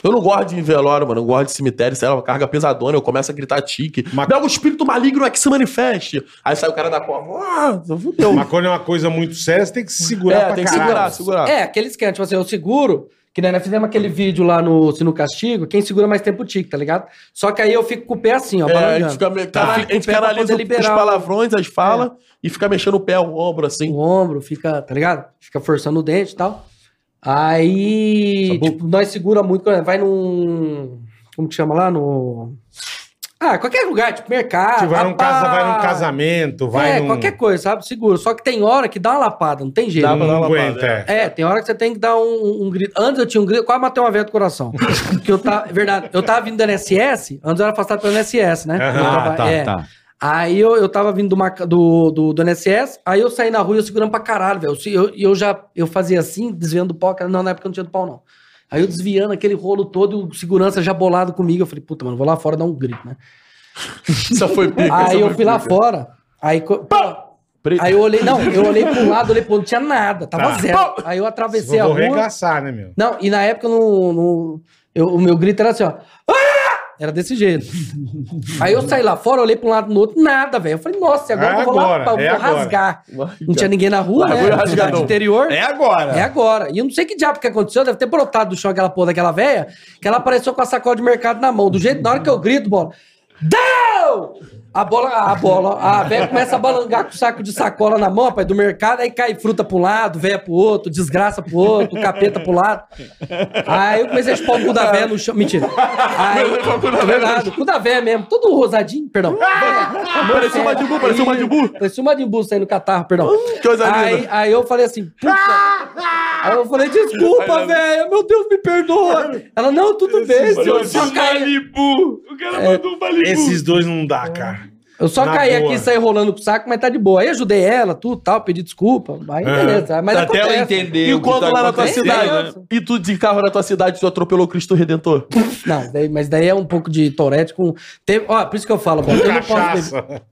Eu não gosto de velório, mano. Eu gosto de cemitério, sei lá, uma carga pesadona. Eu começo a gritar tique.
Mas-
Dá um espírito maligno é que se manifeste. Aí sai o cara da cova. Ah, fudeu.
Mas quando é uma coisa muito séria, você tem que se segurar
É,
pra
tem que
caralho.
segurar, segurar.
É, aquele esquema, tipo assim, eu seguro, que nós nós fizemos aquele vídeo lá no Sino Castigo, quem segura mais tempo o tique, tá ligado? Só que aí eu fico com o pé assim, ó,
É, a
balançando.
gente, fica, me-
Tá.
cara, a gente
Fica pra
canaliza
poder
os
liberar o- É.
palavrões, as falas, e fica mexendo o pé, o ombro, assim.
o ombro, fica, tá ligado? Fica forçando o dente e tal. Aí, tipo, nós segura muito, quando vai num. Como que chama lá? No. Ah, qualquer lugar, tipo mercado.
Você vai num,
rapaz.
casa, vai num casamento, vai
É,
num...
qualquer coisa, sabe? Seguro. Só que tem hora que dá uma lapada, não tem jeito.
Dá pra dar
Não
uma
aguenta,
parada.
é.
É, tem hora que você tem que dar um, um grito. Antes eu tinha um grito, quase matei uma veia do coração. Porque eu tava, verdade, eu tava vindo da NSS, antes eu era afastado pela NSS, né?
Ah,
Eu tava- é.
tá.
Aí eu, eu tava vindo do, maca- do, do, do NSS, aí eu saí na rua e eu segurando pra caralho, velho. E eu, eu já eu fazia assim, desviando do pau, cara. Não, na época eu não tinha do pau, não. Aí eu desviando aquele rolo todo, e o segurança já bolado comigo. Eu falei, puta, mano, vou lá fora dar um grito, né?
Só foi pica. essa
Aí eu
foi
fui lá
pica.
fora, aí. co-
Preto.
Aí eu olhei, não, eu olhei pro lado, olhei pro outro, não tinha nada, tava
Tá.
zero. Aí eu atravessei a
Vou
rua.
arregaçar, né, meu?
Não, e na época eu não- não- eu- o meu grito era assim, ó. "Ah!" Era desse jeito. Aí eu saí lá fora, olhei pra um lado e no outro, nada, velho. Eu falei, nossa, e agora
É
eu vou lá,
agora,
pá, eu
é
vou
agora.
rasgar. Não tinha ninguém na rua,
Largou e
né?
rasgadão.
Cidade interior.
É
É.
agora.
agora. E eu não sei que diabo que aconteceu, deve ter brotado do chão aquela porra daquela velha, que ela apareceu com a sacola de mercado na mão. Do jeito, na hora que eu grito, bola. Deu! A bola, a bola, a velha começa a balangar com o saco de sacola na mão, rapaz, do mercado, aí cai fruta pro lado, velha pro outro, desgraça pro outro, capeta pro lado. Aí eu comecei a chupar o cu da véia no chão. Mentira. Aí, verdade, o cu da véia mesmo, todo rosadinho, perdão. É.
Parecia um Madibu, parecia um Madibu.
Parecia uma Madimbu saindo catarro, perdão.
Uh, Coisa
Aí,
linda.
aí eu falei assim, puta. Aí eu falei, desculpa, velho, meu Deus, me perdoa. Ela, não, tudo bem,
é
senhor. Eu só caí,
Malibu. O cara mandou um Malibu.
Esses dois não
É.
dá, cara.
eu só
na
caí
boa.
aqui e saí rolando com o saco, mas tá de boa. Aí ajudei ela, tudo tal, pedi desculpa. Aí
É.
beleza. Mas
Até ela
acontece.
entender. tá-
E quando lá na tua
acontecendo,
cidade?
né?
E tu de carro na tua cidade, tu atropelou Cristo Redentor.
Não, daí- mas daí é um pouco de Tourette com. Teve, ó, por isso que eu falo, bom, eu não posso beber.
Cachaça.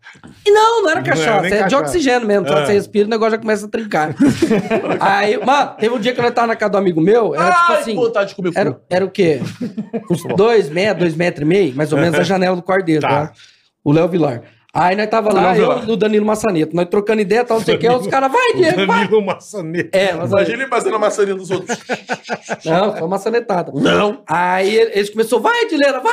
E não, não era
Não era
cachaça,
nem
é de
cachaça.
oxigênio mesmo. Só
Ah.
que você respira, o negócio já começa a trincar. aí, mano, teve um dia que eu tava na casa do amigo meu, era tipo assim.
vontade de comer cu.
Era, era o quê? Uns dois metros, dois metros e meio, mais ou menos, a janela do quarto dele,
Tá.
tá? O Léo Vilar. Aí nós tava lá, eu e o Danilo Maçaneta, nós trocando ideia, tal, não sei o que, os caras, vai, Diego, vai!
Danilo Maçaneta.
É, mas
Imagina ele fazendo a maçaria dos outros.
não, foi maçanetada.
Não.
Aí ele- eles começou, vai, Dileira, vai!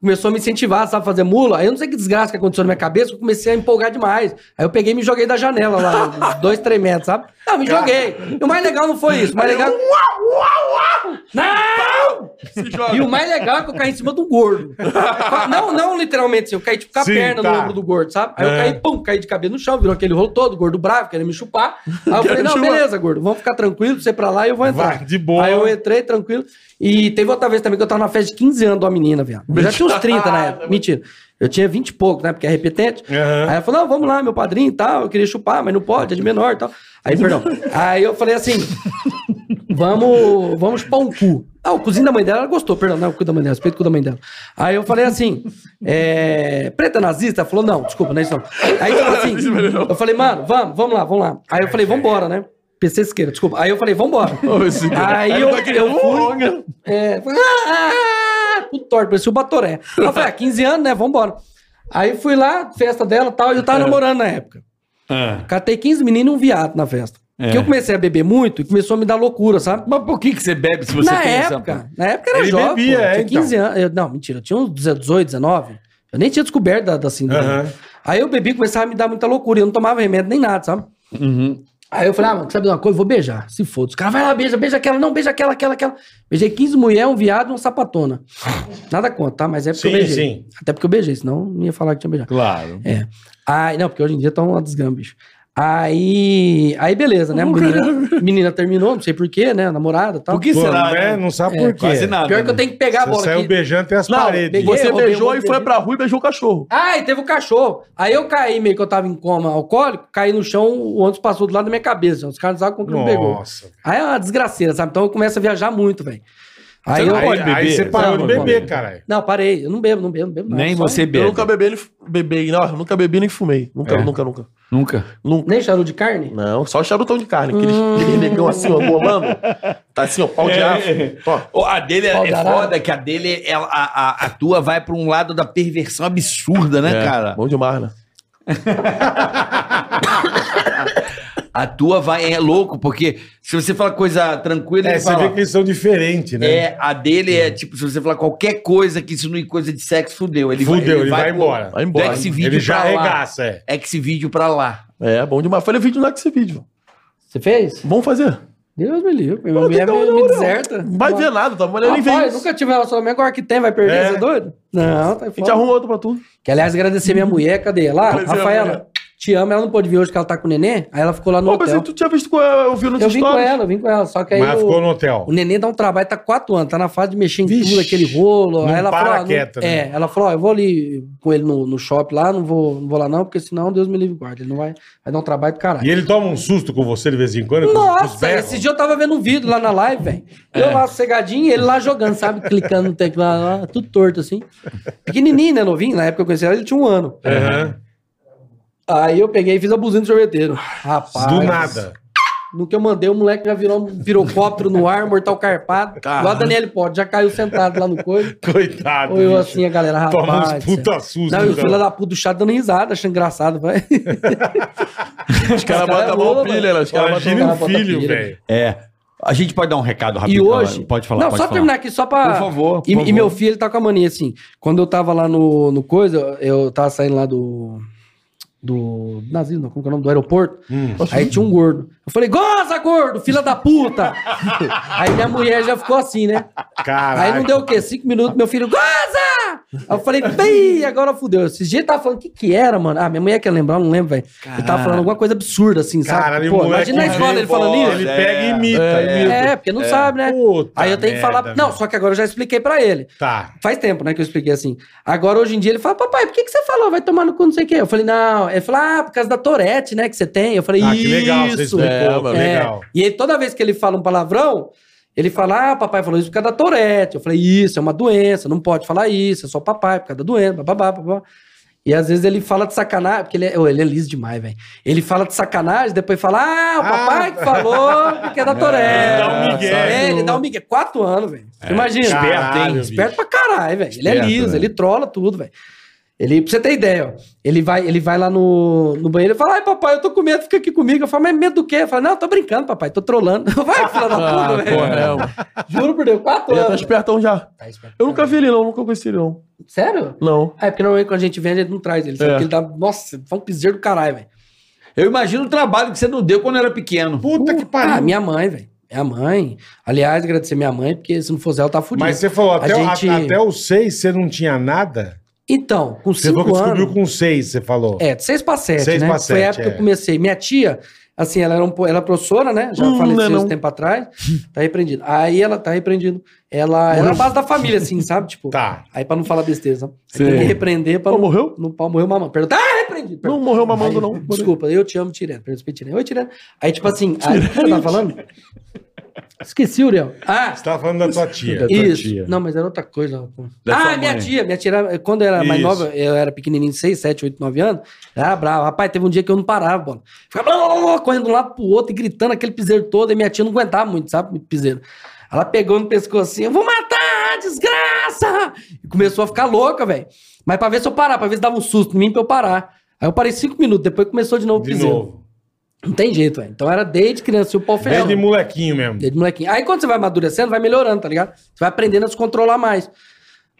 Começou a me incentivar, sabe, fazer mula. Aí eu não sei que desgraça que aconteceu na minha cabeça, que eu comecei a empolgar demais. Aí eu peguei e me joguei da janela lá, uns dois, três metros, sabe? Não, me joguei. E o mais legal não foi isso, o mais legal... Não!
Se joga.
E o mais legal é que eu caí em cima do gordo. Não, não literalmente, assim, eu caí tipo com a
Sim,
perna
tá.
no ombro do gordo, sabe? Aí eu
É.
caí, pum, caí de cabeça no chão, virou aquele rolo todo, gordo bravo, querendo me chupar. Aí eu falei,
Quero
não,
chupar.
beleza, gordo, vamos ficar tranquilo, você pra lá e eu vou entrar.
Vai, de boa.
Aí eu entrei tranquilo. E teve outra vez também que eu tava na festa de 15 anos de uma menina, viado. Eu já tinha uns 30 na época. Mentira. Eu tinha 20 e pouco, né? Porque é repetente.
Aham.
Aí ela falou: não, vamos lá, meu padrinho e tal. Eu queria chupar, mas não pode, é de menor e tal. Aí, perdão. Aí eu falei assim: vamos, vamos chupar um cu. Ah, o cozinho da mãe dela, ela gostou, perdão, não, é o cu da mãe dela, respeito o cu da mãe dela. Aí eu falei assim, é, preta nazista? Ela falou, não, desculpa, não é isso não. Aí tipo assim, eu falei, mano, vamos, vamos lá, vamos lá. Aí eu falei, vambora, né? PC Siqueira, desculpa. Aí eu falei, vambora. Aí eu, eu fui. É, foi, ah, ah, ah, tudo torto, parecia o Batoré. Aí Eu falei, ah, 15 anos, né? Vambora. Aí fui lá, festa dela e tal, e eu tava namorando na época.
Ah.
Catei 15 meninos e um viado na festa. Porque eu comecei a beber muito e começou a me dar loucura, sabe?
Mas por que, que você bebe se você
na
tem essa-
época, na época era
né? Ele
jovem,
bebia,
pô, eu
é,
tinha 15 anos, eu- não, mentira, eu tinha uns 18, 19, eu nem tinha descoberto da, da síndrome.
Aham.
Aí eu bebi, começava a me dar muita loucura, e eu não tomava remédio nem nada, sabe?
Uhum.
Aí eu falei, ah, mano, sabe de uma coisa? Vou beijar, se foda. Os caras, vai lá, beija, beija aquela, não, beija aquela, aquela, aquela. Beijei 15 mulher, um viado e um sapatona. Nada contra, tá? Mas é porque
Sim,
eu beijei.
sim.
Até porque eu beijei, senão eu não ia falar que tinha beijado.
Claro.
É. Aí, não, porque hoje em dia tá uma desgrama, bicho. Aí, aí beleza,
Uhum.
né? Menina, menina terminou, não sei porquê, né? Namorada e tal.
Por que
Pô,
será?
né?
né?
Não sabe
É,
por quê.
Quase nada.
Pior que eu
né?
tenho que pegar a
Você
bola
saiu
aqui.
beijando até as
Não,
paredes.
peguei-
Você
roubei
beijou
um
e
monte
foi
de-
pra rua e beijou o cachorro.
Ah, e teve o cachorro. Aí eu caí meio que eu tava em coma alcoólico, caí no chão, o ônibus passou do lado da minha cabeça. Os caras não sabem como que me pegou.
Nossa.
Aí é uma desgraceira, sabe? Então eu começo a viajar muito, velho. Aí
Aí,
eu.
aí,
beber.
você parou
Não,
de
não
beber, caralho.
Não, parei. Eu não bebo, não bebo, não bebo. nada.
Nem
Só-
você
Eu
bebe.
nunca bebi, nem bebi, não, eu nunca bebi nem fumei. Nunca, nunca, nunca.
Nunca.
Nunca.
Nem charuto de carne?
Não, só charutão de carne. Aquele, aquele negão assim, ó, bolando. Tá assim, ó, pau
É.
de aço. Ó,
Ô, A dele é,
Pau
né?
é
darado.
foda, que a dele, ela, a, a, a tua vai pra um lado da perversão absurda, né,
é,
cara?
Bom demais, né?
A tua vai é louco, porque se você fala coisa tranquila,
É,
ele
você vê
fala.
que eles são diferentes, né?
É, a dele é tipo, se você falar qualquer coisa que insinue coisa de sexo, fudeu. Ele
Fudeu, ele vai
pro-
embora.
Vai
Do
embora.
X-Vídeo
Ele já
pra lá.
arregaça, é.
X-Vídeo pra lá.
É, bom demais. Falei vídeo no esse vídeo.
Você fez?
Vamos fazer.
Deus me livre. Minha
Não,
mulher
não,
me,
não,
me
não.
deserta.
Não vai ver nada, tá? A mulher nem vem.
Rapaz,
A
nunca tive relacionamento, agora que tem, vai perder,
É.
você é doido? Não, tá
gente
foda.
arruma outro pra tu.
Que, aliás, agradecer minha mulher, cadê ela?
Pois é, mulher.
Rafaela, te amo, ela não pôde vir hoje porque ela tá com o neném, aí ela ficou lá no
Ô, mas
hotel.
tu tinha visto, com ela, eu vi nos
Eu vim com
stories.
ela, eu vim com ela, só que aí
Mas
o,
ficou no hotel.
o neném dá um trabalho, tá quatro anos, tá na fase de mexer em
Vixe,
tudo, aquele rolo.
não
aí ela
para
falou, ah, não-
quieta, né?
é, ela falou, ó, eu vou ali com ele no, no shopping lá, não vou, não vou lá não, porque senão Deus me livre e guarda, ele não vai, vai dar um trabalho do caralho.
E ele toma um susto com você de vez em quando? com os- com os
Nossa,
berros? É.
esse dia eu tava vendo um vídeo lá na live, velho. Eu lá cegadinho e ele lá jogando, sabe? Clicando no teclado lá, tudo torto assim. Pequenininho, né? Novinho, na época que eu conheci ela, ele tinha um ano.
Aham.
Aí eu peguei e fiz a buzina do sorveteiro. Rapaz.
Do nada.
No que eu mandei, o moleque já virou, virou cóptero no ar, mortal carpado.
Tá.
Igual a Daniel pode, já caiu sentado lá no coiso.
Coitado.
Ou eu
bicho.
assim, a galera,
Toma
rapaz.
uns puta susto. então.
Não, e o
cara.
filho da puta do chat dando risada, achando engraçado, vai.
Os caras
Os caras
botam a mão
rolam,
pilha, né? Os caras botam
Imagina
cara
o
bota
filho,
pilha.
velho.
É. A gente pode dar um recado
E
rapidinho.
hoje.
Pode falar.
Não,
pode
só
falar.
terminar aqui, só pra.
Por favor, por
e,
favor.
e meu filho ele tá com a mania assim. Quando eu tava lá no, no coisa, eu tava saindo lá do. Do. Nazismo, não, como que é o nome? Do aeroporto.
Hum.
Aí tinha um gordo. Eu falei, goza, gordo, filha da puta! aí minha mulher já ficou assim, né?
Caralho.
Aí não deu o quê? Cinco minutos, meu filho, goza! Aí eu falei, pei, agora fudeu. Esse dia ele tava falando o que que era, mano. Ah, minha mulher quer lembrar, eu não lembro, velho. Ele tava falando alguma coisa absurda, assim, sabe?
Caralho,
Pô,
o moleque
imagina na escola ele falando
vem,
isso.
Ele
É.
pega e imita. imita.
É, porque não sabe, né?
Puta
aí eu tenho que
merda,
falar. Não,
velho.
só que agora eu já expliquei pra ele.
Tá.
Faz tempo, né, que eu expliquei assim. Agora, hoje em dia, ele fala, papai, por que, que você falou? Vai tomar no cu, não sei o quê. Eu falei, não. Ele falou, ah, por causa da Torete, né, que você tem. Eu falei,
Ah,
isso.
que legal, você explicou.
É, mano,
que
É.
legal.
E ele, toda vez que ele fala um palavrão, ele fala, ah, papai falou isso por causa da Torete. Eu falei, isso, é uma doença, não pode falar isso, é só papai, por causa da doença, bababá, babá. E às vezes ele fala de sacanagem, porque ele é, ô, ele é liso demais, velho. Ele fala de sacanagem, depois fala, ah, o papai que falou, porque é da Torete.
Ele dá um migué. É.
É, ele dá um migué. Quatro anos, velho. Imagina.
Esperto, hein? né?
Esperto pra caralho, velho. Ele é
Esperto,
liso,
velho.
ele trola tudo, velho. Ele, pra você ter ideia, ó, ele vai, ele vai lá no, no banheiro e fala: Ai, papai, eu tô com medo, fica aqui comigo. Eu falo, mas medo do quê? Eu falo, não, eu tô brincando, papai, tô trolando. Vai, filha da
Ah, porra,
puta, velho.
é, mano.
Juro por Deus, quatro
Ele tá
anos.
espertão já.
Tá esperto.
Eu nunca vi ele, não. Nunca conheci ele, não.
Sério?
Não.
Ah, É, porque normalmente quando a gente vende, a gente não traz ele. Sabe?
É.
Porque ele dá. Nossa, foi um piseiro do caralho, velho.
Eu imagino o trabalho que você não deu quando era pequeno.
Puta que
Ah,
pariu.
minha mãe, velho. Minha mãe. Aliás, agradecer minha mãe, porque se não fosse ela, eu tava fudido.
Mas você falou,
A
até, o-
gente-
a- até os seis você não tinha nada?
Então, com
Você falou que
cinco anos.
descobriu com seis, você falou.
É, de 6 para 7,
Seis
né?
pra
Foi
sete,
a época que
é.
eu comecei. Minha tia, assim, ela era, um, po- ela era professora, né? Já
Hum, não é
faleceu
não.
esse tempo atrás. Tá repreendido. Aí ela tá repreendido. Ela era a base da família, assim, sabe? Tipo,
Tá.
aí pra não falar besteira, sabe? Aí
Sei.
Tem que repreender pra
Pô,
não...
morreu?
Não, pra morrer mamão. Pergunta, ah, repreendido.
Tá Não
Perdão.
morreu mamando,
Aí,
não.
Desculpa, eu te amo, Tireno. Perguntei, Tireno. Oi, Tireno. Aí, tipo assim, aí, o que eu tava falando? Esqueci, Uriel. Ah,
Você tava falando da tua tia.
tua
isso.
tia.
Não, mas era outra coisa. pô.
Da sua
ah, minha
mãe.
tia. Minha tia, era, quando eu era mais
Isso.
nova, eu era pequenininho, 6, 7, 8, 9 anos, ela era brava. Rapaz, teve um dia que eu não parava, bola. Ficava blá, blá, blá, blá, correndo de um lado pro outro e gritando aquele piseiro todo. E minha tia não aguentava muito, sabe? Piseiro. Ela pegou no pescoço assim, eu vou matar desgraça! E começou a ficar louca, velho. Mas pra ver se eu parar, pra ver se dava um susto em mim pra eu parar. Aí eu parei cinco minutos, depois começou de novo o
De
piseiro.
novo.
Não tem jeito, velho. Então era desde criança, e o pau ferrão.
Desde molequinho mesmo.
Desde molequinho. Aí quando você vai amadurecendo, vai melhorando, tá ligado? Você vai aprendendo a se controlar mais.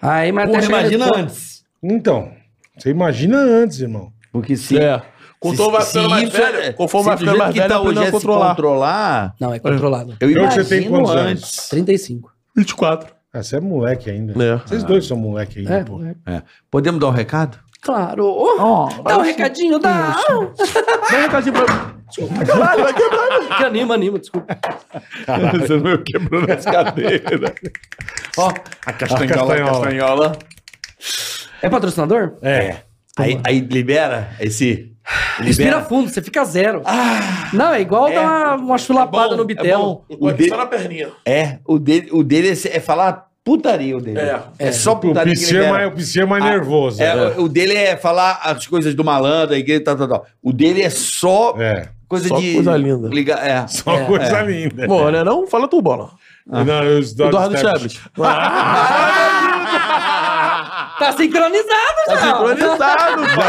Aí, mas
Porra,
até chegar
imagina
nesse ponto-
antes.
Então, você imagina antes, irmão.
Porque se.
É. Conforme vai ficando mais
isso é-
velho, conforme
se
vai
do
ficando
jeito
mais
que
velho,
tá
aprendeu
hoje
a
é se
controlar.
controlar.
Não, é controlado.
Eu
Então,
imagino
você tem quantos anos?
antes.
35.
24.
Ah, você é moleque ainda.
É.
Vocês dois são moleque ainda,
É,
pô.
é.
É. Podemos dar um recado?
Claro. dá um recadinho, dá.
Vem um recadinho pra mim. Desculpa, caralho, vai quebrar.
Que anima, anima, desculpa.
Caralho.
Você não me quebrou nas cadeiras. Ó, a
castanhola, a
castanhola.
É patrocinador?
É.
Aí, aí libera esse.
Respira
libera.
fundo, você fica zero. Não, é igual
É.
dar uma, uma chulapada
É bom,
no
é
bitelo.
bom. O de-
na perninha.
É, o dele, o dele é, é falar putaria, o dele.
É.
É, só
O
putaria que
PC é
libera.
mais, o PC é mais
Ah,
nervoso.
É,
É.
o- O dele é falar as coisas do malandro, a igreja, tal, tal, tal. O dele é só
É.
coisa
Só
de.
coisa linda.
Ligar, é.
Só
É,
coisa linda.
Bom, né? Não fala tu, bola.
Não, eu estou-
Eduardo Ah, Chaves.
Tá sincronizado,
Tá
já.
sincronizado, pô.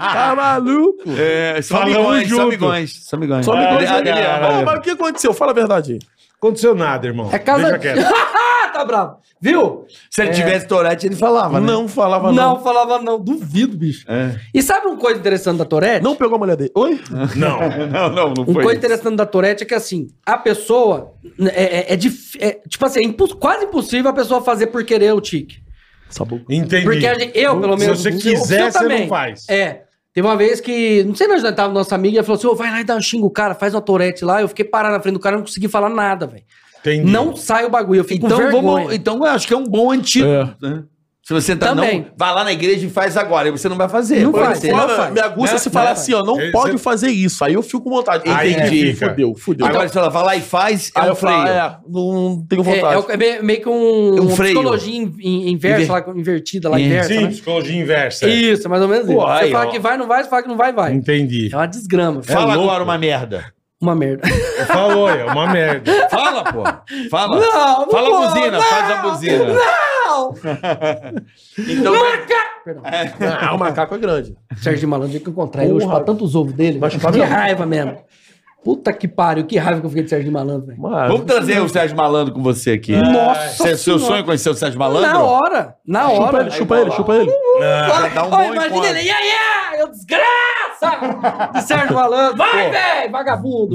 Tá maluco?
É, são
Falamos
amigões, são
junto.
amigões. São amigões.
Só me
Ah,
conta
ah,
aí,
ah,
Guilherme. Ô, Mas o que aconteceu? Fala a verdade aí.
Aconteceu nada, irmão.
É casa.
Deixa quieto.
Ah, tá bravo. Viu?
Se ele tivesse Tourette, ele falava, né?
Não falava
Não,
não.
falava não. Duvido, bicho.
É.
E sabe uma coisa interessante da Tourette?
Não pegou a mulher dele. Oi?
Não.
Não, não, não
Uma
foi.
coisa interessante da Tourette é que, assim, a pessoa. É, é, é dif- é, tipo assim, é impo- quase impossível a pessoa fazer por querer o tique.
Sabu.
Entendi.
Porque a gente- eu, pelo
Se
menos.
você
o
quiser,
seu
você não faz.
É. Teve uma vez que. Não sei onde nós tava nossa amiga, ela falou assim: ô, vai lá e dá um xingo o cara, faz uma Tourette lá. Eu fiquei parado na frente do cara, não consegui falar nada, velho.
Entendi.
Não sai o bagulho. Eu fico então,
Então,
vergonha.
vamos, então eu acho que é um bom antídoto, né? Se você tá,
Também.
não, vai lá na igreja e faz agora. E você não vai fazer.
Não
Pode
faz,
ser.
não
Agora,
Fala,
faz.
me aguça
Né?
se falar
Né?
assim, ó, não
Ele-
pode
você-
fazer isso. Aí eu fico com vontade.
Aí
Entendi.
fica.
Fudeu, fudeu.
Então-
Agora você fala, vai lá e faz, é
Aí
um
eu falo,
freio.
é, não tenho
É,
vontade.
é o- é meio- meio que um,
É um
uma
freio.
psicologia in- in- inversa,
Inver-
lá, invertida lá,
Sim.
inversa.
Sim,
né?
psicologia inversa.
Isso, é mais ou menos isso.
Pô, aí,
você fala
ó.
que vai, não vai, você fala que não vai, vai.
Entendi.
É uma desgrama.
Fala
louco.
agora uma merda.
Uma merda.
Falou, é uma merda.
Fala, pô. Fala.
Não, não
Fala
vou,
a buzina,
não,
faz a buzina.
Não!
Então,
Perdão.
Ah, o macaco é grande.
Serginho Malandro, que eu encontrei hoje pra tantos ovos dele.
Vai
velho.
chupar
que
mesmo?
raiva mesmo. Puta que pariu, que raiva que eu fiquei de Serginho Malandro, velho.
Mas-
vamos trazer o Sérgio Malandro com você aqui.
Nossa
Você- seu
Senhora.
sonho é conhecer o Sérgio Malandro?
Na hora, na
Chupa
hora.
ele, chupa ele, chupa ele.
Ah, dá um
Ó,
bom
imagina
encontro.
ele, ia, ia, eu desgraça! De Sérgio Malandro. Vai, velho, vagabundo.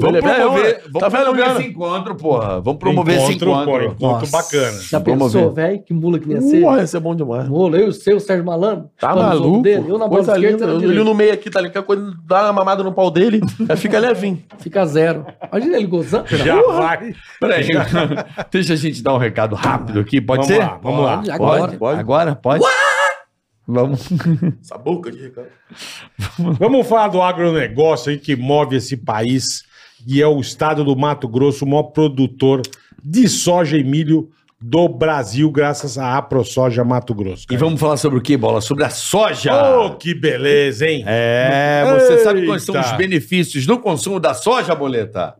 Vamos
Vamos
Ele é velho,
promover,
né?
vamos
Tá velho,
promover
cara?
esse encontro, porra. Vamos promover esse encontro.
pô, encontro
Nossa.
bacana.
Já
Vamos
pensou,
ver.
velho? Que mula que nem ia ser?
Porra, esse é bom demais.
Mula, eu sei o Sérgio Malandro.
Tá
chupando os ovos
maluco?
dele, Eu na bola
Coisa
esquerda,
linda.
ele na
Ele
direita.
no meio aqui, tá ligado? Quando dá uma mamada no pau dele, aí fica levinho.
Fica zero. Imagina ele gozando.
Já vai.
Peraí, deixa a gente dar um recado rápido aqui,
vamos
pode ser?
lá, vamos lá.
Agora.
Pode?
Pode.
Agora? Pode? Vamos.
Essa boca de recado.
Vamos falar do agronegócio aí que move esse país e é o estado do Mato Grosso, o maior produtor de soja e milho do Brasil, graças à AproSoja Mato Grosso.
E
cara.
vamos falar sobre o que, Bola? Sobre a soja.
Oh, que beleza, hein?
É, você sabe quais são
Eita.
os benefícios do consumo da soja, Boleta?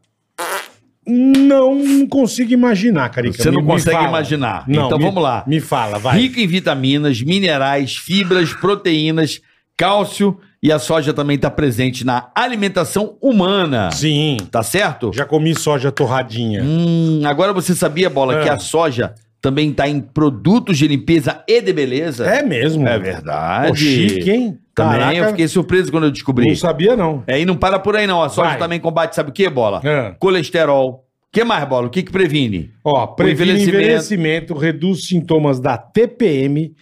Não, não consigo imaginar, Carica.
Você não
Me- me
consegue
fala.
imaginar.
Não,
então
me-
vamos lá.
Me fala, vai.
Rica em vitaminas, minerais, fibras, proteínas, cálcio e a soja também está presente na alimentação humana.
Sim.
Tá certo?
Já comi soja torradinha.
Hum, agora você sabia, Bola,
É.
que a soja também está em produtos de limpeza e de beleza?
É mesmo.
É
Pô,
verdade.
chique, hein?
Também
Caraca,
eu fiquei surpreso quando eu descobri.
Não sabia, não.
É, e não para por aí não. A soja
Vai.
também combate, sabe o que, Bola?
É.
Colesterol. O que mais, Bola? O que que previne?
Ó, previne
envelhecimento.
envelhecimento. reduz sintomas da TPM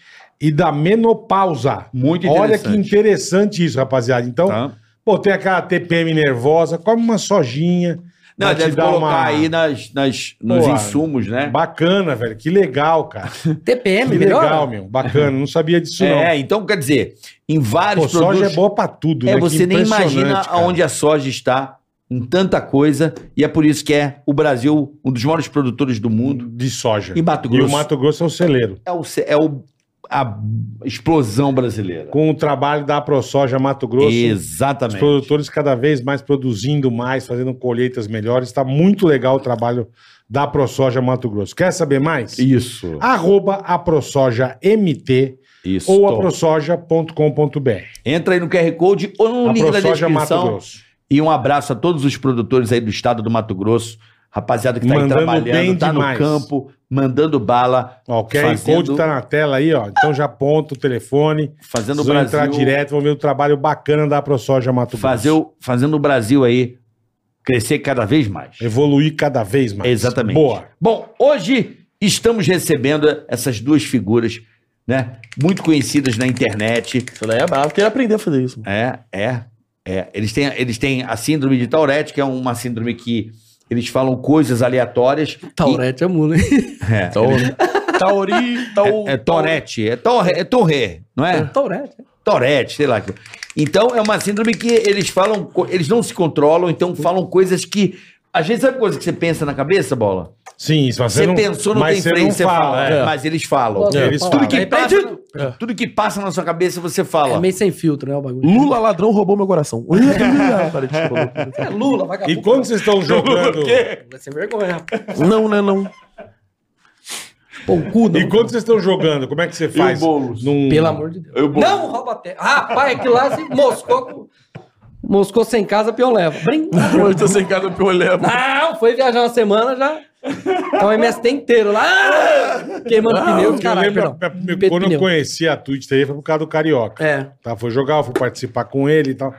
e da menopausa.
Muito
Olha que
interessante.
interessante isso, rapaziada. Então,
Tá?
pô, tem aquela TPM nervosa, come uma sojinha.
Não,
vai te
deve
dar
colocar aí nas, nas- nos
Pô,
insumos, né?
Bacana, velho. Que legal, cara.
TPM,
Que
É melhor?
legal, meu. Bacana. Não sabia disso,
É,
não.
então quer dizer, em vários
Pô, soja é
produtos.
boa pra tudo, né?
é,
Que
você nem
impressionante,
imagina
cara.
aonde a soja está em tanta coisa, e é por isso que é o Brasil um dos maiores produtores do mundo.
De soja.
E Mato
E
Grosso
o Mato Grosso é o celeiro.
é, o, ce- é o- a explosão brasileira.
Com o trabalho da ProSoja Mato Grosso, os
Exatamente.
produtores cada vez mais produzindo mais, fazendo colheitas melhores. Está muito Tá legal o trabalho da ProSoja Mato Grosso. Quer saber mais?
Isso.
Arroba a ProSoja MT
Isso.
ou aprosoja.com.br.
Entra aí no QR Code ou no
A
link da
ProSoja Mato
descrição.
Grosso.
E um abraço a todos os produtores aí do estado do Mato Grosso. Rapaziada que tá
Mandando
aí trabalhando,
bem
tá
demais.
no campo, mandando bala,
Ó, o QR
Fazendo-
Code tá na tela aí, ó. Então já aponta o telefone.
fazendo o
Vocês vão entrar
Brasil.
direto, vão ver o trabalho bacana da ProSoja Mato Grosso.
Fazer o- fazendo o Brasil aí crescer cada vez mais.
Evoluir cada vez mais.
Exatamente.
Boa.
Bom, hoje estamos recebendo essas duas figuras, né? Muito conhecidas na internet.
Isso daí é barato. Queria aprender a fazer isso. mano.
É, é, é. Eles têm, eles têm a síndrome de Tourette, que é uma síndrome que eles falam coisas aleatórias.
Taurete é mula, hein?
É,
Tauri, Tau...
é, é Tourette, é, torre, é Torre, não é?
Taurete.
Tourette, sei lá. Então, é uma síndrome que eles falam, co- eles não se controlam, então falam coisas que. Às vezes, sabe coisa que você pensa na cabeça, bola?
Sim, se você,
Você
não,
pensou, não
mas
tem freio, você fala.
é.
Mas eles falam.
É, eles falam.
Tudo que,
Aí
passa,
pede-
no- tudo que passa na sua cabeça, você
É
fala.
meio sem filtro, né? O bagulho.
Lula ladrão roubou meu coração. Parei, desculpa.
É Lula, vagabundo.
E quando vocês estão jogando...
Vai ser vergonha, rapaz.
não, né, não.
Pô, o cu, não.
E quando vocês estão jogando, como é que você faz? Num...
Pelo amor de Deus. não rouba terra. Rapaz, é que lá se moscou. com- Moscou sem casa, peão leva. Brinca.
Eu tô sem casa porque eu levo.
Não, foi viajar uma semana já. Tá o MST inteiro lá. ah, Queimando pneu,
eu
caralho.
lembro,
perdão.
a- a-
Pepino.
quando eu conheci a Twitch TV foi por causa do Carioca.
É.
Tá, foi jogar, eu fui participar com ele e tal.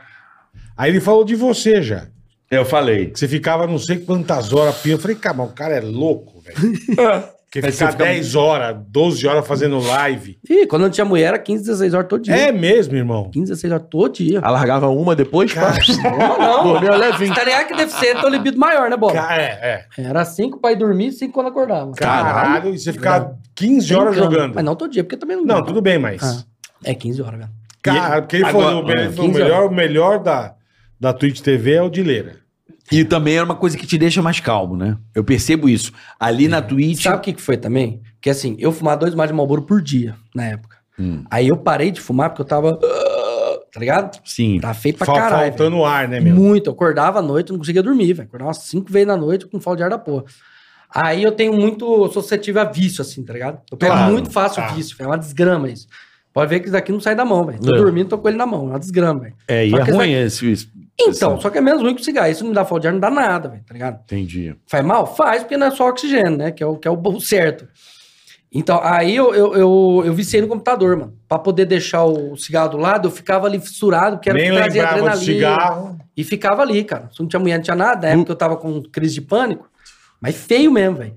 Aí ele falou de você já.
Eu falei.
Que você ficava não sei quantas horas pia. Eu falei, cara, mas o cara é louco, velho. Porque
Mas
ficar
você fica-
10 horas, 12 horas fazendo live.
Ih, quando eu não tinha mulher, era 15, 16 horas todo dia.
É mesmo, irmão.
15, 16 horas todo dia.
Alargava uma depois, pá.
não,
Dormia levinho.
Tá ligado que deficiente é o libido maior, né, Bola?
Ca- É, é.
Era 5 pra ir dormir, 5 quando acordava.
Caralho, e você ficava 15 horas
Brincando.
jogando.
Mas não todo dia, porque também não...
Não, tudo bem, mas.
Ah. É 15 horas, velho.
Cara, porque ele falou,
Agora-
ele falou, o
15
melhor, o melhor da, da Twitch TV é o de Leira.
E também é uma coisa que te deixa mais calmo, né? Eu percebo isso. Ali
É.
na
Tipo-
Twitch.
Sabe o que, que foi também? Que assim, eu fumava dois maços de Marlboro por dia, na época. Aí eu parei de fumar porque eu tava... ah, Tá ligado?
Sim.
Tava feio pra
Fal-
caralho. velho.
faltando ar, né, meu?
Muito. Eu acordava à noite, eu não conseguia dormir, velho. Acordava umas 5 vezes na noite com falta de ar da porra. Aí eu tenho muito eu sou suscetível a vício, assim, tá ligado? Eu pego
Claro,
muito fácil
tá.
vício, velho. É uma desgrama isso. Pode ver que isso daqui não sai da mão, velho. Tô
É.
dormindo, tô com ele na mão. É uma desgrama, velho.
É, e
Só
é
que
ruim esse. esse-
Então,
esse-
só que é menos ruim que o cigarro. Isso não dá falta de ar, não dá nada, velho, tá ligado?
Entendi.
Faz mal? Faz, porque não é só oxigênio, né? Que é o, que é o bom certo. Então, aí eu, eu, eu, eu viciei no computador, mano. Pra poder deixar o cigarro do lado, eu ficava ali fissurado, porque era o
Nem
que trazia
lembrava do cigarro.
E ficava ali, cara. Se não tinha mulher, não tinha nada.
Hum.
Na época eu tava com crise de pânico. Mas feio mesmo, velho.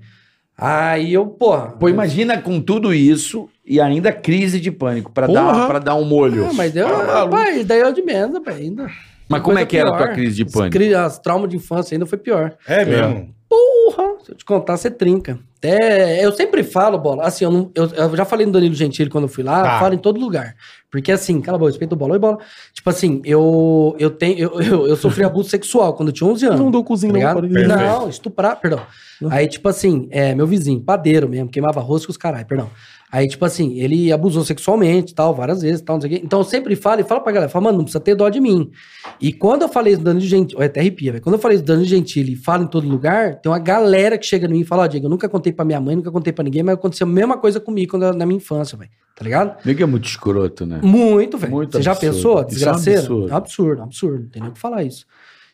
Aí eu, porra.
Pô, imagina com tudo isso e ainda crise de pânico pra, dar,
Porra.
pra dar um molho.
Ah, mas deu,
Tá maluco.
rapaz, daí eu de menos, rapaz, ainda.
Mas como é que era a tua crise de pânico?
Cri- As traumas de infância ainda foi pior.
É mesmo.
Porra, se eu te contar, você trinca. Até, eu sempre falo, Bola, assim, eu, não, eu, eu já falei no Danilo Gentili quando eu fui lá,
Tá.
falo em todo lugar. Porque assim, cala a boca, respeita o Bola, oi Bola. Tipo assim, eu, eu, tenho, eu, eu, eu sofri abuso sexual quando eu tinha 11 anos.
Não dou cozinho,
Tá
não.
ligado?
parei.
Perfeito.
Não, estuprar, perdão. Aí, tipo assim, é, meu vizinho, padeiro mesmo, queimava arroz com os caralho, perdão. Aí, tipo assim, ele abusou sexualmente e tal, várias vezes e tal, não sei o quê. Então, eu sempre falo e falo pra galera, falo, mano, não precisa ter dó de mim. E quando eu falei isso do Dano de Gentili, é, até arrepia, velho. Quando eu falei isso do Dano de Gentili e falo em todo lugar, tem uma galera que chega em mim e fala, ó, Diego, eu nunca contei pra minha mãe, nunca contei pra ninguém, mas aconteceu a mesma coisa comigo quando eu- na minha infância, velho. Tá ligado?
Meio que é muito escroto, né?
Muito, velho.
Muito
Você já
absurdo.
pensou?
Isso é um
Desgraceiro?
absurdo.
É um absurdo, é um absurdo. Não tem nem o que falar isso.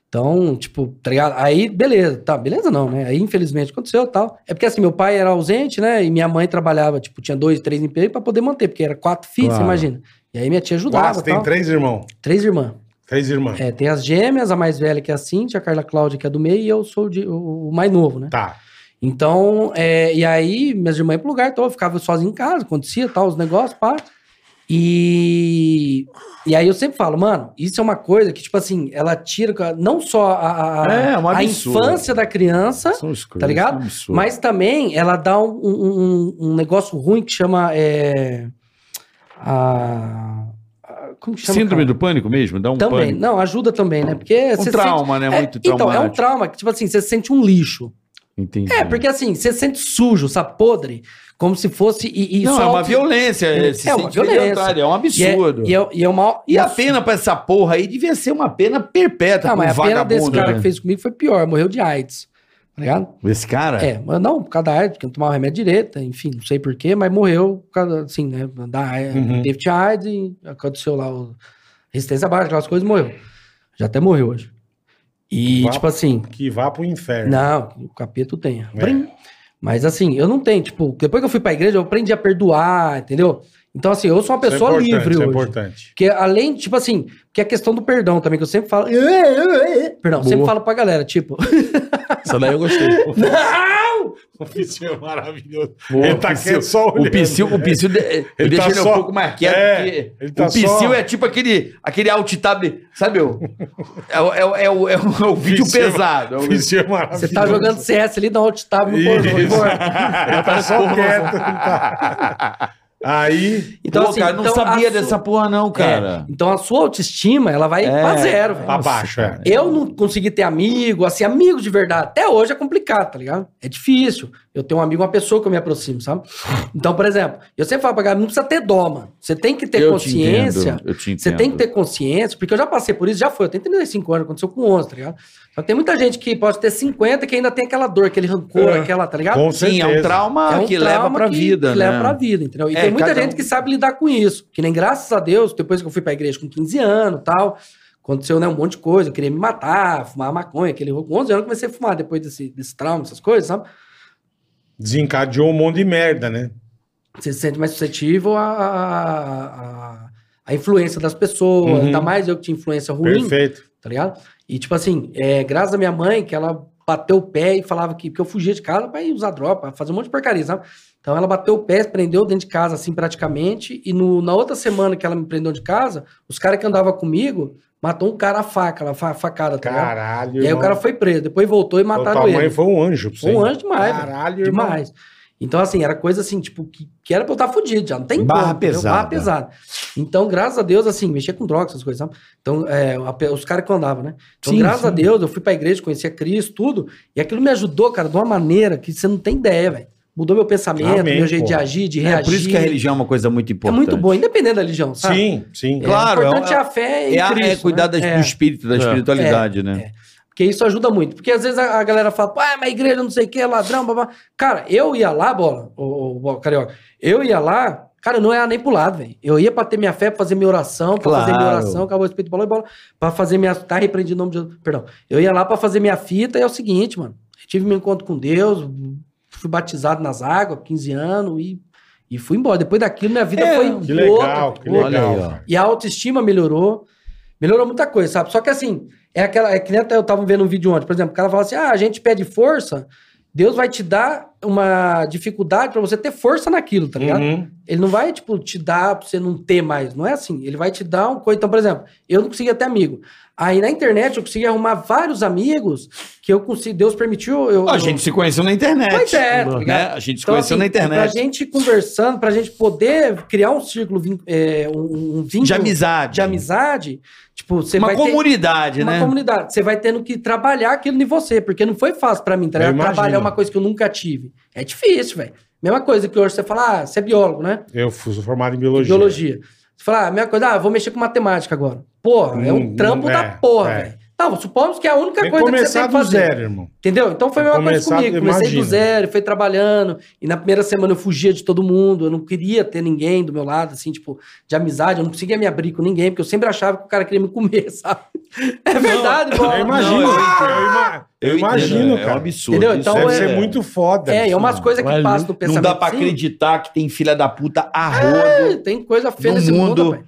Então, tipo, tá ligado? Aí, beleza. Tá, beleza não, né? Aí, infelizmente, aconteceu e tal. É porque, assim, meu pai era ausente, né? E minha mãe trabalhava, tipo, tinha dois, três empregos pra poder manter, porque era quatro filhos,
Claro.
você imagina. E aí minha tia ajudava
Quase,
tal.
tem três irmãos.
Três irmãs.
Três irmãs.
É, tem as gêmeas, a mais velha que é a Cintia, a Carla Cláudia que é do meio, e eu sou de- o o mais novo, né?
Tá.
Então, é, e aí, minhas irmãs iam pro lugar, então eu ficava sozinho em casa, acontecia tal, os negócios, pá. E, e aí eu sempre falo, mano, isso é uma coisa que, tipo assim, ela tira com a- não só a, a,
É, um
a
absurdo. é
infância da criança,
São escrotos.
tá ligado?
são absurdos.
mas também ela dá um, um- um- um negócio ruim que chama. É, a, a- como que chama?
Síndrome
cara?
do pânico mesmo? Dá um
Também,
pânico.
não, ajuda também, né? Porque
Um
você
trauma, né?
sente.
Muito
é, então, é um
traumático.
trauma que, tipo assim, você sente um lixo.
Entendi.
É, porque assim, você sente sujo, sabe, podre, como se fosse. E, e
Não,
só
é uma
auto-
violência.
É,
se
é uma
sente
violência.
viliantado, É um
E é,
absurdo.
e é, e é uma.
E assim- a pena pra essa porra aí devia ser uma pena perpétua.
Não,
pra um
mas a pena desse
vagabundo,
cara
né?
que fez comigo foi pior, morreu de AIDS. tá ligado?
Esse cara?
É, mas não, por causa da AIDS, porque não tomava remédio direito, enfim, não sei porquê, mas morreu, por causa, assim, né, da AIDS,
Uhum.
teve tinha AIDS, e aconteceu lá o resistência baixa, aquelas coisas, morreu. Já até morreu hoje. E,
Uau.
tipo assim,
Que vá pro inferno.
não, o capeta tem.
É.
Prim. Mas assim, eu não tenho, tipo, depois que eu fui pra igreja, eu aprendi a perdoar, entendeu? Então, assim, eu sou uma
Isso é
pessoa
importante,
livre
Isso é
hoje.
importante.
Porque além, tipo assim, que a questão do perdão também, que eu sempre falo. "É, é, é", Perdão, sempre
Boa.
falo pra galera, tipo.
Essa daí eu gostei.
O Piscinho é maravilhoso.
Boa,
ele tá
Piscinho.
quieto só
O
olhando.
Psyu, o Psyu de- eu
Ele
deixo
tá
ele
só-
um pouco mais quieto,
É,
porque
ele tá
o Psyu
só-
é tipo aquele, aquele alt tab, sabe? O, é, o- é, o- é, o- é, o- é o vídeo
Piscinho é-
pesado. É
O
o-
Piscinho é maravilhoso.
Você tá jogando CS ali, dá um alt tab no pornô. e
Isso.
morre.
Ele tá só quieto. ele tá- Aí,
Então,
Pô,
assim,
cara, eu não
então,
sabia
a su-
dessa porra não, cara.
É, então a sua autoestima, ela vai
É,
pra zero, velho.
pra baixo, é.
Eu não consegui ter amigo, assim, amigo de verdade. Até hoje é complicado, tá ligado? É difícil. Eu tenho um amigo, uma pessoa que eu me aproximo, sabe? Então, por exemplo, eu sempre falo pra galera, não precisa ter dó, mano. Você tem que ter
Eu te
consciência.
entendo, eu te
Você tem que ter consciência, porque eu já passei por isso, já foi. Eu tenho 35 anos, aconteceu com 11, tá ligado? Só que tem muita gente que pode ter 50 que ainda tem aquela dor, aquele rancor,
É.
aquela, tá ligado?
com
Sim,
certeza.
é um trauma que leva
trauma
pra
que-
vida,
que
né?
leva pra vida, entendeu? E
É,
tem muita
cada
gente
um-
que sabe lidar com isso. Que nem graças a Deus, depois que eu fui pra igreja com 15 anos e tal, aconteceu né, um monte de coisa. Eu queria me matar, fumar maconha, aquele rolo. Com 11 anos eu comecei a fumar depois desse, desse trauma, essas coisas, sabe?
Desencadeou um monte de merda, né?
Você se sente mais suscetível à, à, à- à influência das pessoas,
Uhum.
ainda mais eu que tinha influência ruim.
Perfeito.
tá ligado? E, tipo assim, é, graças à minha mãe, que ela bateu o pé e falava que. Porque eu fugia de casa pra ir usar droga, pra fazer um monte de porcaria, sabe? Então ela bateu o pé, se prendeu dentro de casa, assim, praticamente. E no- na outra semana que ela me prendeu de casa, os caras que andavam comigo matou um cara a faca, ela fa- facada, tá ligado?
Caralho.
E aí o
irmão.
cara foi preso, depois voltou e mataram
tua mãe
ele.
foi um anjo. pra você,
Foi um
hein?
anjo demais, velho.
Caralho, irmão.
Demais. Então, assim, era coisa assim, tipo, que, que era pra eu estar fudido já, não tem
Barra
entendeu?
pesada.
Barra pesada. Então, graças a Deus, assim, mexer com drogas, essas coisas, sabe? Então, é, a pe- os caras que eu andava, né? Então,
Sim,
graças
sim.
a Deus, eu fui pra igreja, conhecia Cristo, tudo, e aquilo me ajudou, cara, de uma maneira que você não tem ideia, velho. Mudou meu pensamento,
Amém,
meu jeito de
pô.
agir, de
É,
reagir.
por isso que a religião é uma coisa muito
É
importante.
muito boa, independente da religião, sabe?
Sim, sim.
É,
Claro,
o
é um-
importante é, a fé em
É, a- é
Cristo,
cuidar
né?
das-
É.
do espírito, da
É.
espiritualidade, né?
Porque isso ajuda muito. Porque às vezes a, a galera fala, ah, mas a igreja não sei o que, é ladrão, babá. Cara, eu ia lá, bola, ô, ô, ô, carioca, eu ia lá, cara, eu não era nem pro lado, velho. Eu ia pra ter minha fé, pra fazer minha oração, pra fazer minha
Claro.
oração, acabou o espírito, bola e bola, pra fazer minha. Tá repreendido em nome de Jesus. Perdão. Eu ia lá pra fazer minha fita e é o seguinte, mano. Eu tive meu encontro com Deus, fui batizado nas águas, 15 anos e, e fui embora. Depois daquilo, minha vida
É,
foi.
Que legal,
outra,
que
outra.
Olha
legal.
aí, ó.
cara.
E a autoestima melhorou. Melhorou muita coisa, sabe? Só que assim, é aquela. É que nem até eu tava vendo um vídeo ontem, por exemplo, o cara fala assim: ah, a gente pede força, Deus vai te dar uma dificuldade pra você ter força naquilo, tá ligado?
Uhum.
Ele não vai, tipo, te dar pra você não ter mais. Não é assim. Ele vai te dar um coisa. Então, por exemplo, eu não conseguia ter amigo. Aí na internet eu consegui arrumar vários amigos que eu consegui. Deus permitiu. Eu,
A
eu-
gente se conheceu na internet.
É. Pois é, tá
né?
ligado?
A gente se
Então,
conheceu
assim,
na
Pra
internet.
gente conversando, pra gente poder criar um círculo, vin- é, um, um vínculo
De amizade.
de amizade, tipo, você
Uma
vai
comunidade,
ter uma
né?
comunidade. Você vai tendo que trabalhar aquilo em você, porque não foi fácil pra mim, tá
Eu
ligado?
imagino.
trabalhar uma coisa que eu nunca tive. É difícil, velho. Mesma coisa que hoje você fala, ah, você é biólogo, né?
Eu fui formado em biologia.
Biologia. Você fala, ah, a mesma coisa, ah, vou mexer com matemática agora. Porra, é um
Hum,
trampo
é,
da porra,
é.
velho. Tá, supomos que é a única
Tem que
coisa que
começar
você tem que
do
fazer.
zero, irmão.
Entendeu? Então foi a mesma coisa
É Começar,
comigo.
eu
Comecei
imagino.
do zero, fui trabalhando. E na primeira semana eu fugia de todo mundo. Eu não queria ter ninguém do meu lado, assim, tipo, de amizade. Eu não conseguia me abrir com ninguém, porque eu sempre achava que o cara queria me comer, sabe? É verdade, bola.
Eu imagino.
Não, eu
eu ima- eu imagino,
É um
cara.
absurdo.
Entendeu?
Isso
Então,
Deve
é-
ser muito foda.
É, é
isso,
umas
mano.
coisas que
Mas
passam do pensamento.
Não dá pra
sim.
acreditar que tem filha da puta a
É,
rodo,
tem coisa feia
no
nesse mundo,
mundo,
velho.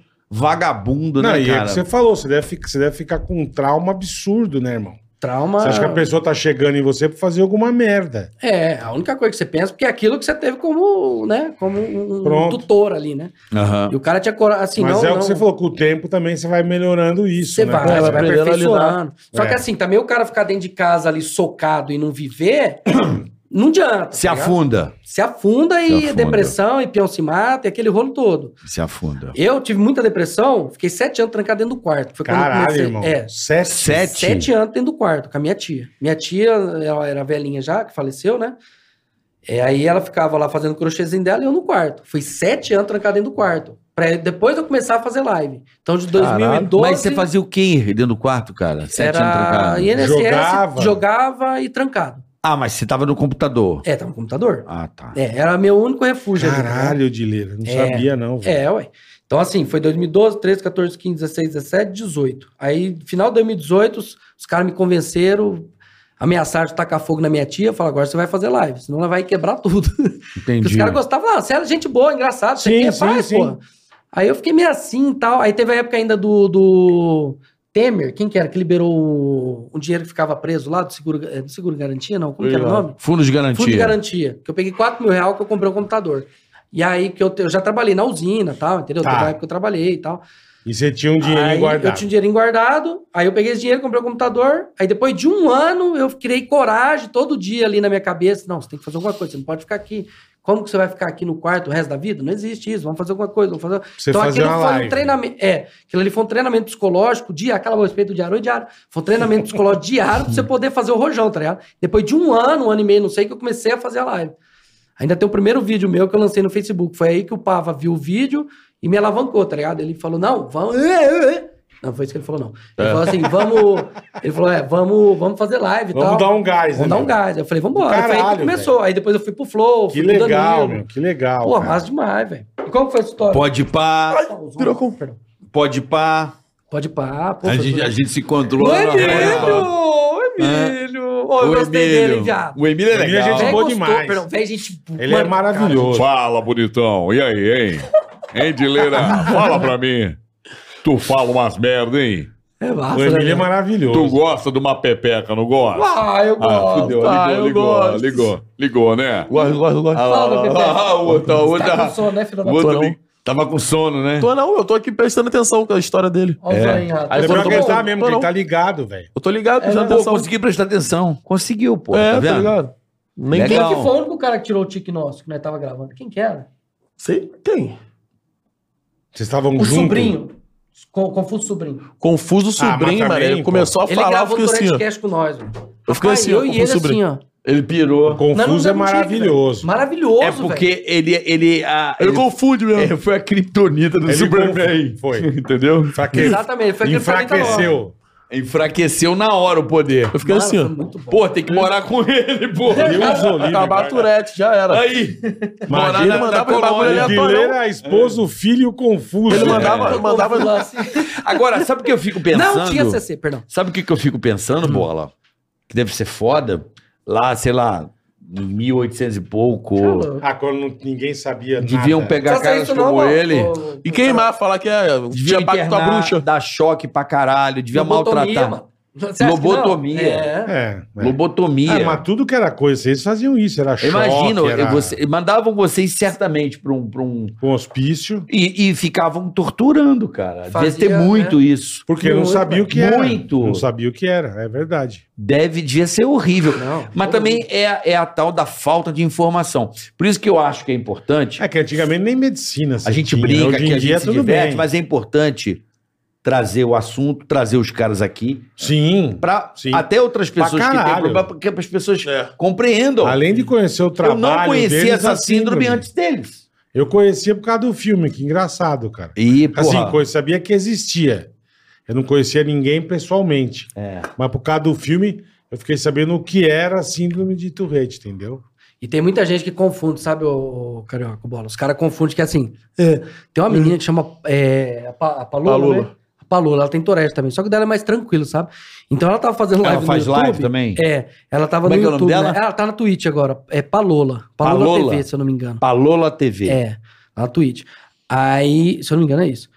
vagabundo,
Não,
né,
e é o
cara?
que você falou, você deve, ficar, você deve ficar com um trauma absurdo, né, irmão?
Trauma.
Você acha que a pessoa tá chegando em você pra fazer alguma merda.
É, a única coisa que você pensa, porque é aquilo que você teve como, né, como um
Pronto.
tutor ali, né?
Aham.
E o cara tinha coragem, assim,
Mas
não,
é o
não.
que você falou, com o tempo também você vai melhorando isso,
Você
né?
vai,
cara?
você vai
aprendendo a
aperfeiçoando. Só
É.
que assim, também o cara ficar dentro de casa ali socado e não viver, não adianta.
Se
tá ligado?
afunda.
Se afunda e
Se afunda.
depressão, e peão se mata, e aquele rolo todo.
Se afunda.
Eu tive muita depressão, fiquei sete anos trancado dentro do quarto. Foi quando eu
Caralho,
comecei-
irmão.
É,
Sete.
Sete.
sete anos dentro do quarto com a minha tia. Minha tia, ela era velhinha já, que faleceu, né? É, aí ela ficava lá fazendo crochêzinho dela e eu no quarto. Fui sete anos trancado dentro do quarto. Pra, depois eu começar a fazer live. Então, de 2012...
Mas você fazia o quê dentro do quarto, cara? Sete anos
era
trancado.
INSS,
Jogava?
jogava e trancado.
Ah, mas você tava no computador.
É, tava no computador.
Ah, tá.
É, era meu único refúgio. ali, né?
Caralho, Dileira, não
É.
sabia não. velho.
É, ué. Então, assim, foi 2012, 13, 14, 15, 16, 17, 18. Aí, final de 2018, os, os caras me convenceram, ameaçaram de tacar fogo na minha tia. Falaram, agora você vai fazer live, senão ela vai quebrar tudo. Porque os
Entendi.
caras gostavam, ah, você era gente boa, engraçado, você
Sim,
quer
sim,
faz,
sim.
porra. Aí eu fiquei meio assim e tal. Aí teve a época ainda do, do Temer, quem que era? Que liberou o, o dinheiro que ficava preso lá do seguro, é, do seguro garantia, não? Como que era o nome?
Fundo de garantia.
Fundo de garantia. Que eu peguei 4 mil reais que eu comprei um computador. E aí, que eu, te- eu já trabalhei na usina e tal, entendeu?
Tá.
Teve uma época que eu trabalhei e tal.
E você tinha um dinheirinho
aí, Eu
guardado.
tinha um dinheirinho guardado, aí eu peguei esse dinheiro, comprei um computador. Aí depois de um ano, eu criei coragem todo dia ali na minha cabeça. Não, você tem que fazer alguma coisa, você não pode ficar aqui. Como que você vai ficar aqui no quarto o resto da vida? Não existe isso, vamos fazer alguma coisa, vamos fazer
Você fazia
aquilo
uma
foi
live.
um treinamento. É, aquilo ali foi um treinamento psicológico, dia, aquela a respeito diário e diário. Foi um treinamento psicológico diário pra você poder fazer o rojão, tá ligado? Depois de um ano, um ano e meio, não sei, que eu comecei a fazer a live. Ainda tem o primeiro vídeo meu que eu lancei no Facebook. Foi aí que o Pava viu o vídeo e me alavancou, tá ligado? Ele falou, não, vamos. é, é, é. Não, foi isso que ele falou, não.
É.
Ele falou assim, vamos. Ele falou, é, vamos, vamos fazer live e
Vamos
tal.
dar um gás, né?
Vamos dar um
meu?
gás. Eu falei, vambora. foi aí
Caralho,
que começou. Aí depois eu fui pro Flow,
Que
fui pro
legal,
Danilo.
meu. Que legal.
Pô,
cara.
massa demais, velho. E como foi a história?
Pode pá,
Virou com...
Perdão.
pode pá.
Pode pá, pô.
A
foi
gente,
tudo.
a gente se encontrou
O
lá
né?
na
Emílio!
rua.
O
É.
Emílio! Ô, eu
O
gostei dele,
Emílio.
viado.
O Emílio é
Emílio é
legal.
gente
Véi,
boa
gostou,
demais.
Perdão, véi, gente,
Ele é
mano,
maravilhoso.
Fala, bonitão. E aí, hein? Hein, Dileira? Fala pra mim. Tu fala umas merda, hein?
cara, É massa,
O Emílio é
né?
Tu
maravilhoso.
gosta de uma pepeca, não gosta?
Ah, eu gosto.
Ah, fudeu.
Ah,
ligou,
eu
ligou,
gosto.
ligou. Ligou, né?
Gosto, gosto, gosto.
Ah, lá, lá, lá, lá, lá, o outro, o outro,
Tá com sono, né, filho da
o outro
puta?
li- tava com sono, né?
Tô não, eu tô aqui prestando atenção com a história dele.
Olha o zoinho, rapaz.
Aí
Você pior
quando
É. que ele
eu tô-
tá mesmo,
tô
que ele
não.
tá ligado, tá velho.
Eu tô ligado,
Pô,
prestando atenção.
consegui prestar atenção. Conseguiu, pô.
é,
tá
tá
vendo?
ligado? Nem
Legal.
Quem que foi o único cara que tirou o tique nosso que nós tava gravando? Quem que era?
sei quem.
Vocês estavam
O
juntos.
sobrinho. Co- Confuso sobrinho.
Confuso
Ah, mas
sobrinho,
também,
mano. Ele
pô.
começou a
Ele
falar, eu
gravou
fiquei
o
assim, ó.
Cash com nós, mano.
Eu fiquei
Rapaz,
assim, ó,
eu e ele
Confuso
assim,
sobrinho.
ó.
Ele pirou.
O Confuso é maravilhoso.
Maravilhoso,
É porque ele. ele, ah,
Ele
ele-
confunde mesmo.
é, foi a criptonita do
Ele
Superman.
conf- foi.
Entendeu?
Fraque...
velho. Exatamente. Foi aquele planeta novo.
Enfraqueceu.
Enfraqueceu na hora o poder.
Eu fiquei
Mano,
assim,
foi
ó.
muito bom.
Pô, tem que morar com ele, pô.
Deus o livre.
Acabar a
cara.
Tourette, já era.
Aí. Morar
Imagina tá
na, na
mandar pra bagulho
colônia.
ali
O Guilherme, a esposa, o filho e o Confuso.
Ele
velho.
mandava, mandava
Mandava lá assim.
Agora, sabe o que eu fico pensando?
Não tinha CC, perdão.
Sabe o que, que eu fico pensando, Bola? Que deve ser foda. Lá, sei lá, em 1800 e
Tá
pouco.
Ah, quando não- ninguém sabia
Deviam
nada.
pegar
Faça
caras
isso
como
não, mano.
ele.
Ô,
e queimar, falar que é.
Devia
Tinha pacto com a
internar,
bruxa.
dar choque pra caralho. Devia
Lobotomia,
maltratar.
mano. Você acha que não?
Lobotomia.
É.
É, é.
Lobotomia.
Ah, mas tudo que era coisa, eles faziam isso, era choque,
Imagina, eu-
era
você- mandavam vocês certamente pra um. Pra um
um hospício,
e, e ficavam torturando, cara.
Fazia,
devia ter muito isso.
porque não
Muito,
sabia o que era.
muito.
Não sabia o que era, é verdade.
Deve, devia ser horrível.
Não,
Mas
todo
também é, é a tal da falta de informação. Por isso que eu acho que é importante.
É que antigamente nem medicina
A
você
gente
tinha,
brinca,
hoje em
que a
dia
gente se
tudo
diverte,
bem.
mas é importante trazer o assunto, trazer os caras aqui,
Sim,
para
Sim.
até outras
Pra
pessoas que têm
caralho.
problema, porque as pessoas compreendam.
além de conhecer o
eu
trabalho
não
deles, é
conhecia essa
a
síndrome antes deles.
Eu conhecia por causa do filme, que engraçado, cara.
E, porra,
Assim, coisa, sabia que existia. Eu não conhecia ninguém pessoalmente,
é.
mas por causa do filme, eu fiquei sabendo o que era a síndrome de Tourette, entendeu?
E tem muita gente que confunde, sabe, o, Carioca, o Bola? Os caras confundem que é assim. é, tem uma menina que chama é, a, Pa- a Palula,
Palula.
né? A Palula, ela tem Tourette também, só que dela é mais tranquilo, sabe? Então ela tava fazendo live
Ela faz
no YouTube.
live também?
É, ela tava
Como é
no
que é o nome
YouTube.
dela?
né? Ela tá na Twitch agora, é Palola. Palola,
Palola.
TV, se eu não me engano.
Palola TV.
É, lá na Twitch. Aí, se eu não me engano, é isso.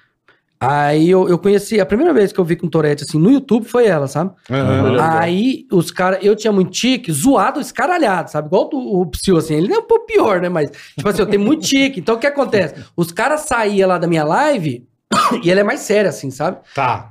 Aí eu, eu conheci, a primeira vez que eu vi com Tourette, assim, no YouTube foi ela, sabe?
Aham.
Aí os caras, eu tinha muito tique, zoado, escaralhado, sabe? Igual o, o Psyu, assim, ele é um pouco pior, né? Mas, tipo assim, eu tenho muito tique. Então o que acontece? Os caras saíam lá da minha live e ela é mais séria, assim, sabe?
Tá.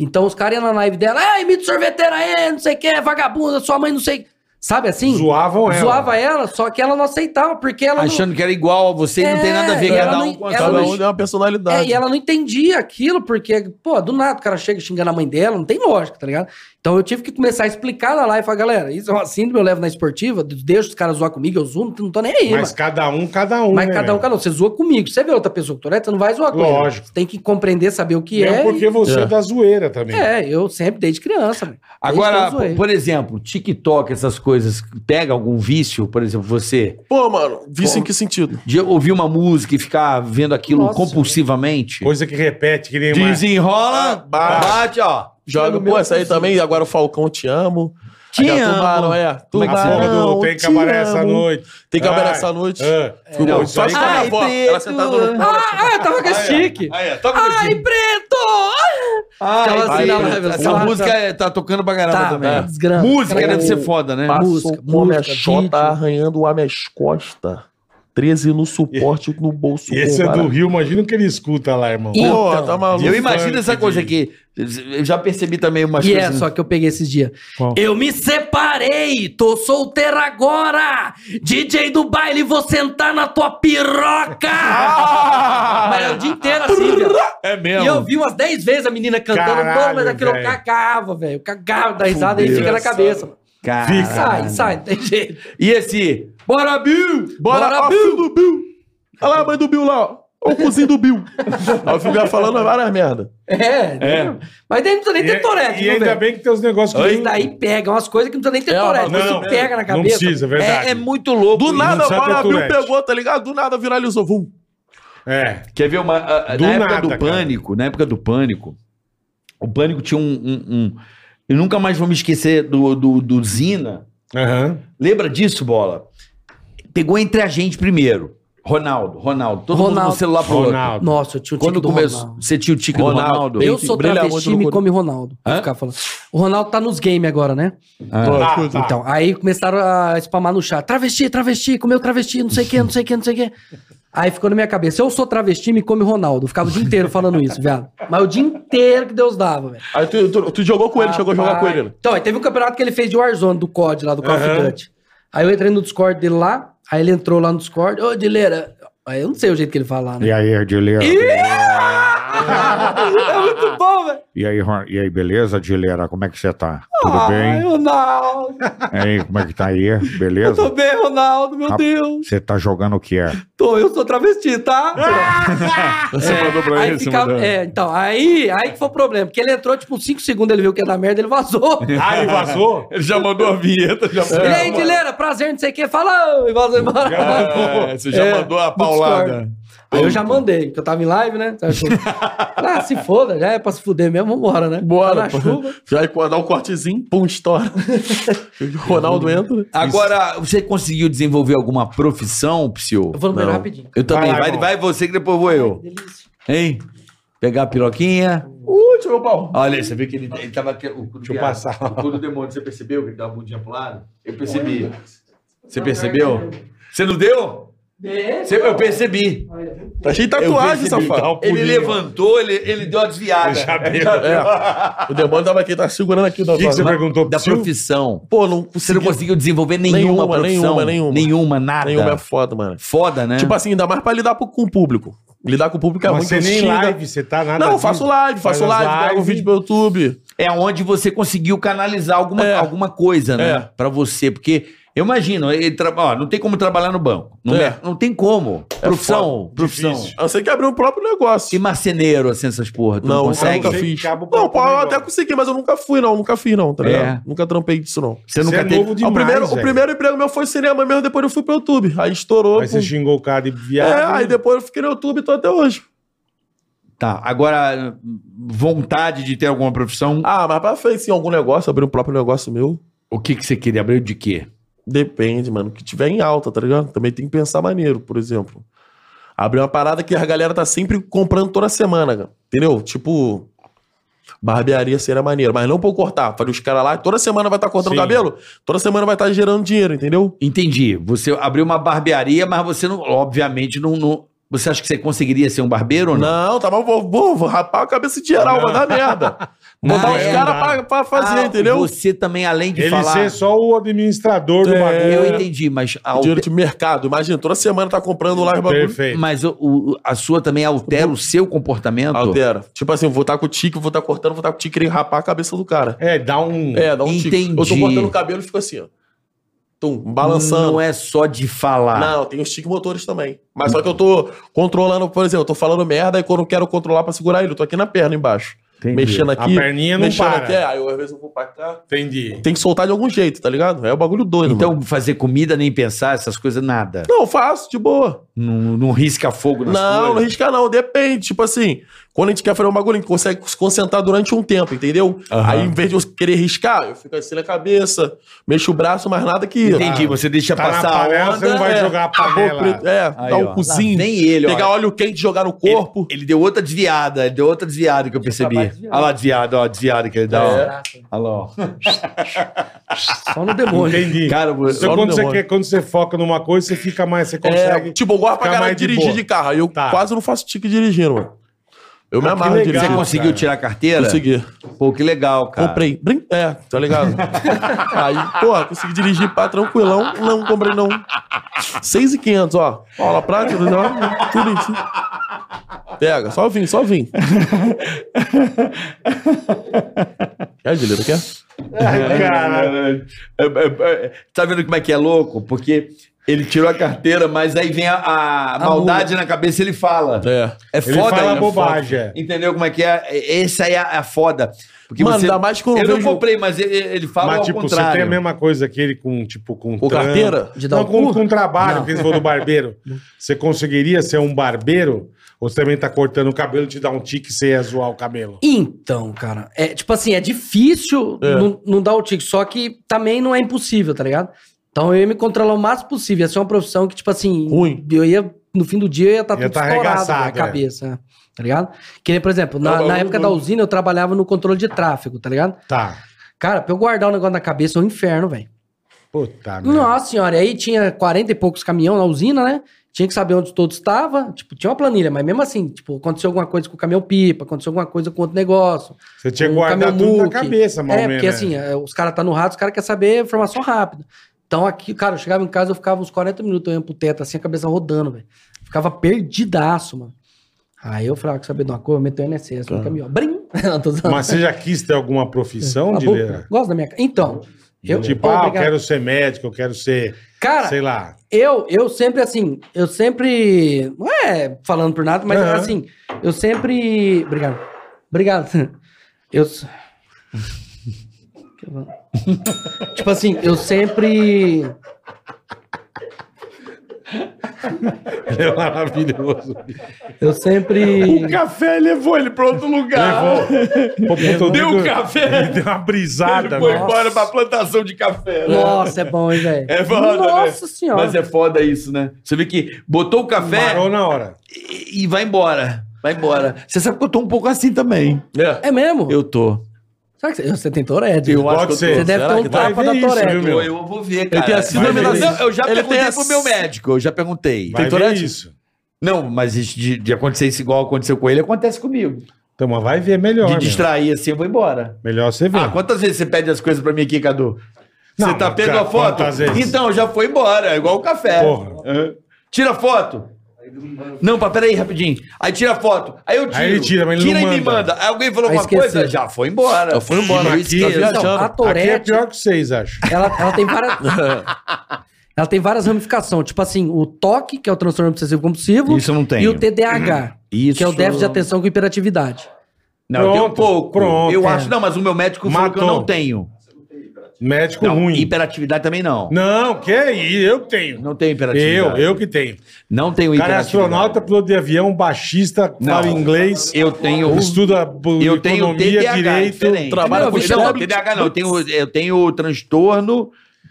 Então os caras iam na live dela, ah, imita sorveteira aí, não sei o que, vagabunda, sua mãe não sei. Sabe assim?
Zoavam ela.
Zoava ela, só que ela não aceitava, porque ela não-
Achando que era igual a você e não tem nada a ver
É,
cada
ela
um
não-
com a
ela
sua.
Cada
não-
um tem uma
É,
personalidade.
e ela não entendia aquilo, porque, pô, do nada o cara chega xingando a mãe dela, não tem lógica, tá ligado? Então eu tive que começar a explicar na live, falar, galera, isso é uma síndrome, eu levo na esportiva, deixo os caras zoar comigo, eu zoo, não tô nem aí,
Mas
mas,
cada um, cada um.
mas
né,
cada um,
velho?
cada um, você zoa comigo, você vê outra pessoa com Tourette, você não vai zoar com
Lógico.
Você tem que compreender, saber o que
Mesmo
é.
porque você é.
É.
da zoeira também.
e- É, eu sempre, desde criança. mano. Desde é que eu
Agora,
zoei.
por- por exemplo, TikTok, essas coisas, pega algum vício, por exemplo, você
Pô, mano, vício em que sentido?
de ouvir uma música e ficar vendo aquilo
Nossa.
compulsivamente?
Coisa que repete, que nem mais.
Ah,
Desenrola, Tá
é.
bate.
bate, ó.
Joga, pô, essa aí também, agora o Falcão te amo.
Te
Aquela
amo.
Tubarão, é.
Mas
A porra do
Tubarão,
tem que
te
acabar essa
amo.
noite.
Tem que acabar
Ai,
essa noite.
ah,
Ficou
não,
bom.
isso
Só
aí
isso com a minha
Ai,
avó. Ela sentada no tá
preto.
colo.
Ah, eu tava com esse tique.
Aí, ó, toca
Ai,
assim. Ai,
preto! Aquela
ai,
assim,
ai,
né,
Essa
saca?
música é- tá tocando pra caramba
Tá,
também.
tá. Desgrama.
Música
Desgrama.
deve ser foda, né?
Passou
Música,
com a
música,
chota
vídeo.
arranhando o Ames Costa. 13 no suporte um no bolso.
E esse é
com vara.
do Rio, imagina o que ele escuta lá, irmão.
E-
Porra,
Então,
tá maluco.
Eu imagino essa
funk,
coisa aqui. Eu já percebi também umas
E é,
coisas.
só que eu peguei esses dias.
assim. Qual?
Eu me separei, tô solteiro agora. DJ do baile, vou sentar na tua piroca.
Ah!
Mas é o dia inteiro assim, velho.
É
E eu vi umas 10 vezes a menina cantando,
Caralho,
pô, mas aquilo eu
velho.
cagava, velho. Eu Cagava da risada e fica na cabeça. mano.
Caralho.
Sai, sai, não tem jeito.
assim, E esse? Bora, Bill!
Bora,
Bora,
ó, o filho do Bill. Olha lá a mãe do Bill lá, ó. Olha o cozinho do Bill. Aí eu fico falando várias merda.
É, entendeu? mas daí não precisa nem ter torete,
E, e
viu,
ainda
velho?
bem que tem os negócios que
Isso daí pega umas coisas que não precisa nem
É,
ter torete.
não,
Isso
não,
pega na
não
cabeça.
precisa, é verdade.
É, é muito louco.
Do
isso.
nada,
é
sabe
agora
ter
a Bill
Tourette.
pegou, tá ligado? Do nada viralizou. Vum.
É.
Quer ver uma. a- a-
Do
na época
nada,
do
cara.
pânico, na época do pânico, o pânico tinha um. um- um- eu nunca mais vou me esquecer do, do, do Zina.
Aham.
Lembra disso, bola? Pegou entre a gente primeiro. Ronaldo, Ronaldo. Todo mundo
Ronaldo.
no
Tá
celular pro outro.
Ronaldo.
Nossa, eu tinha o
Quando
tique do
começou.
Ronaldo.
Você tinha o tique
Ronaldo,
do Ronaldo?
Eu sou
Brilha
travesti
muito
e
no
me
cu-
come Ronaldo. Vou
Hã?
ficar falando. O Ronaldo tá nos games agora, né?
Tá,
Ó,
tá.
Então, aí começaram a spamar no chat. Travesti, travesti, comeu travesti, não sei o que, não sei o que, não sei o que. Aí ficou na minha cabeça, eu sou travesti, me come Ronaldo. Eu Ficava o dia inteiro falando isso, viado. Mas o dia inteiro que Deus dava, velho.
Aí tu, tu- tu jogou com ele, chegou a jogar
Rapaz.
com ele. né?
Então, aí teve um campeonato que ele fez de Warzone, do COD lá, do Call of
Aham.
Duty. Aí eu entrei no Discord dele lá, aí ele entrou lá no Discord. Ô, Dileira, aí eu não sei o jeito que ele fala, lá, né?
E aí, Adileira?
é muito bom, velho.
E aí, Ron- e aí, beleza, Adileira? Como é que você tá? Tudo
Ai,
bem?
Ronaldo,
E aí, como é que tá aí?
eu tô
Beleza?
bem, Ronaldo, meu
Rap-
Deus.
Você tá jogando o que é?
Tô, eu sou travesti, tá? É,
Você mandou pra
Aí
ele, você
ficava-
mandou.
é, então, aí, aí que foi o problema. Porque ele entrou, tipo, 5 segundos, ele viu que ia dar merda, ele vazou.
Ah, e vazou?
É,
Ele já mandou a vinheta, já
ele aí, Dileira, prazer, não sei o que, fala, "Ô", e vazou embora.
É, você já
É,
mandou a
no
paulada.
Discord. Aí eu já mandei, porque eu tava em live, né? Sabe, tipo, ah, se foda, já é pra se fuder mesmo, vambora, né? Tá
Bora,
na
pô.
chuva.
Já ia dar um cortezinho, pum, estoura. o Ronaldo entra. né?
Agora, você conseguiu desenvolver alguma profissão, Psyu?
Eu vou no banheiro
Não.
rapidinho.
Eu também.
Vai lá,
Vai,
irmão.
vai você que depois vou eu.
Delícia.
Hein? Pegar a piroquinha.
Último, meu pau.
Olha, você viu que ele, ele tava. aqui- O cu do
Deixa eu
viado.
passar.
O cu do demônio, você percebeu que ele dava a bundinha pro lado? Eu percebi. Você percebeu? Você não deu? Você- eu percebi.
Tá cheio de
Eu
tatuagem,
percebi.
safado.
Dá um
Ele
pulinho.
levantou, ele, ele deu a desviada.
Já deu.
É. O demônio tava aqui, tá segurando aqui.
O que, que você perguntou
Da
pro Sil?
profissão.
Pô, não
Você não
consegui.
conseguiu desenvolver nenhuma,
Nenhuma,
profissão?
nenhuma, nenhuma.
nada.
Nenhuma é foda, mano.
Foda, né?
Tipo assim, ainda mais pra lidar pro- com o público. Lidar com o público é
Mas
muito
você nem
xinga.
live, você tá nada.
Não, eu
disso.
faço live,
Faz
faço
as
live, gravo
lives.
vídeo pro YouTube.
é onde você conseguiu canalizar alguma,
É.
alguma coisa, né?
É.
Pra você. Porque eu imagino, ele tra- ó, não tem como trabalhar no banco. Não,
É.
é- não tem como. profissão, profissão.
Difícil.
A não ser que abrir um próprio
E
negócio.
marceneiro, assim, essas porra. Tu não,
Não,
consegue?
nunca
Ah, Você
fiz.
acaba o
Não, pô,
próprio
eu
negócio.
até consegui, mas eu nunca fui, não. Nunca fiz, não, tá
É.
ligado? Nunca trampei disso, não.
Você
Você
nunca
é
teve.
novo
Ah,
demais,
o, primeiro, o
velho.
primeiro emprego meu foi cinema mesmo, depois eu fui pro YouTube. Aí estourou.
Aí você
pô.
xingou o cara de viado.
É, aí depois eu fiquei no YouTube e tô até hoje.
Tá, agora, vontade de ter alguma profissão,
Ah, mas pra frente, sim, algum negócio, abrir um próprio negócio meu.
o que, que você queria abrir de quê?
Depende, mano. Que tiver em alta, tá ligado? Também tem que pensar maneiro, por exemplo. Abrir uma parada que a galera tá sempre comprando toda semana, cara. entendeu? Tipo, barbearia seria maneiro, mas não pra eu cortar. Falei os caras lá, toda semana vai estar cortando
Sim.
cabelo, toda semana vai estar gerando dinheiro, entendeu?
Entendi. Você abriu uma barbearia, mas você, não, obviamente, não, não, Você acha que você conseguiria ser um barbeiro ou não?
Não, tá mal, vou, vou, vou rapar a cabeça de geral, vai dar merda. Botar
Ah,
os
é,
caras
dá.
pra, pra fazer,
Ah,
entendeu?
Você também, além de
Ele
falar...
ser só o administrador do
É.
bagulho.
Eu entendi, mas... A
Dinheiro de mercado, imagina, toda semana tá comprando lá os bagulhos.
Perfeito.
Mas o- o- a sua também altera o seu comportamento?
Altera. Tipo assim, vou estar com o tique, vou estar cortando, vou estar com o tique querendo rapar a cabeça do cara.
É, dá um.
É, dá um tique. Eu tô
Entendi.
cortando o cabelo e fico assim, ó. Tum, balançando. Ah,
Não é só de falar.
Não, tem os tique motores também. Mas só que eu tô controlando, por exemplo, eu tô falando merda e quando eu quero controlar pra segurar ele, eu tô aqui na perna embaixo. Mexendo
A
aqui.
perninha não
mexendo
para.
aqui. é, Aí eu, às vezes eu vou pra cá.
Entendi.
Tem que soltar de algum jeito, tá ligado? É um bagulho doido.
Então,
mano.
fazer comida, nem pensar, essas coisas, nada.
Não, eu faço, de boa.
Não, não risca fogo nas
não, não
coisas.
risca não, depende. Tipo assim, quando a gente quer fazer um bagulho, a gente consegue se concentrar durante um tempo, entendeu?
Aham.
Aí, em vez de eu querer riscar, eu fico assim na cabeça, mexo o braço, mas nada que.
Entendi, você deixa
Tá na
passar a
panela,
onda.
você não vai
é,
jogar a
Ah,
panela.
vou pre- É,
Aí,
dar
ó,
um cozinho.
lá vem ele, ó.
pegar óleo quente e jogar no
Ele-
corpo.
Ele, deu outra desviada, ele deu outra desviada que eu percebi.
Acabou de
Olha lá, desviada, ó, a desviada que ele dá. ó. Olha lá, ó.
Só no demônio.
Entendi.
Cara, você-
Então,
só
quando
no
você,
demônio.
quer, quando você foca numa coisa, você fica mais, você consegue.
É, tipo, eu gosto pra
ficar
caralho
mais
de
de
dirigir
boa.
de carro. Aí eu
Tá.
quase não faço tique dirigindo, mano. Eu me
Ah, que
amarro em
legal.
Tá você
dirigir.
conseguiu
cara.
tirar a carteira?
Consegui.
Pô, que legal, cara.
Comprei. Brin- É, tá ligado? Aí, porra, consegui dirigir pra tranquilão. Não comprei, não. 6,500, ó. Aula prática, ó, tudo isso. Pega, só vim, só vim. Quer, Dileiro, quer?
É,
Cara, é, é, é, tá vendo como é que é louco? Porque ele tirou a carteira, mas aí vem a, a maldade na cabeça e ele fala.
É.
É
Ele
foda,
fala
né?
bobagem. é.
Entendeu como é que é? É- Essa aí é a, a foda. Porque
Mano,
você-
ainda mais
um
quando eu
Eu não
vejo-
comprei, mas ele, ele fala
Mas,
ao
tipo, você tem
contrário.
a mesma coisa que ele com, tipo, com.
Com
trampo.
carteira?
De dar
Não,
o cu?
com, com trabalho, que eles vão do barbeiro. Você conseguiria ser um barbeiro? Ou você também tá cortando o cabelo, te dá um tique e você ia zoar o cabelo?
Então, cara, é tipo assim, é difícil não, não dar o tique, só que também não é impossível, tá ligado? Então eu ia me controlar o máximo possível. Ia ser uma profissão que, tipo assim,
Ruim.
eu ia, no fim do dia, eu ia estar
Ia
tudo
tá
estourado na
arregaçado,
minha
é.
cabeça, né? tá ligado? Que nem, por exemplo, na,
É um
na
bagulho
época da
doido.
usina eu trabalhava no controle de tráfego, tá ligado?
Tá.
Cara, pra eu guardar o negócio na cabeça é um inferno, velho.
Puta merda.
Nossa senhora, e aí tinha 40 e poucos caminhão na usina, né? Tinha que saber onde todos estavam. Tipo, tinha uma planilha, mas mesmo assim, tipo, aconteceu alguma coisa com o caminhão pipa, aconteceu alguma coisa com outro negócio.
Você tinha que
um
guardar tudo na
cameluque.
cabeça, mal
É,
menos. né?
porque assim, é, os caras tá no rato, os caras querem saber informação rápida. Então aqui, cara, eu chegava em casa, eu ficava uns 40 minutos olhando pro teto, assim, a cabeça rodando, velho. Ficava perdidaço, mano. Aí eu falava, "Ah, quer saber de uma coisa? Eu meto um o NSS
Tá.
no caminhão. Brim! Não, tô zoando.
Mas você já quis ter alguma profissão,
Acabou.
Dileira?
Gosto da minha cara. Então, eu...
Tipo, ah, eu
Obrigado.
quero ser médico, eu quero ser,
Cara,
sei lá.
Eu, eu sempre, assim, eu sempre. Não é falando por nada, mas
Aham.
assim, eu sempre. Obrigado. Obrigado. Eu. s- tipo assim, eu sempre.
Ele é maravilhoso.
Eu sempre.
café levou ele pra outro lugar.
Pô, puta,
Deu
eu-
café.
Ele deu uma brisada,
Ele foi
né?
embora pra plantação de café. né?
Nossa, é bom, hein, velho?
É foda, né?
Nossa senhora.
Mas é foda isso, né? Você vê que botou o café
Parou na hora.
e, e vai embora. Vai embora. Você sabe que eu tô um pouco assim também.
É.
É mesmo?
Eu tô.
Será que você, você tem Tourette?
Eu acho
Pode
que eu
ser.
tô.
Você deve
será
ter um
que
vai
tapa
ver
da
isso,
Tourette.
viu?
Eu,
meu.
eu vou ver,
Ele
cara.
tem a síndrome
Mas
da-
não, Eu já
Ele
perguntei
tem a-
pro meu médico, eu já perguntei.
Vai ver
Tourette?
isso.
Não, mas isso de, de acontecer isso igual aconteceu com ele, acontece comigo.
Então, mas vai ver melhor.
de
meu.
distrair assim, eu vou embora.
Melhor você ver.
Ah, quantas vezes você pede as coisas pra mim aqui, Cadu?
Então. Não,
você tá
mas
pegando
já-
a foto?
quantas vezes?
Então, já foi embora, é igual o café.
Porra.
Hã? Tira a foto. Não, pá, peraí, rapidinho. Aí tira a foto. Aí eu tiro.
Aí ele tira, mas ele
Tira
não
e me
manda.
manda. Aí alguém falou
Aí
alguma
esqueceu.
coisa? Já foi embora. Já foi
embora. Aqui-
Aqui,
Tá
Então, a
Aqui é
Tourette.
pior que vocês, acho.
ela, ela tem várias. ela tem várias ramificações. Tipo assim, o TOC, que é o transtorno obsessivo compulsivo.
Isso eu não tenho. Uhum.
E o TDAH,
Isso.
que é o déficit de atenção com hiperatividade.
Não, eu tenho um
Pronto,
pouco.
pronto.
eu
É.
acho, não, mas o meu médico falou que eu
Matou.
não tenho.
Médico
Não,
ruim.
hiperatividade também não.
Não, que aí? Eu tenho.
Não é tenho
eu,
hiperatividade.
eu que tenho.
Não tenho
O cara é
hiperatividade.
astronauta, piloto de avião, um baixista,
Não.
fala inglês, um
Eu tenho.
estuda bu-
Eu tenho
economia,
TDAH,
direito.
diferente.
trabalha
não,
com
não, não, TDAH não, eu tenho, eu tenho transtorno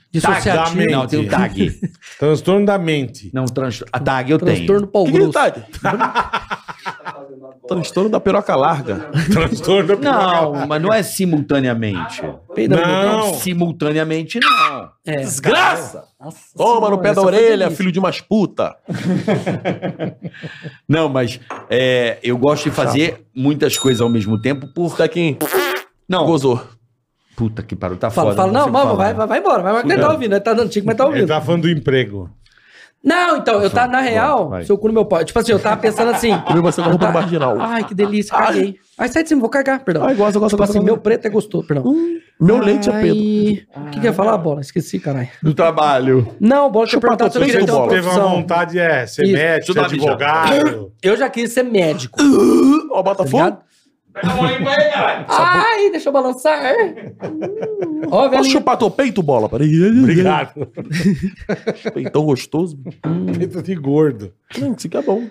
Dissociativo.
Não, um eu tenho TAG.
Transtorno da mente.
Não, transtorno. A TAG eu tenho.
Transtorno
O que que ele
polgrosso.
tá? Transtorno da piroca larga.
Transtorno da
Não, mas não é simultaneamente.
Peida
é
Não.
Simultaneamente, não.
É.
Desgraça!
Nossa
Toma no
senhora,
pé da
essa foi
orelha,
delícia.
filho de umas puta.
Não, mas é, eu gosto de fazer muitas coisas ao mesmo tempo por.
Daqui,
Não.
gozou.
Puta que pariu, tá
Fala,
foda.
fala, não,
consigo
vamos,
falar.
vai, vai, vai embora. Vai, vai, que ele tá ouvindo, ele tá dando tico, mas tá
Ele
ouvindo.
tá falando do emprego.
Não, então, eu tava, na real,
vai.
se eu cu no meu pau. Tipo assim, eu tava pensando assim.
Comi você com
eu
roupa
tava-
no marginal.
Ai, que delícia, caguei. Ai, sai de cima, vou cagar, perdão.
Ai, gosta, gosta, gosta.
tipo assim,
gosta.
meu preto é gostoso, perdão.
Hum, meu leite é preto.
O que que eu ia falar, bola? Esqueci, caralho.
Do trabalho.
Não, bola, deixa eu
Chupa
perguntar Então, se eu
teu
queria
peito,
ter uma
Bola.
Teve uma
profissão.
vontade, é, ser
Isso.
médico, ser
Deixa eu dar
advogado.
Eu já queria ser médico.
Ó, Botafogo.
ligado?
Pega a bolinha pra ele, caralho.
Ai, deixa eu balançar. Hum. Ó,
Posso
velho.
chupar teu peito, bola? Peraí.
Obrigado.
Peitão gostoso.
Peito de gordo.
Hum, isso aqui é bom.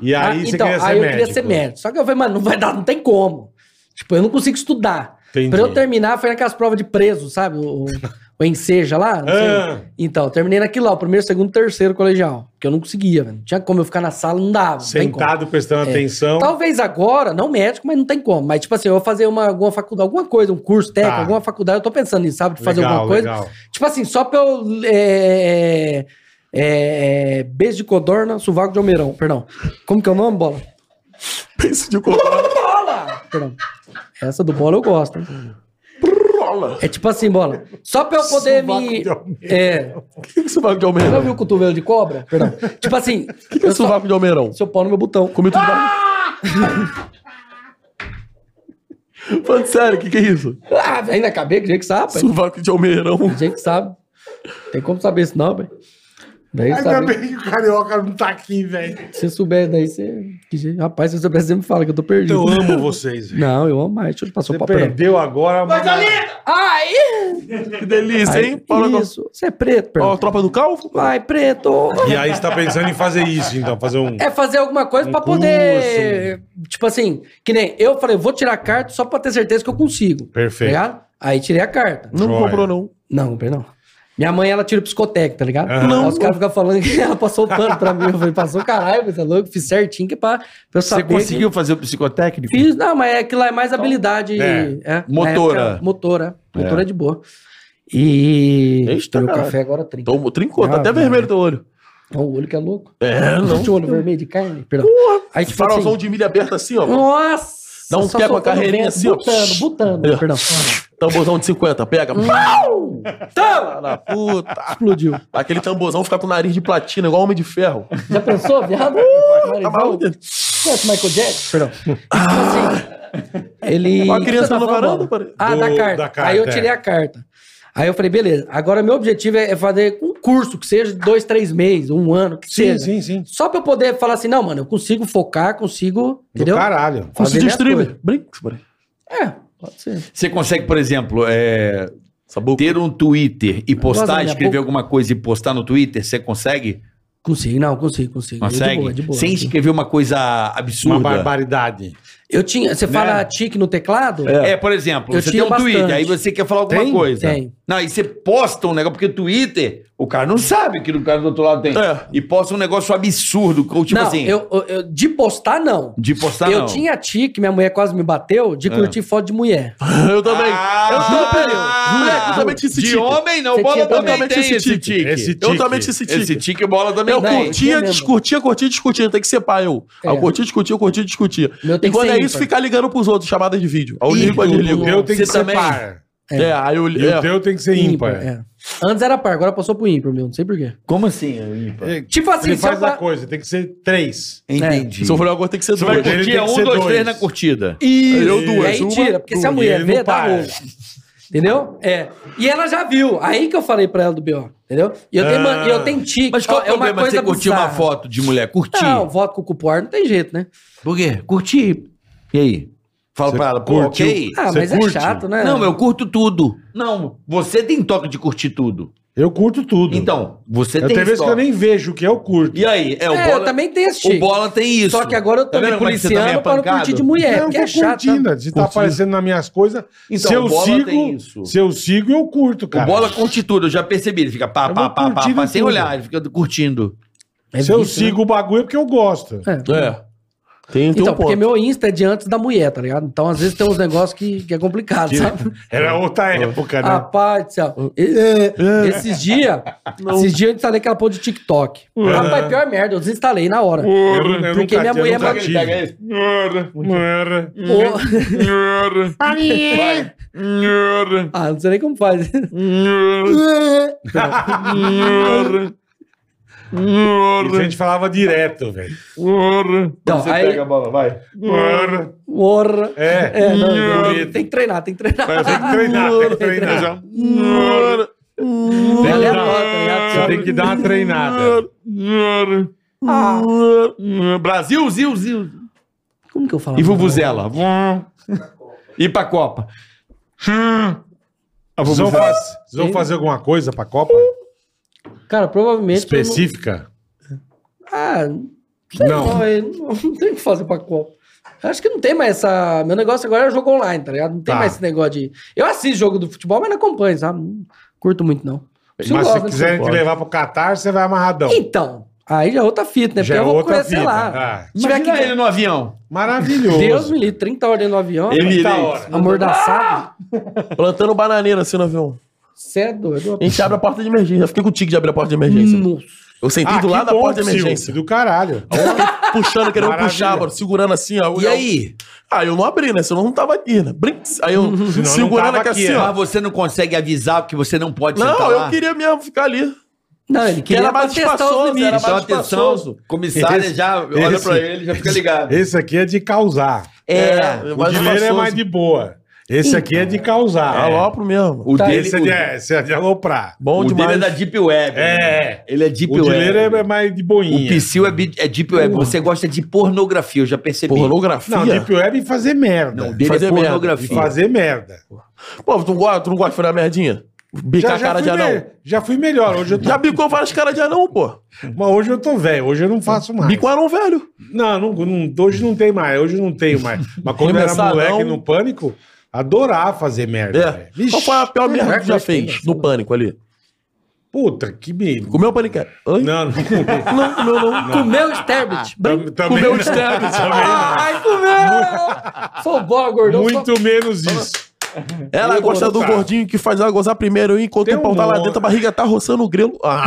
E aí
Ah,
você
então,
queria ser
aí eu
médico.
queria ser médico. Só que eu falei, mano, não vai dar, não tem como. Tipo, eu não consigo estudar.
Entendi.
Pra eu terminar, foi naquelas provas de preso, sabe? O, o- o enseja lá. não sei.
Ah.
Então, eu terminei naquilo lá, o primeiro, segundo, terceiro colegial. Porque eu não conseguia, velho. Não tinha como eu ficar na sala, não dava. não tem como. É. Então,
Sentado, prestando atenção.
Talvez agora, não médico, mas não tem como. Mas, tipo assim, eu vou fazer uma, alguma faculdade, alguma coisa, um curso técnico,
Tá.
alguma faculdade, eu tô pensando nisso, sabe? De fazer
Legal,
alguma coisa.
legal.
Tipo assim, só pra eu. É, é, é, beijo de codorna, sovaco de almeirão, perdão. Como que é o nome, bola?
Pense de corola.
Bola! Perdão. Essa do bola eu gosto. hein? É tipo assim, bola. Só pra eu poder me.
de almeirão.
É.
O que, que é sovaco de
Você já
almeirão?
viu o cotovelo de cobra? Perdão. Tipo assim.
O que, que é
eu só-
sovaco de almeirão?
Seu pau no meu botão.
Comi tudo ah! Falando sério, o que, que é isso?
Ah, ainda acabei, que jeito que sabe, pai.
Sovaco de almeirão.
Que jeito que sabe. Tem como saber isso, não, pai. Daí que
Ainda
sabe.
bem que o carioca não tá aqui, velho.
Se souber, daí você. que jeito- Rapaz, se você soubesse, você me fala que eu tô perdido.
Então, Eu amo vocês, velho.
Não, eu amo mais. Deixa eu te passar o
Você
papel.
perdeu agora, mas.
Ai!
Que delícia, hein? Fala com-
Isso. Você é preto,
Ó, a
perdão.
tropa do calvo?
Vai, preto!
E aí você tá pensando em fazer isso, então, fazer um.
É fazer alguma coisa
Um
pra poder. Tipo assim, que nem eu falei, eu vou tirar a carta só pra ter certeza que eu consigo.
Perfeito.
Tá ligado? Aí tirei a carta.
Não
Joia.
comprou, não.
Não, comprei não. Minha mãe, ela tira o psicotécnico, tá ligado?
Aham.
Aí
Não,
os caras ficam falando que ela passou o pano pra mim. Eu falei, passou o caralho, você é louco? Fiz certinho que é pra, pra eu
Você
saber.
conseguiu fazer o psicotécnico?
Que... Fiz, não, mas é que lá é mais habilidade.
É.
é,
Motora.
na época, motora. Motora é de boa. E.
Eita,
meu
caralho.
café agora trinca.
Tomou, trincou, tá
Ah,
até
velho.
vermelho teu olho.
Ó, o olho que é louco.
É, não.
Tinha o olho vermelho de carne? Perdão. Aí, tipo assim,
Farolzão de milha aberta assim, ó.
Nossa!
Dá um
só
pé com a
soltando
carreirinha
vento,
assim, ó.
Butando, butando,
É.
perdão.
Tamborzão de 50, pega. Pau! Tala na puta.
Explodiu.
Aquele tamborzão fica com o nariz de platina, igual homem de ferro.
Já pensou, viado? Marizão?
Uh, tá maluco?
Conhece o Michael Jackson? Perdão. E, tipo assim, ele...
Uma criança na
falando?
varanda, pare-
Ah,
Ah! Do-
da, carta.
da carta,
Aí eu
é.
tirei a carta. Aí eu falei, beleza, agora meu objetivo é é fazer um curso, que seja de dois, três meses, um ano, que
Sim,
seja.
sim, sim.
Só pra eu poder falar assim, não, mano, eu consigo focar, consigo,
Do
entendeu?
caralho.
Curso de
minhas
streamer. Brinks, peraí.
É, pode ser.
Você consegue, por exemplo, é,
Essa boca.
ter um Twitter e
Gosta da
postar,
minha
escrever
boca?
alguma coisa e postar no Twitter? Você consegue?
Consigo, não, consigo, consigo.
Consegue?
De boa, de boa.
Sem escrever uma coisa absurda.
Uma barbaridade.
Eu tinha. Você fala tique no teclado?
É. por exemplo,
Eu
você tem
tinha
um Twitter,
bastante.
aí você quer falar alguma
Tem?
coisa.
Tem.
Não, aí você posta um negócio, porque Twitter, o cara não sabe que o cara do outro lado tem.
É.
E posta um negócio absurdo, como, tipo
não,
assim,
eu, eu- eu- de postar, não.
de postar
eu
não. É.
tinha tique, minha mulher quase me bateu, de curtir foto de mulher.
Eu também.
Ah,
eu também.
é,
Moleque, eu também tinha esse
de
tique.
homem não,
Você
bola
tinha
também
também
tem
esse
esse
tique.
tique.
Esse
Eu
tique.
também tinha esse tique.
Esse tique bola também
Eu
tem.
curtia,
tinha mesmo.
discutia, curtia, discutia. Tem que ser pai, eu.
É.
Eu curtia, discutia, curtia, discutia.
Meu
E
tem que
quando
ser
é isso,
ímpar.
ficar ligando pros outros, chamada de vídeo. Aí eu ligo, aí eu
E o
ligo.
teu tem que
Você
ser
também?
par.
É.
É, aí eu
E o
ligo.
teu tem que ser ímpar.
é. Antes era par, agora passou pro ímpar, meu. Não sei porquê.
Como assim? ímpar?
Tipo assim,
Ele
se eu
faz a
falar-
coisa, tem que ser três.
Entendi.
Se eu for agora, tem que ser
Você vai
dois.
Ele
curtir
tem
é
que
um,
ser
dois,
dois.
três na curtida.
Eu
E
duas.
aí tira, porque se a
duas, e
mulher
ele não
vê, dá
para.
rolo. Entendeu? É. E ela já viu. Aí que eu falei pra ela do B.O. Entendeu? E eu, tenho,
Ah.
ma- e eu tenho tique.
Mas qual
ó,
é o problema de você curtir uma
bizarra.
foto de mulher? Curtir.
Não, voto com o cupuar não tem jeito, né?
Por quê? Curtir. E aí? Fala
Você
pra ela, pô,
curtiu?
ok?
Ah,
Você
mas
curte?
é chato, né?
Não, eu curto tudo. Não, você tem toque de curtir tudo.
Eu curto tudo.
Então, você
eu
tem
tem vezes que eu
toque.
nem vejo o que eu curto.
E aí? É, o
É,
bola,
eu também tenho esse
o
tique.
bola tem isso.
Só que agora eu tô
Tá
me
vendo como é que você também
policiando
é
pra não
pancado?
curtir de mulher,
eu
porque
vou
é chato.
curtindo. Se tá aparecendo nas minhas coisas,
Então,
se
o
eu
bola tem
sigo,
isso.
se eu sigo, eu curto, cara.
O bola curte tudo, eu já percebi. Ele fica pá,
Eu
pá,
vou
pá, pá,
curtindo
pá, sem
tudo.
olhar, ele fica curtindo.
É
se eu
vício,
sigo o bagulho é porque eu gosto.
né? É.
É.
Tem, tem
Então,
um
porque
ponto.
meu Insta é de antes da mulher, tá ligado? Então, às vezes tem uns negócios que, que é complicado, sabe?
Era outra época, né?
Rapaz do céu. É, é, Esses dias, esses dias eu instalei aquela porra de TikTok. Rapaz, pior merda, eu desinstalei na hora.
Eu- eu
Porque
nunca tinha,
minha mulher
nunca
mandou-
tive. Mara.
Ô, ah, não sei nem como faz.
Isso a gente falava direto, velho.
Então, aí,
a bola, vai.
Mara.
Porra.
É.
É, não, não, tem que treinar, tem que treinar.
Tem que treinar, tem que treinar. que dar-
Tem tá ligado?
Você tem que dar uma treinada.
Brasil, Zil, Zil.
Como que eu falava?
E Vuvuzela. E pra Copa. A
Vocês vão,
Vuvuzela.
faz- vocês vão fazer alguma coisa pra Copa?
Cara, provavelmente...
Específica?
eu não- Ah,
Não.
não, eu não, não tem o que fazer pra Copa. Acho que não tem mais essa... Meu negócio agora é jogo online, tá ligado? Não tem
Tá.
mais esse negócio de... Eu assisto jogo do futebol, mas não acompanho, sabe? Não curto muito, não.
Mas
Eu gosto
se
de
quiserem te
futebol.
levar pro Catar, você vai amarradão.
Então, aí já é outra fita, né? Porque
Já é
eu vou
outra
conhecer
vida.
lá.
Ah,
Se tiver
Imagina
que-
ele no avião.
maravilhoso.
Deus me livre, 30 horas dentro do avião,
Ele
Tá
ele-
hora.
amordaçado.
plantando bananeira assim no avião.
Você é doido.
A gente abre a porta de emergência. Eu fiquei com o tique de abrir a porta de emergência.
Nossa.
Eu sentei
Ah,
do
que
lado da
bom,
porta de
Silvio,
emergência.
Do caralho.
Puxando, querendo
Maravilha.
puxar, mano, segurando assim, ó.
E aí?
Ah, eu não abri, né? Senão eu não tava aqui, né? Brinks. Aí eu
não
segurando
tava
aqui
aqui,
assim,
né?
ó.
Mas você não consegue avisar porque você não pode
Não,
sentar
eu
lá?
queria mesmo ficar ali.
Não, ele
Que
é
queria
era mais
pra testar os
espaçoso, era
limites.
Então,
mais espaçoso.
atenção, comissária
Esse-
já olha
esse-
pra ele, já fica ligado.
Esse aqui é de causar.
É,
O dinheiro é mais de boa. Esse aqui é de causar.
Ah, Alopro mesmo.
o
Tá,
dele,
Esse é
o,
de, é, esse é de aloprar.
Bom
o dele
demais.
é da Deep Web. né?
É.
Ele é Deep
O dinheiro
Web.
é mais de
O
boinha.
Psyu é, bi- é Deep Web. Você gosta de pornografia, eu já percebi.
Pornografia.
Não, Deep Web e fazer merda.
Não, o dele
Fazer
é
merda.
E
pornografia.
fazer merda.
Pô, tu, não gosta- tu não gosta de furar merdinha? Bicar a cara
fui
de anão.
me- já fui melhor. Hoje eu tô,
Já bicou várias caras de anão, pô.
mas hoje eu tô velho. Hoje eu não faço mais.
Bicou anão velho.
Não, não, não- hoje não tem mais. Hoje eu não tenho mais. Mas quando eu era
Remessar,
moleque
não.
no pânico, adorar fazer merda.
É.
velho. Vixe,
Qual foi a pior merda que tu já
Mas tem,
fez
mas
no pânico ali?
Puta, que me.
Comeu paniquete? Oi?
Não, não comi.
Não, comeu não.
Comeu o Sterbit.
Tam- também
Comeu o
não.
Sterling.
Ai, comeu! Sou bola, gordão. sou-
Muito menos isso.
Ela gosta do
Tá.
gordinho que faz ela gozar primeiro, hein? enquanto
Tem
o pau
um
tá lá
monte.
dentro, a barriga tá roçando o grelo. Ah,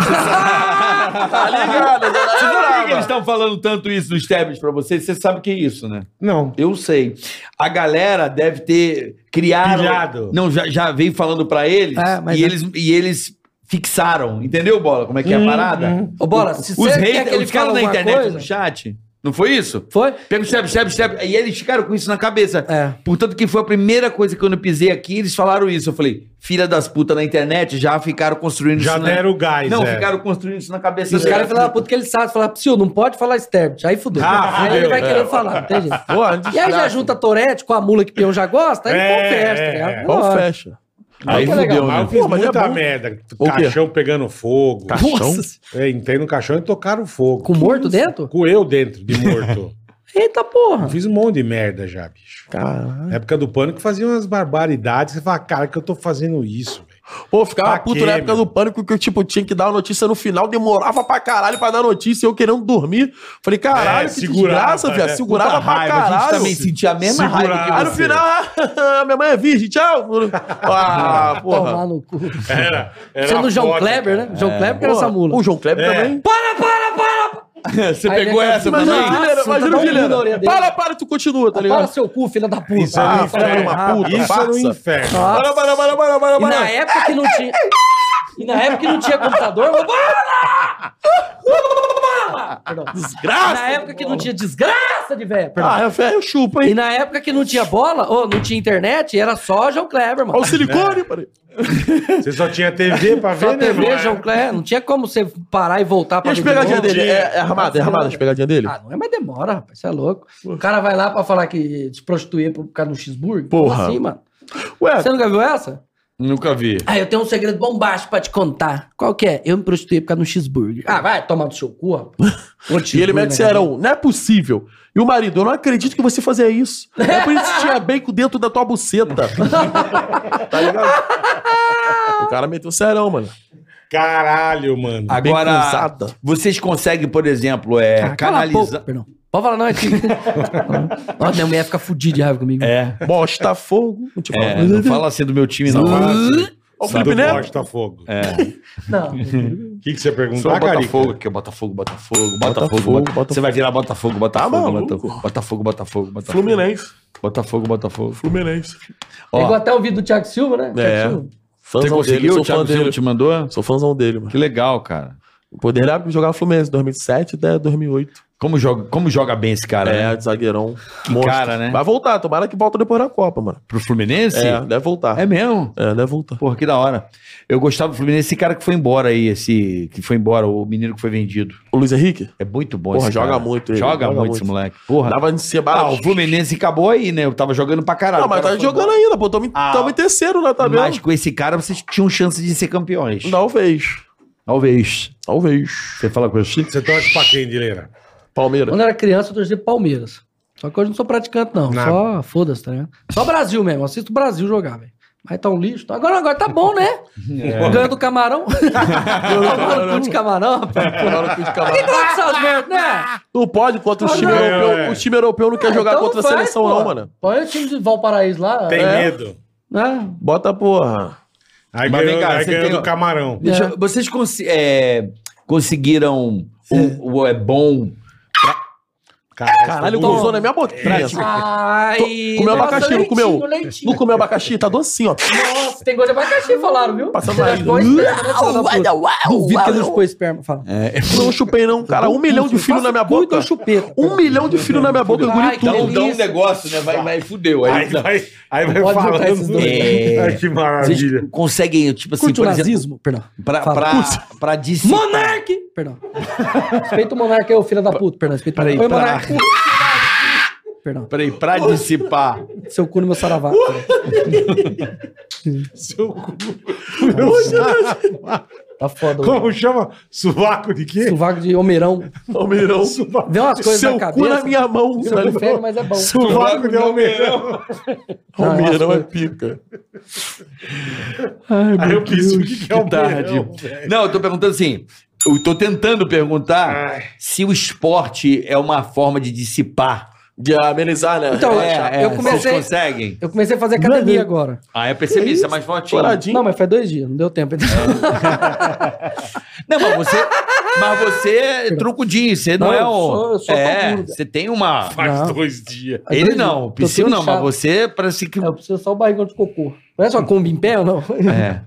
Tá ligado? Você sabe por que que eles estão falando tanto isso dos Stebbins pra vocês? Você sabe o que é isso, né?
Não.
Eu sei. A galera deve ter criado.
Pilhado.
Não, já, já veio falando pra eles,
Ah, mas
e
é.
eles. E eles fixaram. Entendeu, Bola? Como é que é a parada?
Ô, bola, se
Os
hum. você quer que
haters,
ele
os caras
fale
na
alguma
internet,
coisa...
no chat. Não foi isso?
né? Foi?
Pega o Steb, Steb, Steb. E eles ficaram com isso na cabeça.
É.
Portanto, que foi a primeira coisa que quando eu pisei aqui, eles falaram isso. Eu falei, filha das putas na internet, já ficaram construindo
Já
isso.
deram
na...
o gás,
Não,
é.
ficaram construindo isso na cabeça
E os caras falaram, puta, que ele sabe. Falaram, Psyu, não pode falar Sterbit. Aí fudeu.
Ah,
aí ele
fudeu,
vai
é.
querer falar, não tem jeito.
pô, é um
E aí já
desgraça.
junta Torete com a mula que peão já gosta, aí
É,
é, festa,
é,
tá ligado?
é.
Pau
Lógico.
fecha.
Aí
Aí
que é
fudeu,
legal.
Mas eu
né?
fiz
Pô, mas é
muita
bom.
merda.
O quê?
Caixão pegando fogo.
Nossa,
É, entrei no caixão e tocaram fogo.
com morto dentro?
Com eu dentro de morto.
Eita porra.
Fiz um monte de merda já, bicho.
Caralho.
Na época do pânico fazia umas barbaridades. Você fala, cara, que eu tô fazendo isso, velho.
Pô, eu ficava
Pra
puto
quê,
na época
meu?
do pânico que eu, tipo, tinha que dar a notícia no final, demorava pra caralho pra dar notícia, eu querendo dormir. Falei, caralho,
É,
que
segurava,
desgraça, velho.
né?
Segurava
Puta
pra
raiva, A gente
caralho.
também sentia a mesma
Segurado.
raiva que
Aí no
você.
final, ah, minha mãe é virgem, tchau. Ah, porra.
Tomar no cu.
Era. era
Sendo o João
foda,
Kleber,
cara.
né? João Kleber que era
Porra,
essa mula.
O João Kleber
É.
também.
Você
Aí né?"
pegou
vem
essa
aquela-
também?
Imagina o
Nossa,
Vilela, imagina
tá
o
bom na orelha
Vilela.
dele.
Para, para, tu continua, tá
Para
ligado?
seu cu, filha da puta.
Isso era um
Ah, filha de
inferno.
uma puta,
Isso era um
passa.
inferno.
Nossa.
Para, para, para, para, para,
E na
para.
época que não tinha. E na época que não tinha computador. Bola! Bola! Perdão. Na
Desgraça.
época que não tinha desgraça de velho. perdão.
Ah, é ferro, chupa,
E
hein?
na época que não tinha bola, ou não tinha internet, era só João Kleber, mano.
Olha o silicone, peraí.
Você só tinha TV pra
Só
ver, né,
TV,
mano?
João Kleber. Não tinha como você parar e voltar
E
pra
as
ver de
pegadinhas
novo.
dele? É, é armada, é armada as pegadinhas dele?
Ah, não é mais demora, rapaz. Você é louco. O cara vai lá pra falar que se prostituía por causa do cheeseburger.
Porra. É.
Como assim, mano?
Ué,
Você nunca viu essa?
Nunca vi.
Ah, eu tenho um segredo bombástico pra te contar. Qual que é? Eu me prostituí por causa de um cheeseburger. Ah, vai tomar no seu cu, rapaz. Outro
E ele
cheeseburger,
mete
né, cara?
serão. Não é possível. E o marido, eu não acredito que você fazia isso. É por isso que tinha bacon dentro da tua buceta. tá ligado? O cara meteu serão, mano.
Caralho, mano.
Agora,
Baconzada.
vocês conseguem, por exemplo, é,
Ah, cala a
canalizar.
boca, perdão. Pode falar, não, é tique. Nossa, minha mulher fica fudida de raiva comigo.
É.
Bosta fogo. Não te falo.
É, não fala assim do meu time, não.
Fala assim,
Ó, o
sabe
Felipe
do
Neto.
Botafogo. O
Não.
que, que você perguntou?
Só
Ah,
o Botafogo,
Carica.
que é o Botafogo, Botafogo, Ah,
Botafogo,
Botafogo,
Botafogo.
Botafogo. Você vai virar Botafogo, Botafogo,
maluco?
Botafogo, Botafogo, Botafogo, Botafogo.
Fluminense.
Botafogo, Botafogo.
Fluminense.
É igual
Ó,
até o vídeo do Thiago Silva, né?
É.
Thiago Silva.
você
Fãzão dele,
conseguiu?
sou
O Thiago
fã
Silva
dele.
te mandou?
Sou fãzão dele, mano.
Que legal, cara.
O poder era pra jogar Fluminense, 2007 até 2008.
Como joga, como joga bem esse cara, né?
É, zagueirão. monstro.
cara, né?
Vai voltar, tomara que volta depois da Copa, mano.
Pro Fluminense?
É, deve voltar.
É mesmo?
É, deve voltar.
Porra, que da hora. Eu gostava do Fluminense, esse cara que foi embora aí, esse que foi embora, o menino que foi vendido.
O Luiz Henrique?
É muito bom
Porra,
esse
joga
cara.
muito ele,
Joga,
joga
muito,
muito.
esse moleque. Porra.
Tava em Cebara.
Ah, o Fluminense acabou aí, né? Eu tava jogando pra caralho.
Não, mas
O cara
tá
foi
jogando ainda, pô. Tamo em,
Ah.
tamo em terceiro tá na
embora.
tabela.
Mas com esse cara vocês tinham chance de ser campeões.
Talvez.
Talvez.
Talvez.
Você fala com assim?
Você torce pra quem, Dileira?
Palmeiras.
Quando eu era criança, eu torcia pro Palmeiras. Só que hoje eu não sou praticante, não.
Nada.
Só foda-se, tá ligado? Só Brasil mesmo. Assisto o Brasil jogar, velho. Mas tá um lixo. Agora, agora tá bom, né? Ganha do camarão. Tomando cu de camarão, rapaz.
Agora que os caras-
Tem que falar dessas merdas, né?
Não pode contra os
Ah,
times
não.
europeus.
É.
O time europeu não quer jogar
Então
contra a
faz,
seleção,
pô.
não, mano.
Põe o time de Valparaíso lá.
Tem
É.
medo.
Né?
Bota, porra.
Aí
Mas vem
ganhou,
cá,
aí
você
ganhou
tem-
do camarão.
Deixa eu- Vocês consi- é, conseguiram o, o é bom.
Caralho,
Tá
todo mundo-
gozou na minha boca.
É. Ai,
comeu
nossa,
abacaxi, não
leitinho,
comeu?
leitinho.
Não comeu abacaxi? Tá docinho, ó.
Nossa, tem gosto de abacaxi, falaram, viu?
Passando
Você
na
chupou esperma, né, filha da puta? Duvido que ele não chupou esperma. Fala.
É.
Eu não chupei, não, cara. Um milhão de filhos na minha
Faça cu e
boca.
dou chupeta.
Um milhão de filhos na minha boca. Eu engoli
Ai,
tudo.
que delícia.
um, negócio, né? Vai, vai fudeu.
Aí vai, aí vai
Pode
falando.
juntar esses dois.
É.
Ai, que maravilha.
Vocês conseguem, tipo assim,
Curte o
por exemplo,
nazismo? Perdão.
pra,
Fala.
pra,
Curte.
pra dissimular.
Monarque! Perdão. Respeita o monarca, eu, filho da puta. Perdão, respeita o
Peraí,
Oi,
pra-
monarca. Perdão.
Peraí, pra dissipar.
Seu cu no meu saravá.
Seu cu.
Tá foda. hoje.
Como chama? Sovaco de quê?
Sovaco de homerão.
Palmeirão.
Vê umas coisas
Seu
na cabeça.
cu na minha mão.
Seu cu feio, mas é bom.
Sovaco de almeirão.
Ah,
Palmeirão é pica.
Aí eu quis o que que é
Que tarde.
almeirão.
tá, Não, eu tô perguntando assim. Eu tô tentando perguntar se o esporte é uma forma de dissipar.
De amenizar, né?
Então,
É, é,
eu comecei-
Vocês conseguem?
Eu comecei a fazer academia agora.
Ah, eu percebi, isso é mais fortinho.
Coradinho.
Não, mas faz dois dias, não deu tempo.
É. Não, mas você. Mas você é trucudinho, você não,
Não,
é
eu
um.
sou- eu sou
é,
trucudo.
você tem uma.
Faz
Não.
dois dias.
Faz
Ele
dois dias.
não,
Tô
Psyu
tudo
não, mas
inchado.
você parece que.
Eu preciso só o barrigão de cocô. Não é só combi em pé ou não?
É.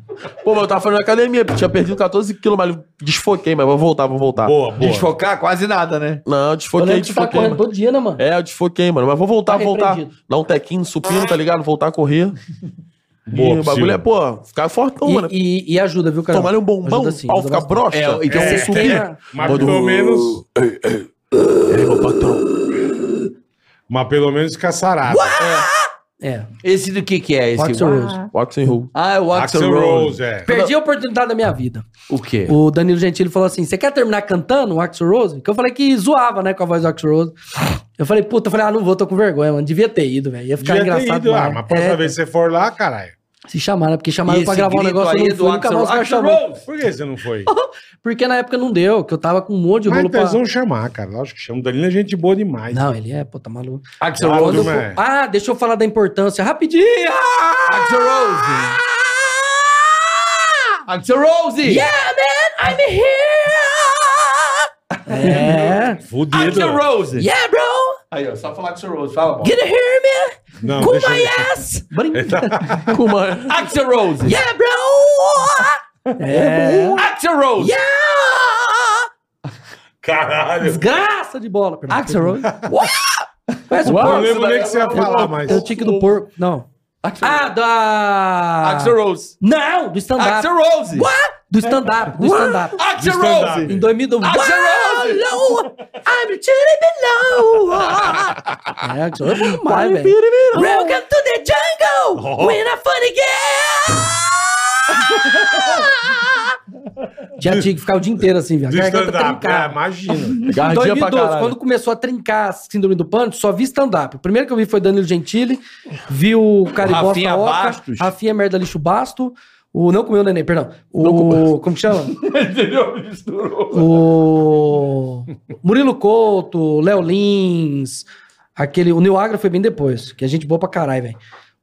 Pô, mas eu tava fazendo academia. Tinha perdido 14 quilos, mas desfoquei, mas vou voltar, vou voltar.
Boa, boa.
Desfocar quase nada, né?
Não, eu
Eu
desfoquei,
lembro que você tá
desfoquei.
correndo
mano.
todo dia, né, mano?
É, eu desfoquei, mano. Mas vou voltar,
Tá
voltar.
repreendido.
Dar um tequinho, supino, tá ligado? Voltar a correr.
Boa,
e o bagulho é, pô, ficar fortão, mano.
E, e- e ajuda, viu, cara?
Tomar um bombão,
Ajuda
o
sim,
pau
ajuda
ficar
bastante.
broxa.
É,
então
é,
subir.
é.
Mas pelo menos. é
Ei, meu patrão.
Mas pelo menos caçarada.
É,
Esse do que que é esse?
Fox Rose.
Walks and roll.
Ah, é o Axel,
Axel
Rose.
Rose, é.
Perdi a oportunidade da minha vida.
O quê?
O Danilo Gentili falou assim: você quer terminar cantando o Axl Rose? Que eu falei que zoava, né, com a voz do Axl Rose. Eu falei, puta, eu falei, ah, não vou, tô com vergonha, mano. Devia ter ido, velho. Ia ficar
Devia ter
engraçado.
ido lá,
ah,
demais.
mas próxima
É,
vez que você for lá, caralho.
Se chamaram, porque
E
chamaram pra
esse
gravar um
grito
negócio
aí
eu
é
não
do
fui, nunca
Axl
mais os caras
Axl
chamaram.
Por que você não foi?
Porque na época não deu, que eu tava com um monte de
Mas
rolo pra...
eles vão chamar, cara. Lógico que chama. O Danilo é gente boa demais.
Não, ele é, pô, tá maluco.
Axel
Ah,
Rose.
Quando eu
turma,
for-
é.
Ah, deixa eu falar da importância. Rapidinho!
Axel Rose. Axel Rose.
Yeah, man, I'm here! É.
Fudido.
Axel Rose.
Yeah, bro!
Aí, ó, só falar Axel Rose. Fala, bom.
Get to hear me!
Não,
Cool
deixa
my
ele.
ass! Brinca!
Com uma-
Axel Rose.
Yeah, bro! É.
Axel Rose.
Yeah!
Caralho.
Desgraça de bola. perdão.
Axel Rose.
Conhece o
Eu não
porco?
lembro nem o que você ia falar, mas.
É o tique do porco. Não. Ah, da...
Axel Rose.
Não, do stand-up.
Axel Rose.
What? Do stand-up, do stand-up.
Axel
Do stand-up.
Rose.
Em 2000...
Axel Rose.
Wow, I'm chilling below. É, Axel Rose é demais, velho. Welcome to the jungle. We're a funny girl. Já tinha que ficar o dia inteiro assim, velho.
Do
A
tá
Garganta
stand-up. É,
trincada.
imagina.
Em
Gardia pra
2012,
caralho.
quando começou a trincar a síndrome do pânico, só vi stand-up. O primeiro que eu vi foi Danilo Gentili, vi o Caribosta
Rafinha
Oca,
Bastos.
Rafinha Merda Lixo Basto, O, não comeu o neném, perdão. O, como que chama? o Murilo Couto, Léo Lins, aquele. O Nil Agra foi bem depois, que a gente boa pra caralho, velho.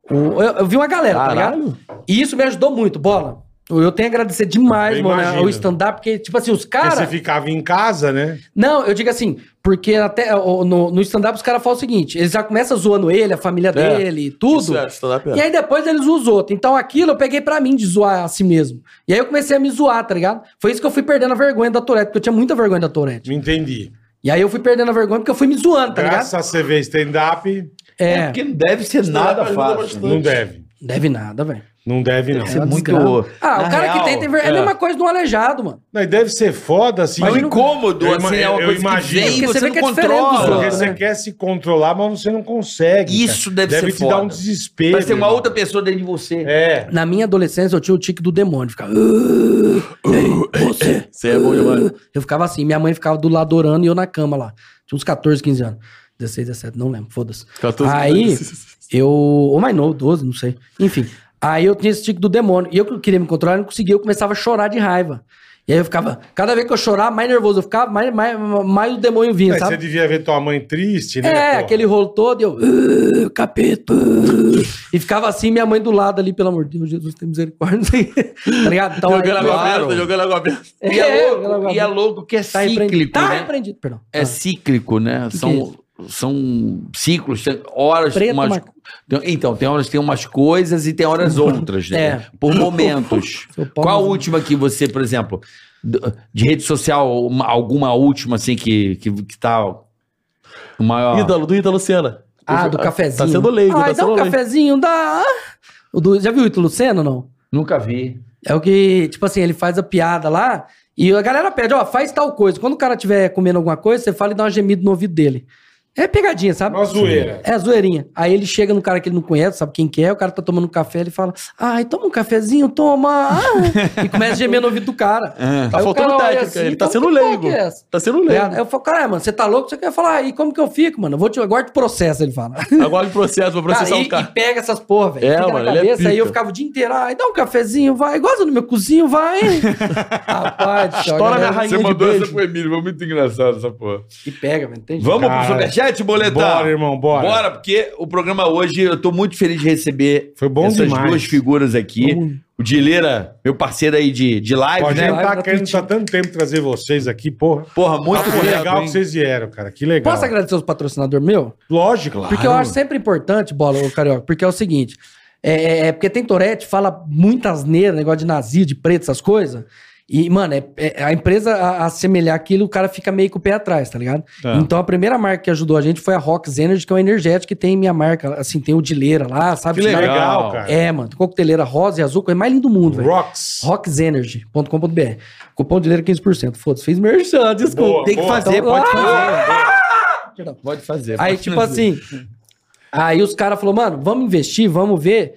O- Eu, eu vi uma galera, tá ligado? E isso me ajudou muito, bola. Eu tenho a agradecer demais,
Eu
mano,
imagino.
ao stand-up, porque, tipo assim, os
Porque
caras.
você ficava em casa, né?
Tá
Não, eu digo assim, porque até ó, no, no stand-up os caras falam o seguinte: eles já começam zoando ele, a família dele, tudo.
É, Isso é,
tá
stand-up é.
E aí depois eles usam os outros. Então aquilo eu peguei pra mim de zoar a si mesmo. E aí eu comecei a me zoar, tá ligado? Foi isso que eu fui perdendo a vergonha da Tourette, porque eu tinha muita vergonha da Tourette.
Me entendi.
E aí eu fui perdendo a vergonha porque eu fui me zoando, tá
Graças
ligado?
a você ver stand-up,
É,
Porque não deve ser nada
ajuda
fácil.
bastante.
não deve.
deve nada, velho.
Não deve, não.
Isso é
uma
muito.
desgraça. Ah,
Na
o cara que
real,
tem, tem ver... é a mesma coisa do aleijado, mano.
Não, e deve ser foda, assim.
Mas o
de-
É um incômodo,
Eu
assim, é uma
ima- eu
coisa
imagino.
que vem,
Porque
você,
você vê
não
que é diferente dos
controla.
Porque
outros.
você
né?
quer se controlar, mas você não consegue. cara.
Isso deve ser
te
foda.
dar um desespero.
Parece ter uma
irmão.
outra pessoa dentro de você.
É.
Na minha adolescência eu tinha o tique do demônio, ficava.
Uh, Você é bom demais.
uh." Eu ficava assim, minha mãe ficava do lado orando e eu na cama lá. Tinha uns 14, 15 anos. 16, 17, não lembro, foda-se.
14,
Aí, eu. Ou mais novo, 12, não sei. Enfim. Aí eu tinha esse tique do demônio. E eu que queria me controlar, eu não conseguia, eu começava a chorar de raiva. E aí eu ficava, cada vez que eu chorava, mais nervoso eu ficava, mais, mais, mais o demônio vinha,
Mas É, Você
sabe?
devia ver tua mãe triste, né?
É,
pô?
aquele rolo todo e eu, "Ah, capeta. e ficava assim, minha mãe do lado ali, pelo amor de Deus, Jesus tem misericórdia. tá ligado? Então, aí,
jogando água
claro.
aberta, jogando água aberta.
É,
E é louco,
ela-
e é louco que é
tá
cíclico,
repreendido. Tá
né?
repreendido, perdão.
É
Ah.
cíclico, né?
que é
são, são ciclos, tem horas.
Preto,
umas-
Marco.
Tem- Então, tem horas que tem umas coisas e tem horas outras, né?
É.
Por momentos.
Seu pau
Qual a
no-
última que você, por exemplo, d- de rede social, uma- alguma última assim que, que, que tá o maior.
Ídalo, do Ídalo Luciana.
Ah, do cafezinho.
Tá sendo leigo,
Ah,
tá
dá
sendo
um
leigo.
cafezinho, dá. O do- já viu o Ito Luceno, não?
Nunca vi.
É o que, tipo assim, ele faz a piada lá e a galera pede, ó, faz tal coisa. Quando o cara tiver comendo alguma coisa, você fala e dá uma gemida no ouvido dele. É pegadinha, sabe?
Uma zoeira.
É, zoeirinha. Aí ele chega no cara que ele não conhece, sabe quem que é, o cara tá tomando café, ele fala, ai, toma um cafezinho, toma. ah." e começa a gemer no ouvido do cara.
Tá
Aí o
faltando
cara olha
técnica, ele tá
"Então,
sendo
que porra
leigo."
que é essa?
Tá sendo
Ligado? Aí
leigo.
eu falo, caralho, mano, você tá louco? Você quer falar? E como que eu fico, mano? Eu Vou te, agora te processo, ele fala.
Agora o processo pra
Cara,
processar
e,
o cara.
e pega essas porra, velho.
É,
Fica
mano,
na
ele é
cabeça, aí
pica.
eu ficava o dia inteiro, ai, dá um cafezinho, vai, goza no meu cozinho, vai. Rapaz, do céu,
Estoura
galera,
minha rainha
Você
de
mandou essa
beijo.
pro Emílio, foi muito engraçado essa porra.
E pega, velho, entende?
Vamos
Cara.
pro Superchat, boletar?
Bora, irmão, bora.
bora. porque o programa hoje, eu tô muito feliz de receber
Foi bom
essas
demais.
duas figuras aqui. O Dileira, meu parceiro aí de, de live,
Pô, a gente
né?
Vai
tá
pra
querendo tá tanto tempo trazer vocês aqui, porra.
Porra, muito
Que
obrigado,
legal
hein?
que vocês vieram, cara. Que legal.
Posso agradecer os patrocinadores meu?
Lógico.
Porque eu acho sempre importante, bola, ô, carioca, porque é o seguinte: é, é- é porque tem Torete, fala muita asneira, negócio de nazi, de preto, essas coisas. E, mano, é- é- a empresa a, a assemelhar aquilo, o cara fica meio com o pé atrás, tá ligado?
É.
Então a primeira marca que ajudou a gente foi a Rox Energy, que é uma energética que tem minha marca, assim, tem o Dileira lá, sabe?
Que
Tem-
legal, cara.
É, mano, coqueteleira rosa e azul, coisa mais linda do mundo, É, velho.
Rocks.
Roxenergy.com.br. Cupom de leira 15%. Foda-se, fez merchan, desculpa.
Boa,
Tem que
boa.
fazer,
Então-
pode fazer.
Perdão.
Pode fazer.
Aí,
pode
tipo
fazer.
assim. Aí os caras falaram, mano, vamos investir, vamos ver.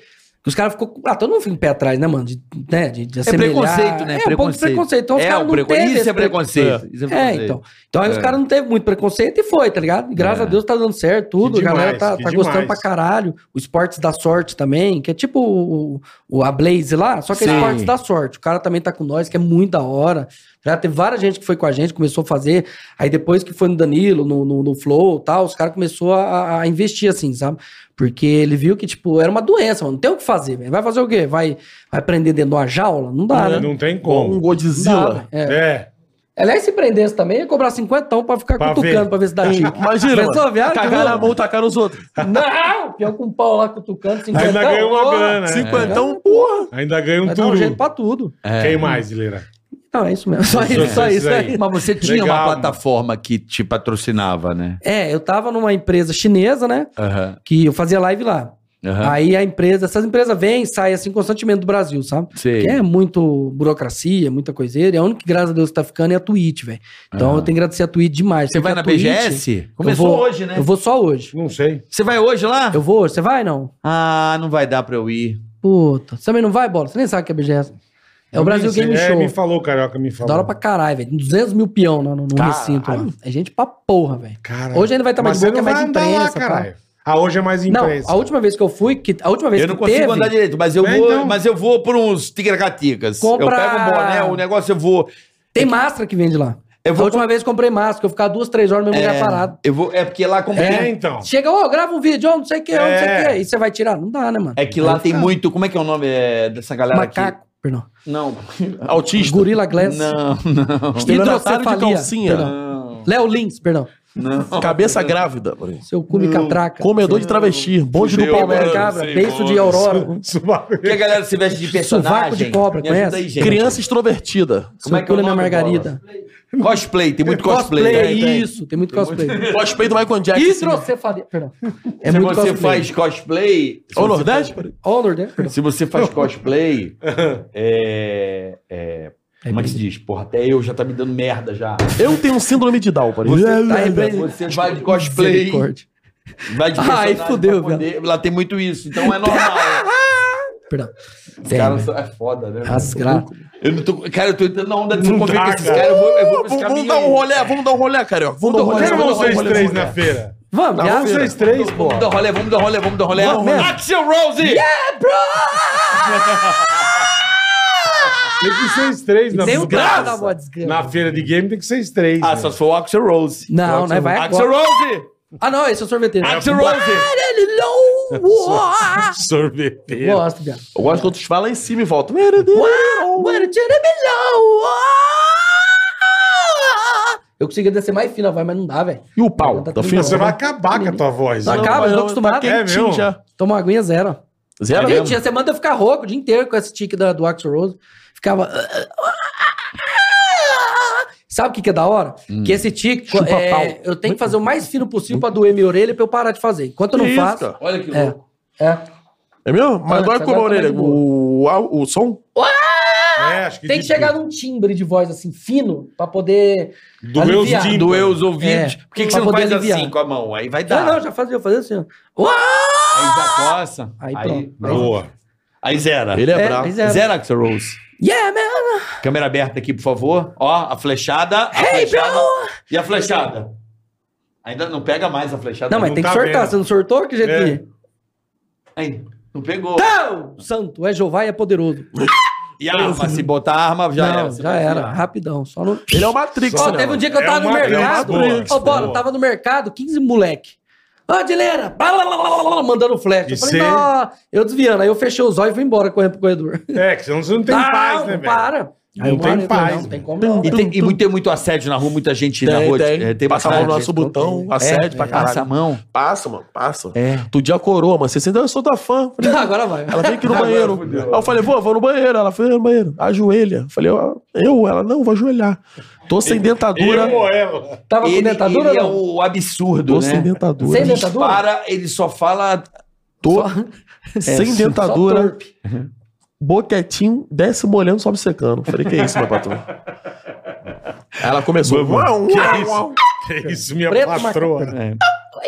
Os caras ficou. Ah, todo mundo fica em pé atrás, né, mano? De, né, de, de
É
assemelhar.
preconceito, né?
É, um pouco de preconceito. Então, os
é,
caras
o
não
precon-
teve
Isso
esse
é preconceito. Isso é
É,
preconceito.
então. Então aí os
É.
caras não teve muito preconceito e foi, tá ligado? E Graças
É.
a Deus tá dando certo, tudo.
Que
a galera
demais,
tá,
que
tá gostando pra
demais.
caralho. O Esportes da Sorte também, que é tipo o, o- a Blaze lá, só que
Sim.
é Esportes da Sorte. O cara também tá com nós, que é muito da hora. Já teve várias gente que foi com a gente, começou a fazer. Aí depois que foi no Danilo, no, no, no Flow e tal, os caras começaram a, a investir assim, sabe? Porque ele viu que, tipo, era uma doença, mano. Não tem o que fazer, velho. Vai fazer o quê? Vai, vai prender dentro de uma jaula? Não dá, né?
Não tem
Com um
como.
Não dá,
Godzilla.
velho. é.
É.
Aliás, se prendesse também, ia cobrar cinquentão pra ficar
Pra
cutucando
ver.
pra ver se dá tique.
Imagina,
Pensou,
mano.
viado? que
Cagar na
louco?
mão, tacar nos outros.
Não! Pior com um pau lá cutucando, cinquentão.
Ainda ganha uma
porra.
grana. né?
Cinquentão, porra.
Ainda ganha um
Vai dar um jeito
tudo.
pra tudo.
Quem mais, Lira?
Não, é isso mesmo. Só isso, só
isso
isso
aí.
aí.
Mas você tinha
então. Legal,
uma
mano.
plataforma que te patrocinava, né?
É, eu tava numa empresa chinesa, né?
Aham.
Que eu fazia live lá.
aham.
Aí a empresa, essas empresas vêm e saem assim constantemente do Brasil, sabe?
Sei.
Que é muito burocracia, muita coiseira. E a única que, graças a Deus, tá ficando é a Twitch, velho. Então
Aham.
eu tenho que agradecer a Twitch demais.
Você vai na BGS?
Começou vou,
hoje, né?
Eu vou só hoje.
Não sei.
Você vai hoje lá?
Eu vou hoje. Você vai, não?
Ah, não vai dar pra eu ir.
Puta. Você também não vai, bola? Você nem sabe o que é BGS. É o
Eu
Brasil
nem sei.
Game
É,
Show.
me falou, Carioca, me falou.
Da hora pra caralho, velho. 200 mil peão no, no, no recinto lá. É gente pra porra, velho.
Caralho.
Hoje ainda vai estar mais
Mas
de
você
boa, que é
não
mais
vai
de
andar lá,
imprensa, pá.
caralho. Ah, hoje é mais
Não,
imprensa.
a última vez que eu fui, que, a última vez
Eu não
que
consigo
teve,
andar direito, mas eu,
É,
vou,
então.
mas eu vou por uns tigracaticas. Eu
Compra-
pego um boné, um negócio, eu vou.
tem máscara que vende lá.
Eu vou
a última vez eu comprei máscara, eu ficar duas, três horas no mesmo lugar parado.
Eu vou, é porque lá comprei.
É,
É,
então.
Chega, ó, grava um vídeo, ó, não sei o que, ó, não sei
É.
o que. E você vai tirar? Não dá, né, mano?
é que lá
tá.
tem muito. Como é que é o nome é, dessa galera
Macaco, perdão.
aqui? Não.
Autista.
Gorila Glass.
Não, não.
Estelionatário de
Hidrocefalia.
calcinha.
Perdão. Léo Lins, perdão.
Cabeça grávida. Maria.
Seu cu me catraca.
Comedor de travesti. Bonde do
Fudeu,
Pé
Palmeiras.
mano.
cabra,
Sei,
beijo de
mano.
aurora. é
Porque a galera se veste de personagem.
Sovaco de cobra,
Me ajuda
conhece?
aí, gente.
Criança extrovertida.
Como é que é
Seu
o
cu
nome,
é minha margarida.
Cosplay, tem muito cosplay. né?
Cosplay,
Tem, tem.
isso. Tem muito cosplay.
Cosplay do Michael Jackson.
Hidrocefalia. Perdão. É
se
muito
você
cosplay.
faz cosplay. se
Ô,
você
Nordeste?
faz-
Honor, né? Perdão.
se você faz cosplay, é, é, como é que se diz? Porra, até eu já tá me dando merda já.
Eu tenho um síndrome de Down, Maria.
Tá representando.
é Você vai de cosplay,
Misericórdia.
vai de
Ai,
personagem
fudeu,
pra poder- Lá tem muito isso, então é normal.
Perdão.
Os
Tem,
caras
né?
são- é foda, né?
Rasgar.
Eu não tô, cara, eu tô entrando na onda de ser
Não
conviver
dá,
com esses
cara.
caras. Eu vou, eu vou pra esse
Vamos, vamos
caminho
dar um
aí.
rolé, vamos dar um rolé, carioca. Vamos dar um rolé.
Quero
vamos dar um
é vocês
rolé,
três
vamos
na
dar um rolé.
feira.
Vamos,
Não,
viaja.
Vocês três, pô.
Vamos dar um rolé, vamos dar um rolé, vamos dar um rolé.
Vamos
né?
mesmo.
Axel Rose!
Tem que ser os três na
Tem um braço da
feira.
voz desgraça.
Na feira de game tem que ser os três.
Ah,
né?
só se for o Axel Rose.
Não, né?
É
Vai
Axel
agora.
Rose!
Ah, não, esse é o sorveteiro.
Axel Rose!
Gosto,
Sorveteiro.
viado.
Eu gosto quando tu fala em cima e volta.
Eu conseguia descer mais fino, vai, mas não dá, velho.
E o pau?
Tá
Da
tudo
fina?
Você vai acabar com a tua voz.
Tá
né?
acaba, eu tô
Não,
acostumado.
Tá
É
quentinho
mesmo?
já.
Toma uma aguinha zero.
Zero
Gente,
mesmo.
você manda eu ficar rouco o dia inteiro com esse tique da, do Axl Rose. Ficava. "Ah, Sabe o que, que é da hora? Que esse tique,
Hum. Chupa
é,
pau. Hum.
eu tenho que fazer o mais fino possível pra doer minha orelha pra eu parar de fazer. Enquanto eu não
Isso,
faço.
cara.
Olha que
É.
louco.
é.
É mesmo? Mas dói
Antes,
como a
agora tá
orelha.
mais de
né, O, o, o som?
É, acho
Tem que
de-
chegar num timbre de voz assim, fino, pra poder.
Doeu os
aliviar.
tímpanos.
Doeu os ouvidos.
É.
Por que, que
Pra
você não
poder
faz
aliviar.
assim com a mão? Aí vai
Tá.
Não,
dar.
não, já fazia, eu fazia assim, ó. Uau!
Aí já coça.
Aí
aí,
pronto.
Boa.
aí zera.
Ele é,
É,
brabo.
aí zera.
Zera, Axel Rose.
Yeah, man!
Câmera aberta aqui, por favor. Ó, a flechada. A
Hey,
flechada.
bro!
E a flechada? Ainda não pega mais a flechada.
Não, mas
Não
tem
tá
que sortar.
vendo.
Você não sortou? Que jeito
É.
que.
Aí, não pegou.
Não! Santo, é Jeová e é poderoso.
E a arma, se botar a arma, já
não,
era. Você
já
vai
era.
virar.
Rapidão. Só no.
Ele é o Matrix,
Ó,
né,
teve um
mano?
dia que eu
É
tava
um
no
Matrix,
mercado.
boa.
Ô, Bola, eu
Boa.
tava no mercado, 15 moleque. Ó, Dilera, blá, blá, blá, blá, blá, blá, mandando
E
flash. Eu falei,
cê?
não, eu desviando. Aí eu fechei os olhos e fui embora correndo pro corredor.
É, que senão você não tem
não,
paz, né,
não
velho?
para.
Não
eu
tem
parei, eu falei,
paz,
Não, tem
velho.
como não.
E, tem, e muito, tem muito assédio na rua, muita gente na
Tem,
rua.
tem.
é, tem
passa a mão
bastante.
no nosso botão, assédio pra caralho.
Passa a mão.
Passa, mano, passa.
É.
Tu dia coroa, mano. Você sempre eu sou da fã. Falei,
Agora vai.
Ela vem aqui no banheiro. Aí eu falei, vou, vou no banheiro. Ela foi no banheiro. Ajoelha. Falei, eu, eu? Ela, não, vou ajoelhar. Tô sem dentadura.
Eu é, ou ela?
Tava
Ele,
com dentadura ou
ele é
não?
o absurdo,
Tô
né?
sem dentadura.
Sem
Ele
dentadura?
dispara, ele só fala.
Tô sem
Só
dentadura. Uhum.
torpe.
Boquetinho, desce molhando, sobe secando. Falei, que isso, meu patrão? Aí Ela começou.
Vamos.
uau,
Que
uau,
isso?
uau.
Que isso, minha
Preto, tá.
patroa.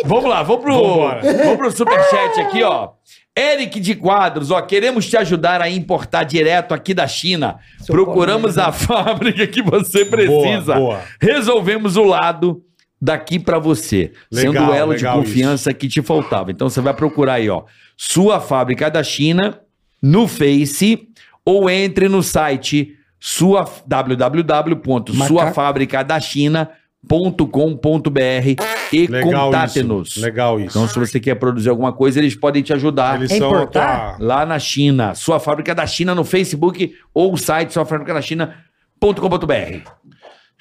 Vamos lá, vamos pro,
Vambora.
vamos pro superchat aqui, ó. Eric de Quadros, ó, queremos te ajudar a importar direto aqui da China.
Seu
Procuramos
Paulo,
a fábrica que você precisa.
Boa, boa.
Resolvemos o lado daqui pra você,
Legal,
sendo o elo de
legal
confiança que te faltava. Então você vai procurar aí, ó, sua fábrica da China no Face ou entre no site sua www.suafabricadachina.com.br e
Legal
contate-nos.
isso. Legal isso.
Então se você quer produzir alguma coisa, eles podem te ajudar.
Eles
é
são a
importar?
tua...
Lá na China, sua fábrica da China no Facebook ou o site sua fábrica da China.com.br.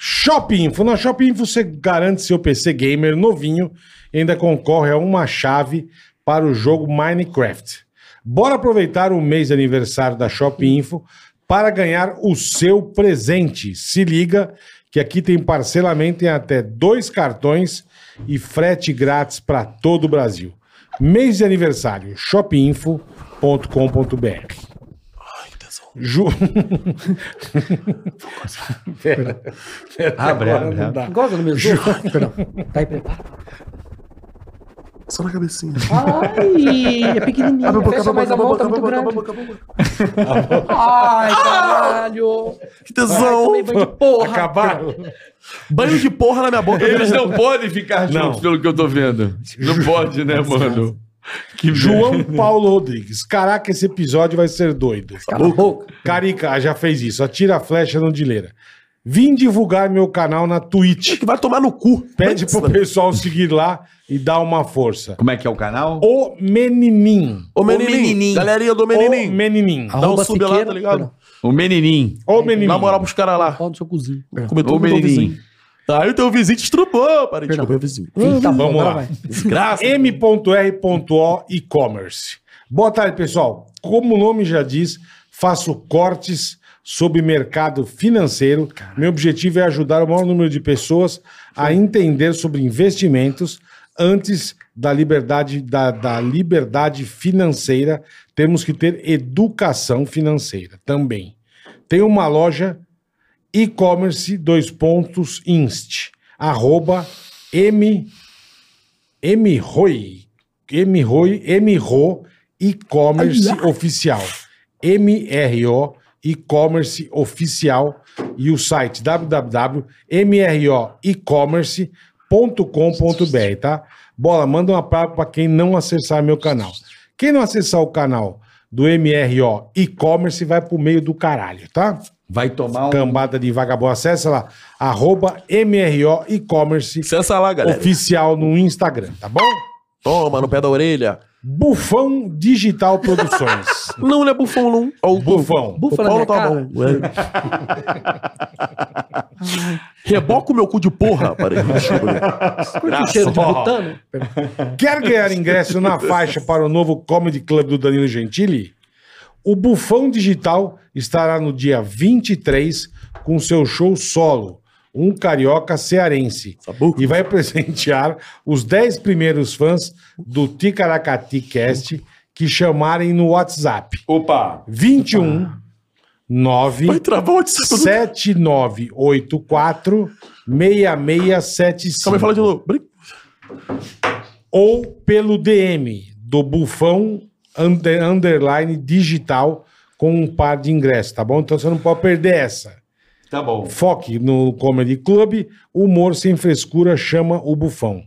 Shopinfo. Na Shopinfo você garante seu PC gamer novinho e ainda concorre a uma chave para o jogo Minecraft. Bora aproveitar o mês de aniversário da Shopinfo para ganhar o seu presente. Se liga que aqui tem parcelamento em até dois cartões e frete grátis para todo o Brasil. Mês de aniversário, shopinfo.com.br. Ju...
Abre,
Agora não dá.
Gosta do meu jogo? Perdão. Tá aí, prepara.
Só na cabecinha.
Ai, é pequenininho.
Acabou,
Fecha
acabou,
mais a
acabou,
mão, tá muito
acabou,
grande.
acabou, acabou, acabou.
Ai, caralho.
Que
Ai,
tesão.
tomei Ah! banho de porra.
Acabaram.
Banho de porra na minha boca.
Eles não podem ficar juntos,
Não.
pelo que eu tô vendo. Não pode, né, mano? Que
João Paulo Rodrigues. Caraca, esse episódio vai ser doido.
Cala a boca.
Carica ah, já fez isso. Atira a flecha no Dileira. Vim divulgar meu canal na Twitch.
É Que vai tomar no cu.
Pede pro pessoal seguir lá e dar uma força.
Como é que é o canal?
O Menininho.
Ô, menininho.
menininho.
Galerinha do
O
menininho.
Menininho.
Dá um
Arroba
sub lá,
Siqueira.
tá ligado?
O Menininho.
O Menininho.
Dá moral pros caras lá.
Pau no seu cozinho.
Comer
Ô,
todo mundo
menininho.
vizinho. Tá, Aí o teu vizinho te estrupou. Parei, desculpa, meu vizinho.
Tá bom,
Vamos
agora
lá.
vai.
Desgraça.
M.R.O e-commerce. Boa tarde, pessoal. Como o nome já diz, faço cortes sobre mercado financeiro. Meu objetivo é ajudar o maior número de pessoas a entender sobre investimentos antes da liberdade da, da liberdade financeira. Temos que ter educação financeira também. Tem uma loja e-commerce dois pontos inst arroba m Mroy, Mroy, Mro e-commerce oficial. MRO e-commerce oficial e o site www.mroecommerce.com.br, tá? Bola, manda uma palavra para quem não acessar meu canal. Quem não acessar o canal do MRO e-commerce vai pro meio do caralho, tá?
Vai tomar um.
Cambada de vagabundo, acessa lá arroba MRO e-commerce
Acessa lá, galera.
oficial no Instagram, tá bom?
Toma, no pé da orelha.
Bufão Digital Produções.
Não, não é bufão, não. Ó, o
Bufão.
Bufa
Bufão
na minha
não tá
cara.
bom. É. Reboca o meu cu de porra. Parei, desculpa.
Curte o cheiro de butano?
Quer ganhar ingresso na faixa para o novo Comedy Club do Danilo Gentili? O Bufão Digital estará no dia 23 com seu show solo, um carioca cearense.
Sabu.
E vai presentear os 10 primeiros fãs do Ticaracati Cast que chamarem no WhatsApp.
Opa!
21 9
Vai travar tá o discurso.
7984
Calma aí,
6675
fala de novo. Brin-
ou pelo DM do Bufão under- Underline Digital com um par de ingressos, tá bom? Então você não pode perder essa.
Tá bom.
Foque no Comedy Club, humor sem frescura chama o Bufão.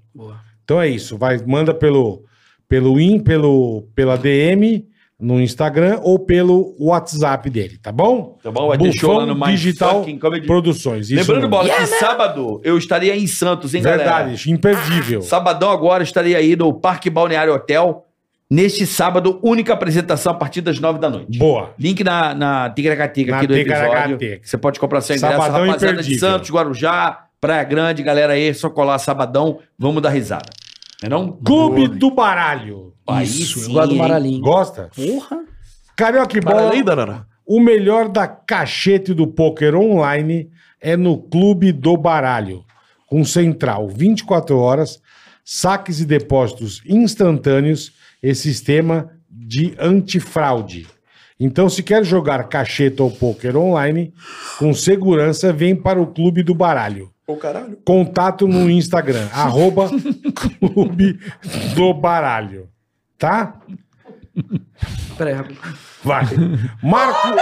Então é isso, vai manda pelo pelo in, pelo pela DM no Instagram ou pelo WhatsApp dele, tá bom?
Tá bom? Vai ter show lá no
Bufão
My
Digital
Fucking Comedy.
Produções. isso mesmo.
Lembrando, Bola, que sábado eu estaria em Santos, hein, galera?
Verdade, imperdível.
Sabadão agora estarei aí no Parque Balneário Hotel. Neste sábado, única apresentação a partir das nove da noite.
Boa.
Link na, na Ticaracatica
Na
aqui do episódio.
Ticaracatica.
Você pode comprar seu ingresso,
Sabadão
rapaziada de
imperdível.
Santos, Guarujá, Praia Grande, galera aí, é só colar sabadão, vamos dar risada. Não é não?
Clube do Baralho.
Aí
Isso,
É
eu
sim,
gosto do
hein?
baralhinho.
Gosta?
Porra.
Carioca e Bola,
Para aí, Danara.
o melhor da cachete do poker online é no Clube do Baralho, com central 24 horas, saques e depósitos instantâneos e sistema de antifraude. Então, se quer jogar cacheta ou poker online, com segurança vem para o Clube do Baralho.
Ô, caralho.
Contato no Instagram, arroba Clube do Baralho. Tá?
Pera aí, rapidinho.
Vai. Marco.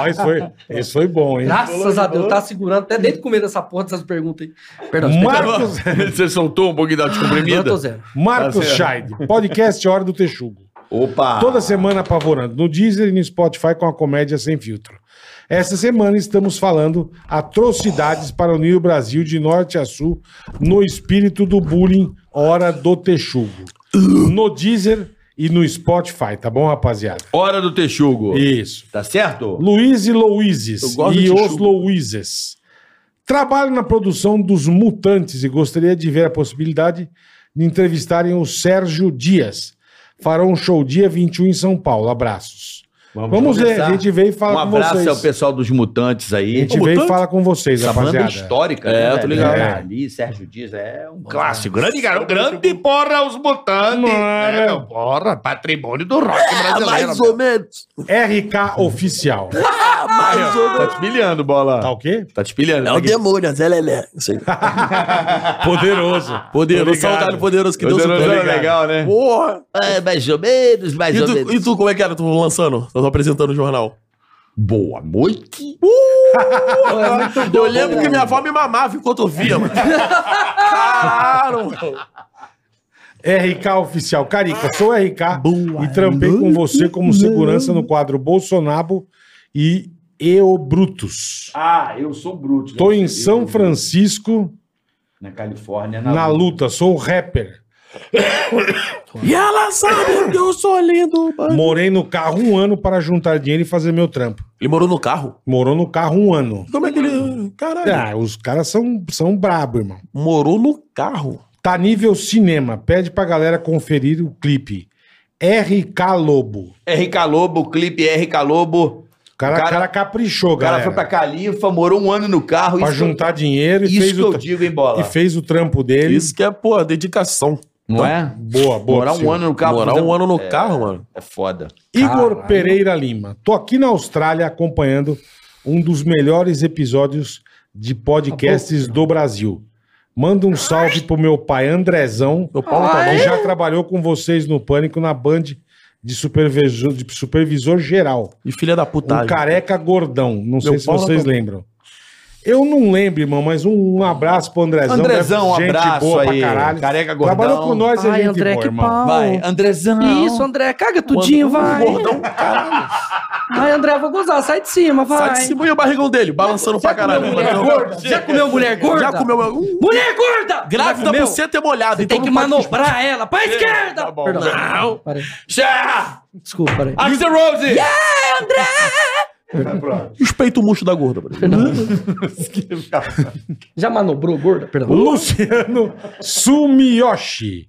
Ó, esse, foi, esse foi bom, hein?
Graças a Deus, tá segurando até dentro com medo dessa porra dessas perguntas aí. Perdão, gente,
Marcos,
Você soltou um pouquinho da
agora eu
descomprimida?
tô zero.
Marcos Scheid, podcast Hora do Texugo.
Opa!
Toda semana apavorando no Deezer e no Spotify com a comédia sem filtro. Essa semana estamos falando atrocidades para unir o Brasil de norte a sul no espírito do bullying Hora do Texugo. No Deezer e no Spotify, tá bom, rapaziada?
Hora do Texugo.
Isso.
Tá certo?
Luiz e Louises
Eu gosto
e
de
os
chuva.
Louises. Trabalho na produção dos Mutantes e gostaria de ver a possibilidade de um entrevistarem o Sérgio Dias. Farão um show dia 21 em São Paulo. Abraços. Vamos, ver, a gente vem e fala
Um
com vocês.
abraço ao Tá pessoal dos Mutantes
A
aí.
gente vem e fala com vocês,
Essa banda
rapaziada.
histórica.
É,
né,
eu tô ligado.
velho? Ali, Sérgio Dias, é um
Ah,
clássico.
Grande, garoto. Grande porra, os mutantes.
Mano.
É, meu, porra, patrimônio do
Ah,
rock brasileiro.
mais ou menos.
RK Oficial.
Mais ou menos.
Tá te pilhando,
Tá
bola.
o quê?
Tá te pilhando.
É o demônio, a Zé Lelé. Isso aí.
Poderoso. Tô
Poderoso,
ligado.
saudade poderoso que Deus
Poderoso
o
é
tenha.
legal, né?
Porra.
É, mais ou menos, mais
E
ou
tu,
menos.
e tu, como é que era? Tu lançando? Tu apresentando o jornal.
Boa noite.
é
eu lembro que minha avó me mamava enquanto eu via, mano. Caralho, mano.
RK Oficial. Carica, sou RK e trampei com você como segurança no quadro Bolsonaro e Eu Brutus.
Ah, eu sou bruto.
Tô em São Francisco
Na Califórnia,
na luta, sou rapper.
E ela sabe que eu sou lindo, mano.
Morei no carro um ano para juntar dinheiro e fazer meu trampo.
Ele morou no carro?
Morou no carro um ano.
Como é que ele. É. Caralho.
Ah, os caras são, são brabo, irmão.
Morou no carro.
Tá nível cinema. Pede pra galera conferir o clipe. RK Lobo.
RK Lobo, clipe RK Lobo.
O cara,
O cara-
cara caprichou,
O cara
galera.
foi pra Califa, morou um ano no carro.
pra
isso-
juntar dinheiro e
Isso
fez,
que eu
o,
digo, hein, bola.
e fez o trampo dele.
Isso que é, pô, dedicação.
Não é?
Boa, boa.
Morar um
Priscila.
ano no
Tá
carro.
Morar
fazer-
um ano no
é,
carro, mano.
É foda.
Igor
Caralho.
Pereira Lima. Tô aqui na Austrália acompanhando um dos melhores episódios de
Tá
podcasts do Brasil. Manda um salve pro meu pai Andrezão,
Meu pau não tá
que
longe.
já trabalhou com vocês no Pânico na Band de supervisor, de supervisor geral.
E filha da
Tá,
Um
putagem.
careca gordão. Não sei se
pau não
vocês
tá-
lembram. Eu não lembro, irmão, mas um abraço pro Andrezão.
Andrezão, um
deve-
abraço aí.
pra caralho.
Careca gordão.
Trabalhou com nós, é
Ai,
gente
André,
boa,
que
irmão.
pau.
Vai, Andrezão.
Isso, André, caga tudinho, vai.
Gordão, caralho.
Ai, André, vou gozar, sai de cima, vai.
Sai de cima e o barrigão dele, balançando pra
Já
caralho.
comeu mulher gorda? Já comeu mulher gorda?
Já comeu. Uh,
Mulher gorda!
grávida,
Já comeu?
você ter molhado. então
Tem que um manobrar ela pra esquerda!
tá bom.
Perdão.
Não.
Parei.
Já!
Desculpa, parei.
Axel Rose! Yeah, André! Respeita o murcho da gorda, mano.
Já manobrou gorda? Perdão.
Luciano Sumiyoshi.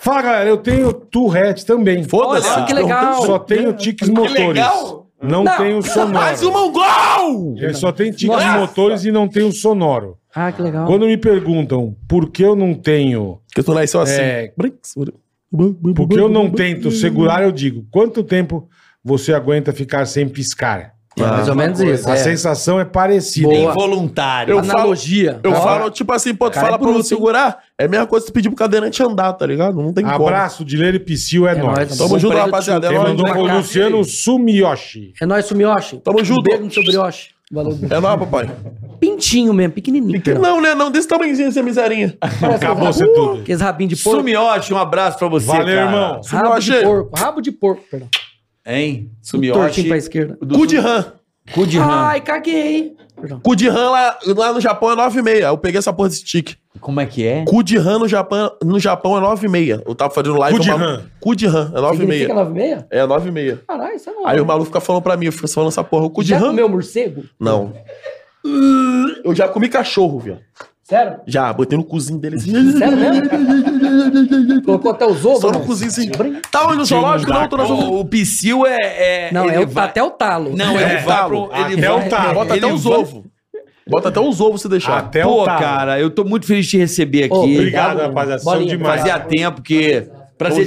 Fala, galera, eu tenho Tourette também.
Foda-se.
Olha, que legal.
Só tenho tiques motores.
legal.
Não,
Não.
tenho sonoro.
Mais um mongol!
Ele só tem tiques
Nossa.
motores e não tenho sonoro.
Ah, que legal.
Quando me perguntam por que eu não tenho,
Porque tu nasceu assim.
É.
Brinks.
por que eu não tento segurar, eu digo, quanto tempo você aguenta ficar sem piscar?
É
Ah.
mais ou menos isso.
A
é.
sensação é parecida.
Boa.
Involuntário.
Eu falo,
Analogia.
eu
Tá?
falo, tipo assim, pô, tu
Cara,
fala
é
pra eu
bruto, hein?
segurar, é a mesma coisa que tu pedir pro cadeirante andar, tá ligado? Não tem como.
Abraço, Dileiro e Psyu, é,
É
nóis.
nóis.
Tamo-
Tamo
Bom
junto,
preço,
rapaziada. É
Quem
nóis,
mandou
né?
foi o Luciano Sumiyoshi.
É nóis, Sumioshi.
Tamo junto.
Beijo no seu brioche. Valeu.
É nóis, papai.
Pintinho mesmo, pequenininho.
Não, né? Não, desse tamanhozinho, essa miserinha.
Acabou ser tudo.
Aqueles rabinhos de porco.
Sumiote, um abraço pra você,
Valeu,
cara.
irmão.
Rabo
Sumioshi.
de porco. Rabo de porco, perdão.
Hein?
Tortinho
Sumiote.
pra esquerda.
do-
Cu de rã.
Cu de rã.
Ai, caguei. Perdão.
Cu de rã lá, lá no Japão é 9,6. Eu peguei essa porra desse tique.
Como é que é?
Cu de rã no Japão, no Japão é 9,6. Eu tava fazendo live.
Cu de
o maluco-
rã.
Cu de rã, é 9,6.
Significa 9,6?
É 9,6.
Caralho, isso é novo.
Aí o maluco fica falando pra mim, fica falando essa porra. O cu de
Já
rã.
comeu morcego?
Não. Eu já comi cachorro, viu?
Sério?
Já, botei no cozinho dele assim.
Sério mesmo? Colocou até os ovos?
Só no
não?
cozinho assim. Tá onde no zoológico? Não, tô na zoológico.
O, o Psyu é, é.
Não,
ele
é o,
vai-
até o talo.
Não, ele
É,
vai
talo.
pro. Ele
Até
vai,
o talo.
Bota
ele
até os
vai-
ovos. Bota até os ovos se deixar.
Até
Pô,
o talo.
cara, eu tô muito feliz de te receber aqui.
Ô,
Obrigado, rapaziada. São
Bolinha,
demais.
Fazia tempo que. Prazer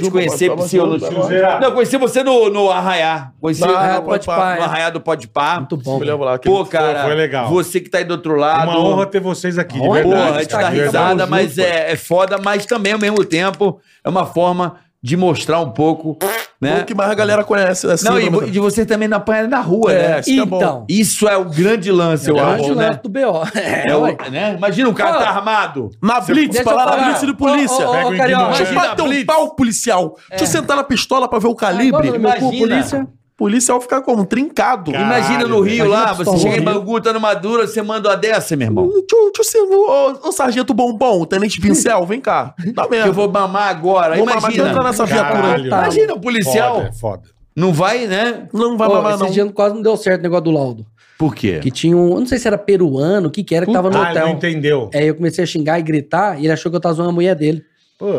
Tamo
te
junto,
conhecer,
tamo
Psyu.
junto,
tamo junto.
No... Não, conheci você no, no Arraiá. Conheci
No Arraiá
no,
do
Pode
Podpah,
Pá,
é.
no Arraiá do Pode Pá.
Muito
Eu
bom.
me lembro lá. aquele-
Pô, cara,
Foi- foi legal. É
você que tá aí do outro lado.
Uma honra ter vocês aqui, de
Honra,
Porra, a
verdade.
gente dá
Verdade.
risada,
Tamo
mas
junto,
é, é foda, mas também ao mesmo tempo é uma forma de mostrar um pouco, né?
O que mais a galera conhece. né?
Não, e,
Síndrome
vo- e de você também não apanhar na rua,
É,
né?
isso que é bom.
Então.
Isso é o grande lance, eu
É o
acho,
grande
né?
lance do BO. É,
É o-
ué.
né? Imagina um cara
Fala.
tá armado.
Na Blitz,
Deixa eu
falar na
falar.
Blitz de polícia.
Ô, ô, ô,
Pega o
carioca.
ignorante.
Deixa eu
Imagina
bater
a
um
Blitz. É. Ah,
pau policial. Deixa eu sentar na pistola pra ver o
Tá
calibre.
Agora no meu cu,
Imagina.
polícia.
policial fica como? Trincado.
Cara.
Imagina no
Caralho,
Rio
velho.
lá,
Imagina
você
pistola
chega em
no Rio.
Bangu, tá numa dura, você manda uma dessa, meu irmão.
Hum, Deixa eu- deixa eu ser- Ô, ô, sargento bombom, tenente pincel, vem cá. Dá
Que eu
merda.
vou mamar agora.
Vou mamar, deixa eu
imagina.
entrar nessa viatura. aí.
Caralho.
Tá.
Imagina o policial.
Foda, foda.
Não vai, né?
Não vai
Pô,
mamar,
esse
não.
dia quase não deu certo o negócio do laudo.
Por quê?
Que tinha um. eu Não sei se era peruano, o que que era, que tava no
Ah, ele não
hotel.
entendeu.
Aí eu comecei a xingar e gritar, e ele achou que eu tava zoando a mulher dele.
Pô,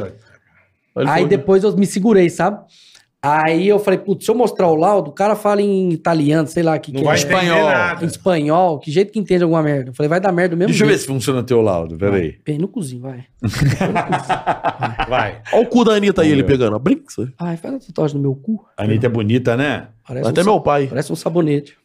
Ele né?
aí
foi-
depois eu me segurei, sabe? Aí eu falei, putz, se eu mostrar o laudo, o cara fala em italiano, sei lá, que,
Não
que
vai
é,
entender
espanhol.
em
nada.
espanhol, que jeito que entende alguma merda. Eu falei, vai dar merda do mesmo
Deixa eu ver se
jeito.
funciona teu laudo, peraí.
Peraí, no cozinho, vai.
É
Vai.
Olha o cu da Anitta aí, ele pegando. ó. Brinks.
Ai, faz uma tatuagem no meu cu.
A Anitta é bonita, né?
Parece,
Até
um,
meu pai.
parece um sabonete.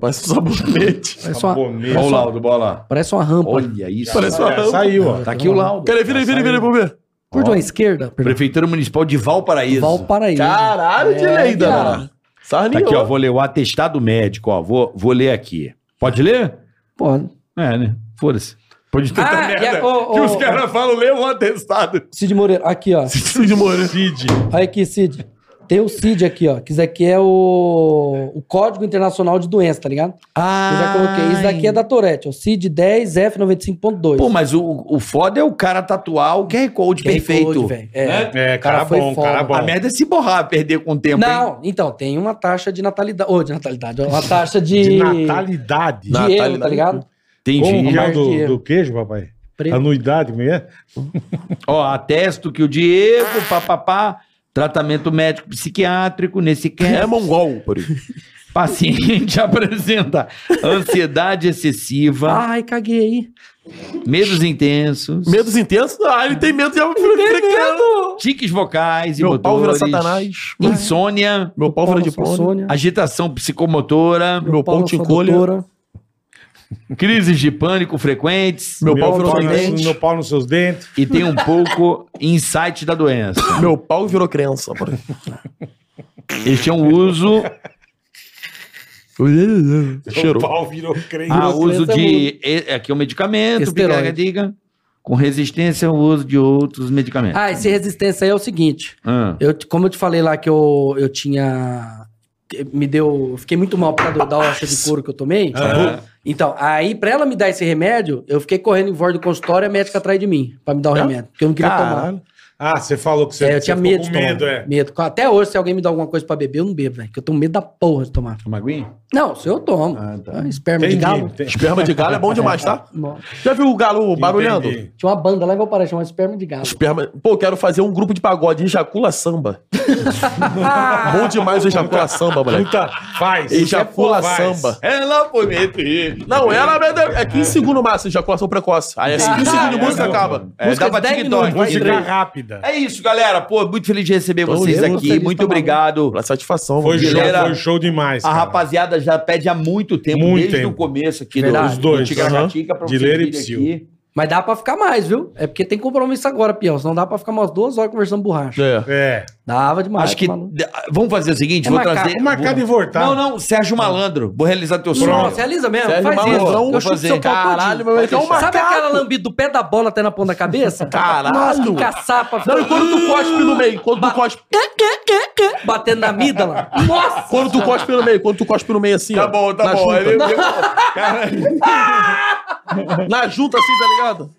Parece um sabonete.
tá
Parece uma,
Sabonete.
Olha o laudo, bola.
parece uma rampa.
Olha isso.
Parece uma
É,
rampa.
saiu, ó.
Tá aqui o laudo.
Cara, vira aí, vira aí, vira aí, vamos ver.
Curva à esquerda. perdão.
Prefeitura Municipal de Valparaíso.
Valparaíso.
Caralho de
É,
lenda,
viado.
mano. Sarninho.
Tá aqui, ó. Vou ler o atestado médico, ó. Vou, vou ler aqui. Pode ler?
Pode.
É, né? Foda-se. Pode ter
Ah, e a- ô, ô,
que os caras falam, lê um atestado.
Cid Moreira, aqui, ó.
Cid Moreira.
Cid.
Olha aqui, Cid. Tem o Cid aqui, ó. Que isso aqui é o, o Código Internacional de Doença, tá ligado?
Ah,
Eu já coloquei. Isso daqui é da Tourette, ó. Cid 10F95.2.
Pô, mas o, o foda é o cara tatuar o QR Code
QR
perfeito.
Code, velho. é.
É,
cara
cara
foi
bom,
foda.
cara
A
bom.
merda é se borrar, perder com o tempo. hein?
Não, então, tem uma taxa de natalidade. Ô, de natalidade, ó, uma taxa de.
De natalidade.
de euro, tá ligado?
Como
Entendi.
que é
Mar de
do,
erro.
do queijo, papai?
Preto.
Anuidade, como é?
Ó, atesto que o Diego, papapá, tratamento médico psiquiátrico nesse
É
campo.
mongol, por isso.
Paciente apresenta ansiedade excessiva,
Ai, caguei.
medos intensos,
Medos intensos? Ah, ele tem medo de...
tiques vocais e
Meu pau vira
motores,
satanás.
insônia,
Meu pau vira de plano.
Sônia.
agitação psicomotora,
Meu pau te encolhe.
crises de pânico frequentes
Meu pau virou
pau,
dente.
no, meu pau nos seus dentes.
e tem um pouco insight da doença.
Meu pau virou crença, mano.
Este é um uso
Meu
Cheirou.
pau virou crente.
Ah, uso
doença
de. é- Aqui é um medicamento,
Esteroide.
pica, diga, com resistência ao uso de outros medicamentos.
Ah, esse resistência aí é o seguinte.
Ah.
Eu, te- como eu te falei lá que eu, eu tinha. Me deu. eu Fiquei muito mal por causa da
Ah,
hoxa de couro que eu tomei.
Ah. Tá
Então, aí, pra ela me dar esse remédio, eu fiquei correndo em volta do consultório e a médica atrás de mim pra me dar o remédio. Porque eu não queria tomar.
Ah, você falou que Ah? você,
É, eu
você
tinha
ficou
medo
com
de tomar.
medo, é.
Medo. Até hoje, se alguém me dá alguma coisa pra beber, eu não bebo, velho. Porque eu tenho medo da porra de tomar.
Uma aguinha?
Não, se eu tomo.
Ah, tá.
Ah, Esperma de galo.
Entendi.
Esperma de galo é bom demais, tá?
Nossa.
Já viu o galo barulhando?
Entendi.
Tinha uma banda lá em Valparaíso, chamada Esperma de Galo.
Esperma... Pô, quero fazer um grupo de pagode. Ejacula samba. bom demais o ejacula samba, moleque.
Puta, faz.
Ejacula
Faz.
samba.
Ela foi meter.
Não, ela é 15 segundos no máximo, ejaculação precoce. Aí é
Ah,
15 segundos de
é,
música
é,
acaba.
É,
música
dá pra
10
TikTok.
minutos,
Música
Andrei.
rápida.
É isso, galera. Pô, muito feliz de receber
Tamo
vocês
junto,
aqui.
feliz
Muito
pra
obrigado.
Pra satisfação,
Foi
vamos
show,
Galera,
foi show demais.
A
cara.
rapaziada já pede há muito tempo,
Muito
desde
tempo.
o começo aqui
Verdade.
do,
Os
dois,
Ticaracatica, pra
aham. De
vocês
Leira e
virem
Psyu.
aqui.
Mas dá pra ficar mais, viu? É porque tem compromisso agora, Pião. Senão dá pra ficar umas duas horas conversando borracha.
É.
É.
Dava demais.
Acho que.
maluco.
Vamos fazer o seguinte:
É
vou
macaco,
trazer.
Vou marcar de voltar.
Não, não, Sérgio
Tá.
Malandro. Vou realizar teu sonho.
Não, você alisa mesmo.
Sérgio
faz isso.
Malandrão,
Eu
vou
chuto
fazer.
seu pau
Caralho,
todinho.
meu irmão, é um
Sabe
macaco.
aquela lambida do pé da bola até na ponta da cabeça?
Caralho.
Nossa, que caçapa.
Não, e quando tu cospe no meio, quando tu cospe.
Batendo na amígdala. Nossa!
Quando tu cospe no meio, quando tu cospe no meio assim,
Tá
ó. na Junta, na junta assim, tá ligado?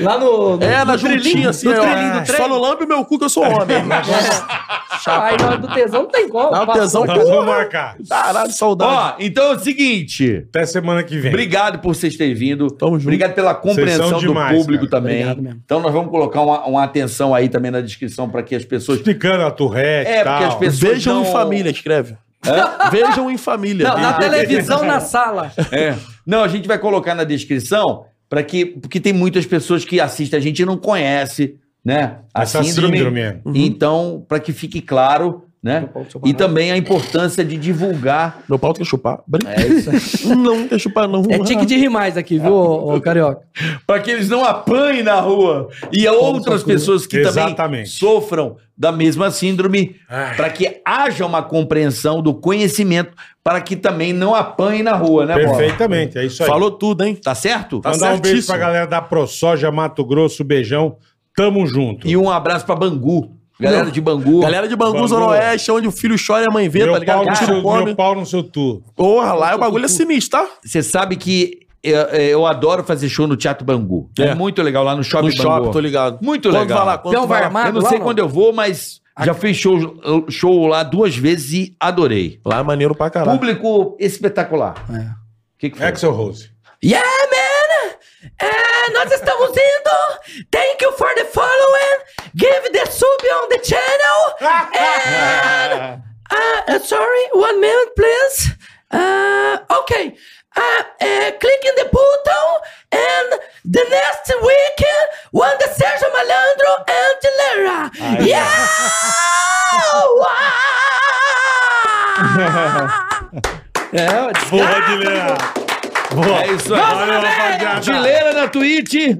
Lá no... no...
É, na juntinha assim,
no
ó.
trelinho, no
Só não lambe o meu cu que eu sou homem.
Aí na hora do tesão não tem como.
Dá um tesão,
Nós
pô.
vamos marcar.
Caralho, saudade.
Ó, então é o seguinte.
Até semana que vem.
Obrigado por vocês terem vindo.
Tamo junto.
Obrigado pela
Vocês são
compreensão
demais,
do público
cara.
também.
Obrigado mesmo.
Então nós vamos colocar uma, uma atenção aí também na descrição para que as pessoas.
Explicando a Tourette e
É,
tal.
porque as pessoas.
Vejam
não-
em família, escreve. Vejam em família.
Não, na televisão, na sala.
É. Não, a gente vai colocar na descrição para que. Porque tem muitas pessoas que assistem a gente e não conhece, né? A
Essa
síndrome.
síndrome.
Então, para que fique claro, né? E também a importância de divulgar.
Meu pau tem que chupar. Brinca.
É isso aí.
Não, quer chupar não.
É tique de rimais aqui, viu, ô, ô, Carioca?
para que eles não apanhem na rua e a outras pessoas que também
Exatamente.
sofram da mesma síndrome,
Ai.
para que haja uma compreensão do conhecimento, para que também não apanhem na rua, né, Bola?
Perfeitamente, é isso aí.
Falou tudo, hein?
Tá certo?
Tá
Mandar um beijo pra galera da ProSoja Mato Grosso, beijão. Tamo junto.
E um abraço para Bangu, galera
Não.
de Bangu.
Galera de Bangu,
Bangu.
Zona Oeste, onde o filho chora e a mãe vê,
meu,
tá ligado?
pau no
Que o
seu,
tiro come.
meu pau no seu tu.
Porra, lá o bagulho é sinistro, tá?
Você sabe que eu, eu adoro fazer show no Teatro Bangu. É,
É.
muito legal lá no Shopping
No
Bangu.
shopping, tô ligado.
Muito
Quando
legal.
vai lá, quando
Então
tu vai
vai
lá.
armar?
Eu não
Lá
sei
não.
quando eu vou, mas já fiz show, show lá duas vezes e adorei.
Lá é maneiro pra caralho.
Público espetacular. O
É.
que, que foi?
Axel Rose.
Yeah, man! É, nós estamos indo! Thank you for the following! Give the sub on the channel. And, uh, uh, sorry, one minute, please. Uh, okay. Uh, uh, click in the button and the next week when the Sérgio Malandro and Lera. Yeah!
É, desculpa.
Boa, Guilherme. Boa.
É isso aí.
Valeu, rapaziada.
Dileira na Twitch. Di-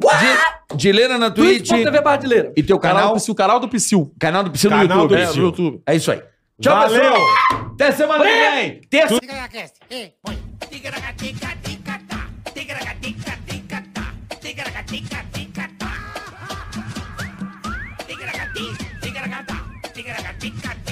Dileira na Twitch.
TV Bardileira.
E teu canal,
Canal do Psyu, canal do Psyu.
canal do Psy no
Canal
YouTube.
do
É,
Psy.
no YouTube. É isso aí. Tchau,
Valeu.
pessoal. Até semana que vem. Terça.
Tica, tica, tica,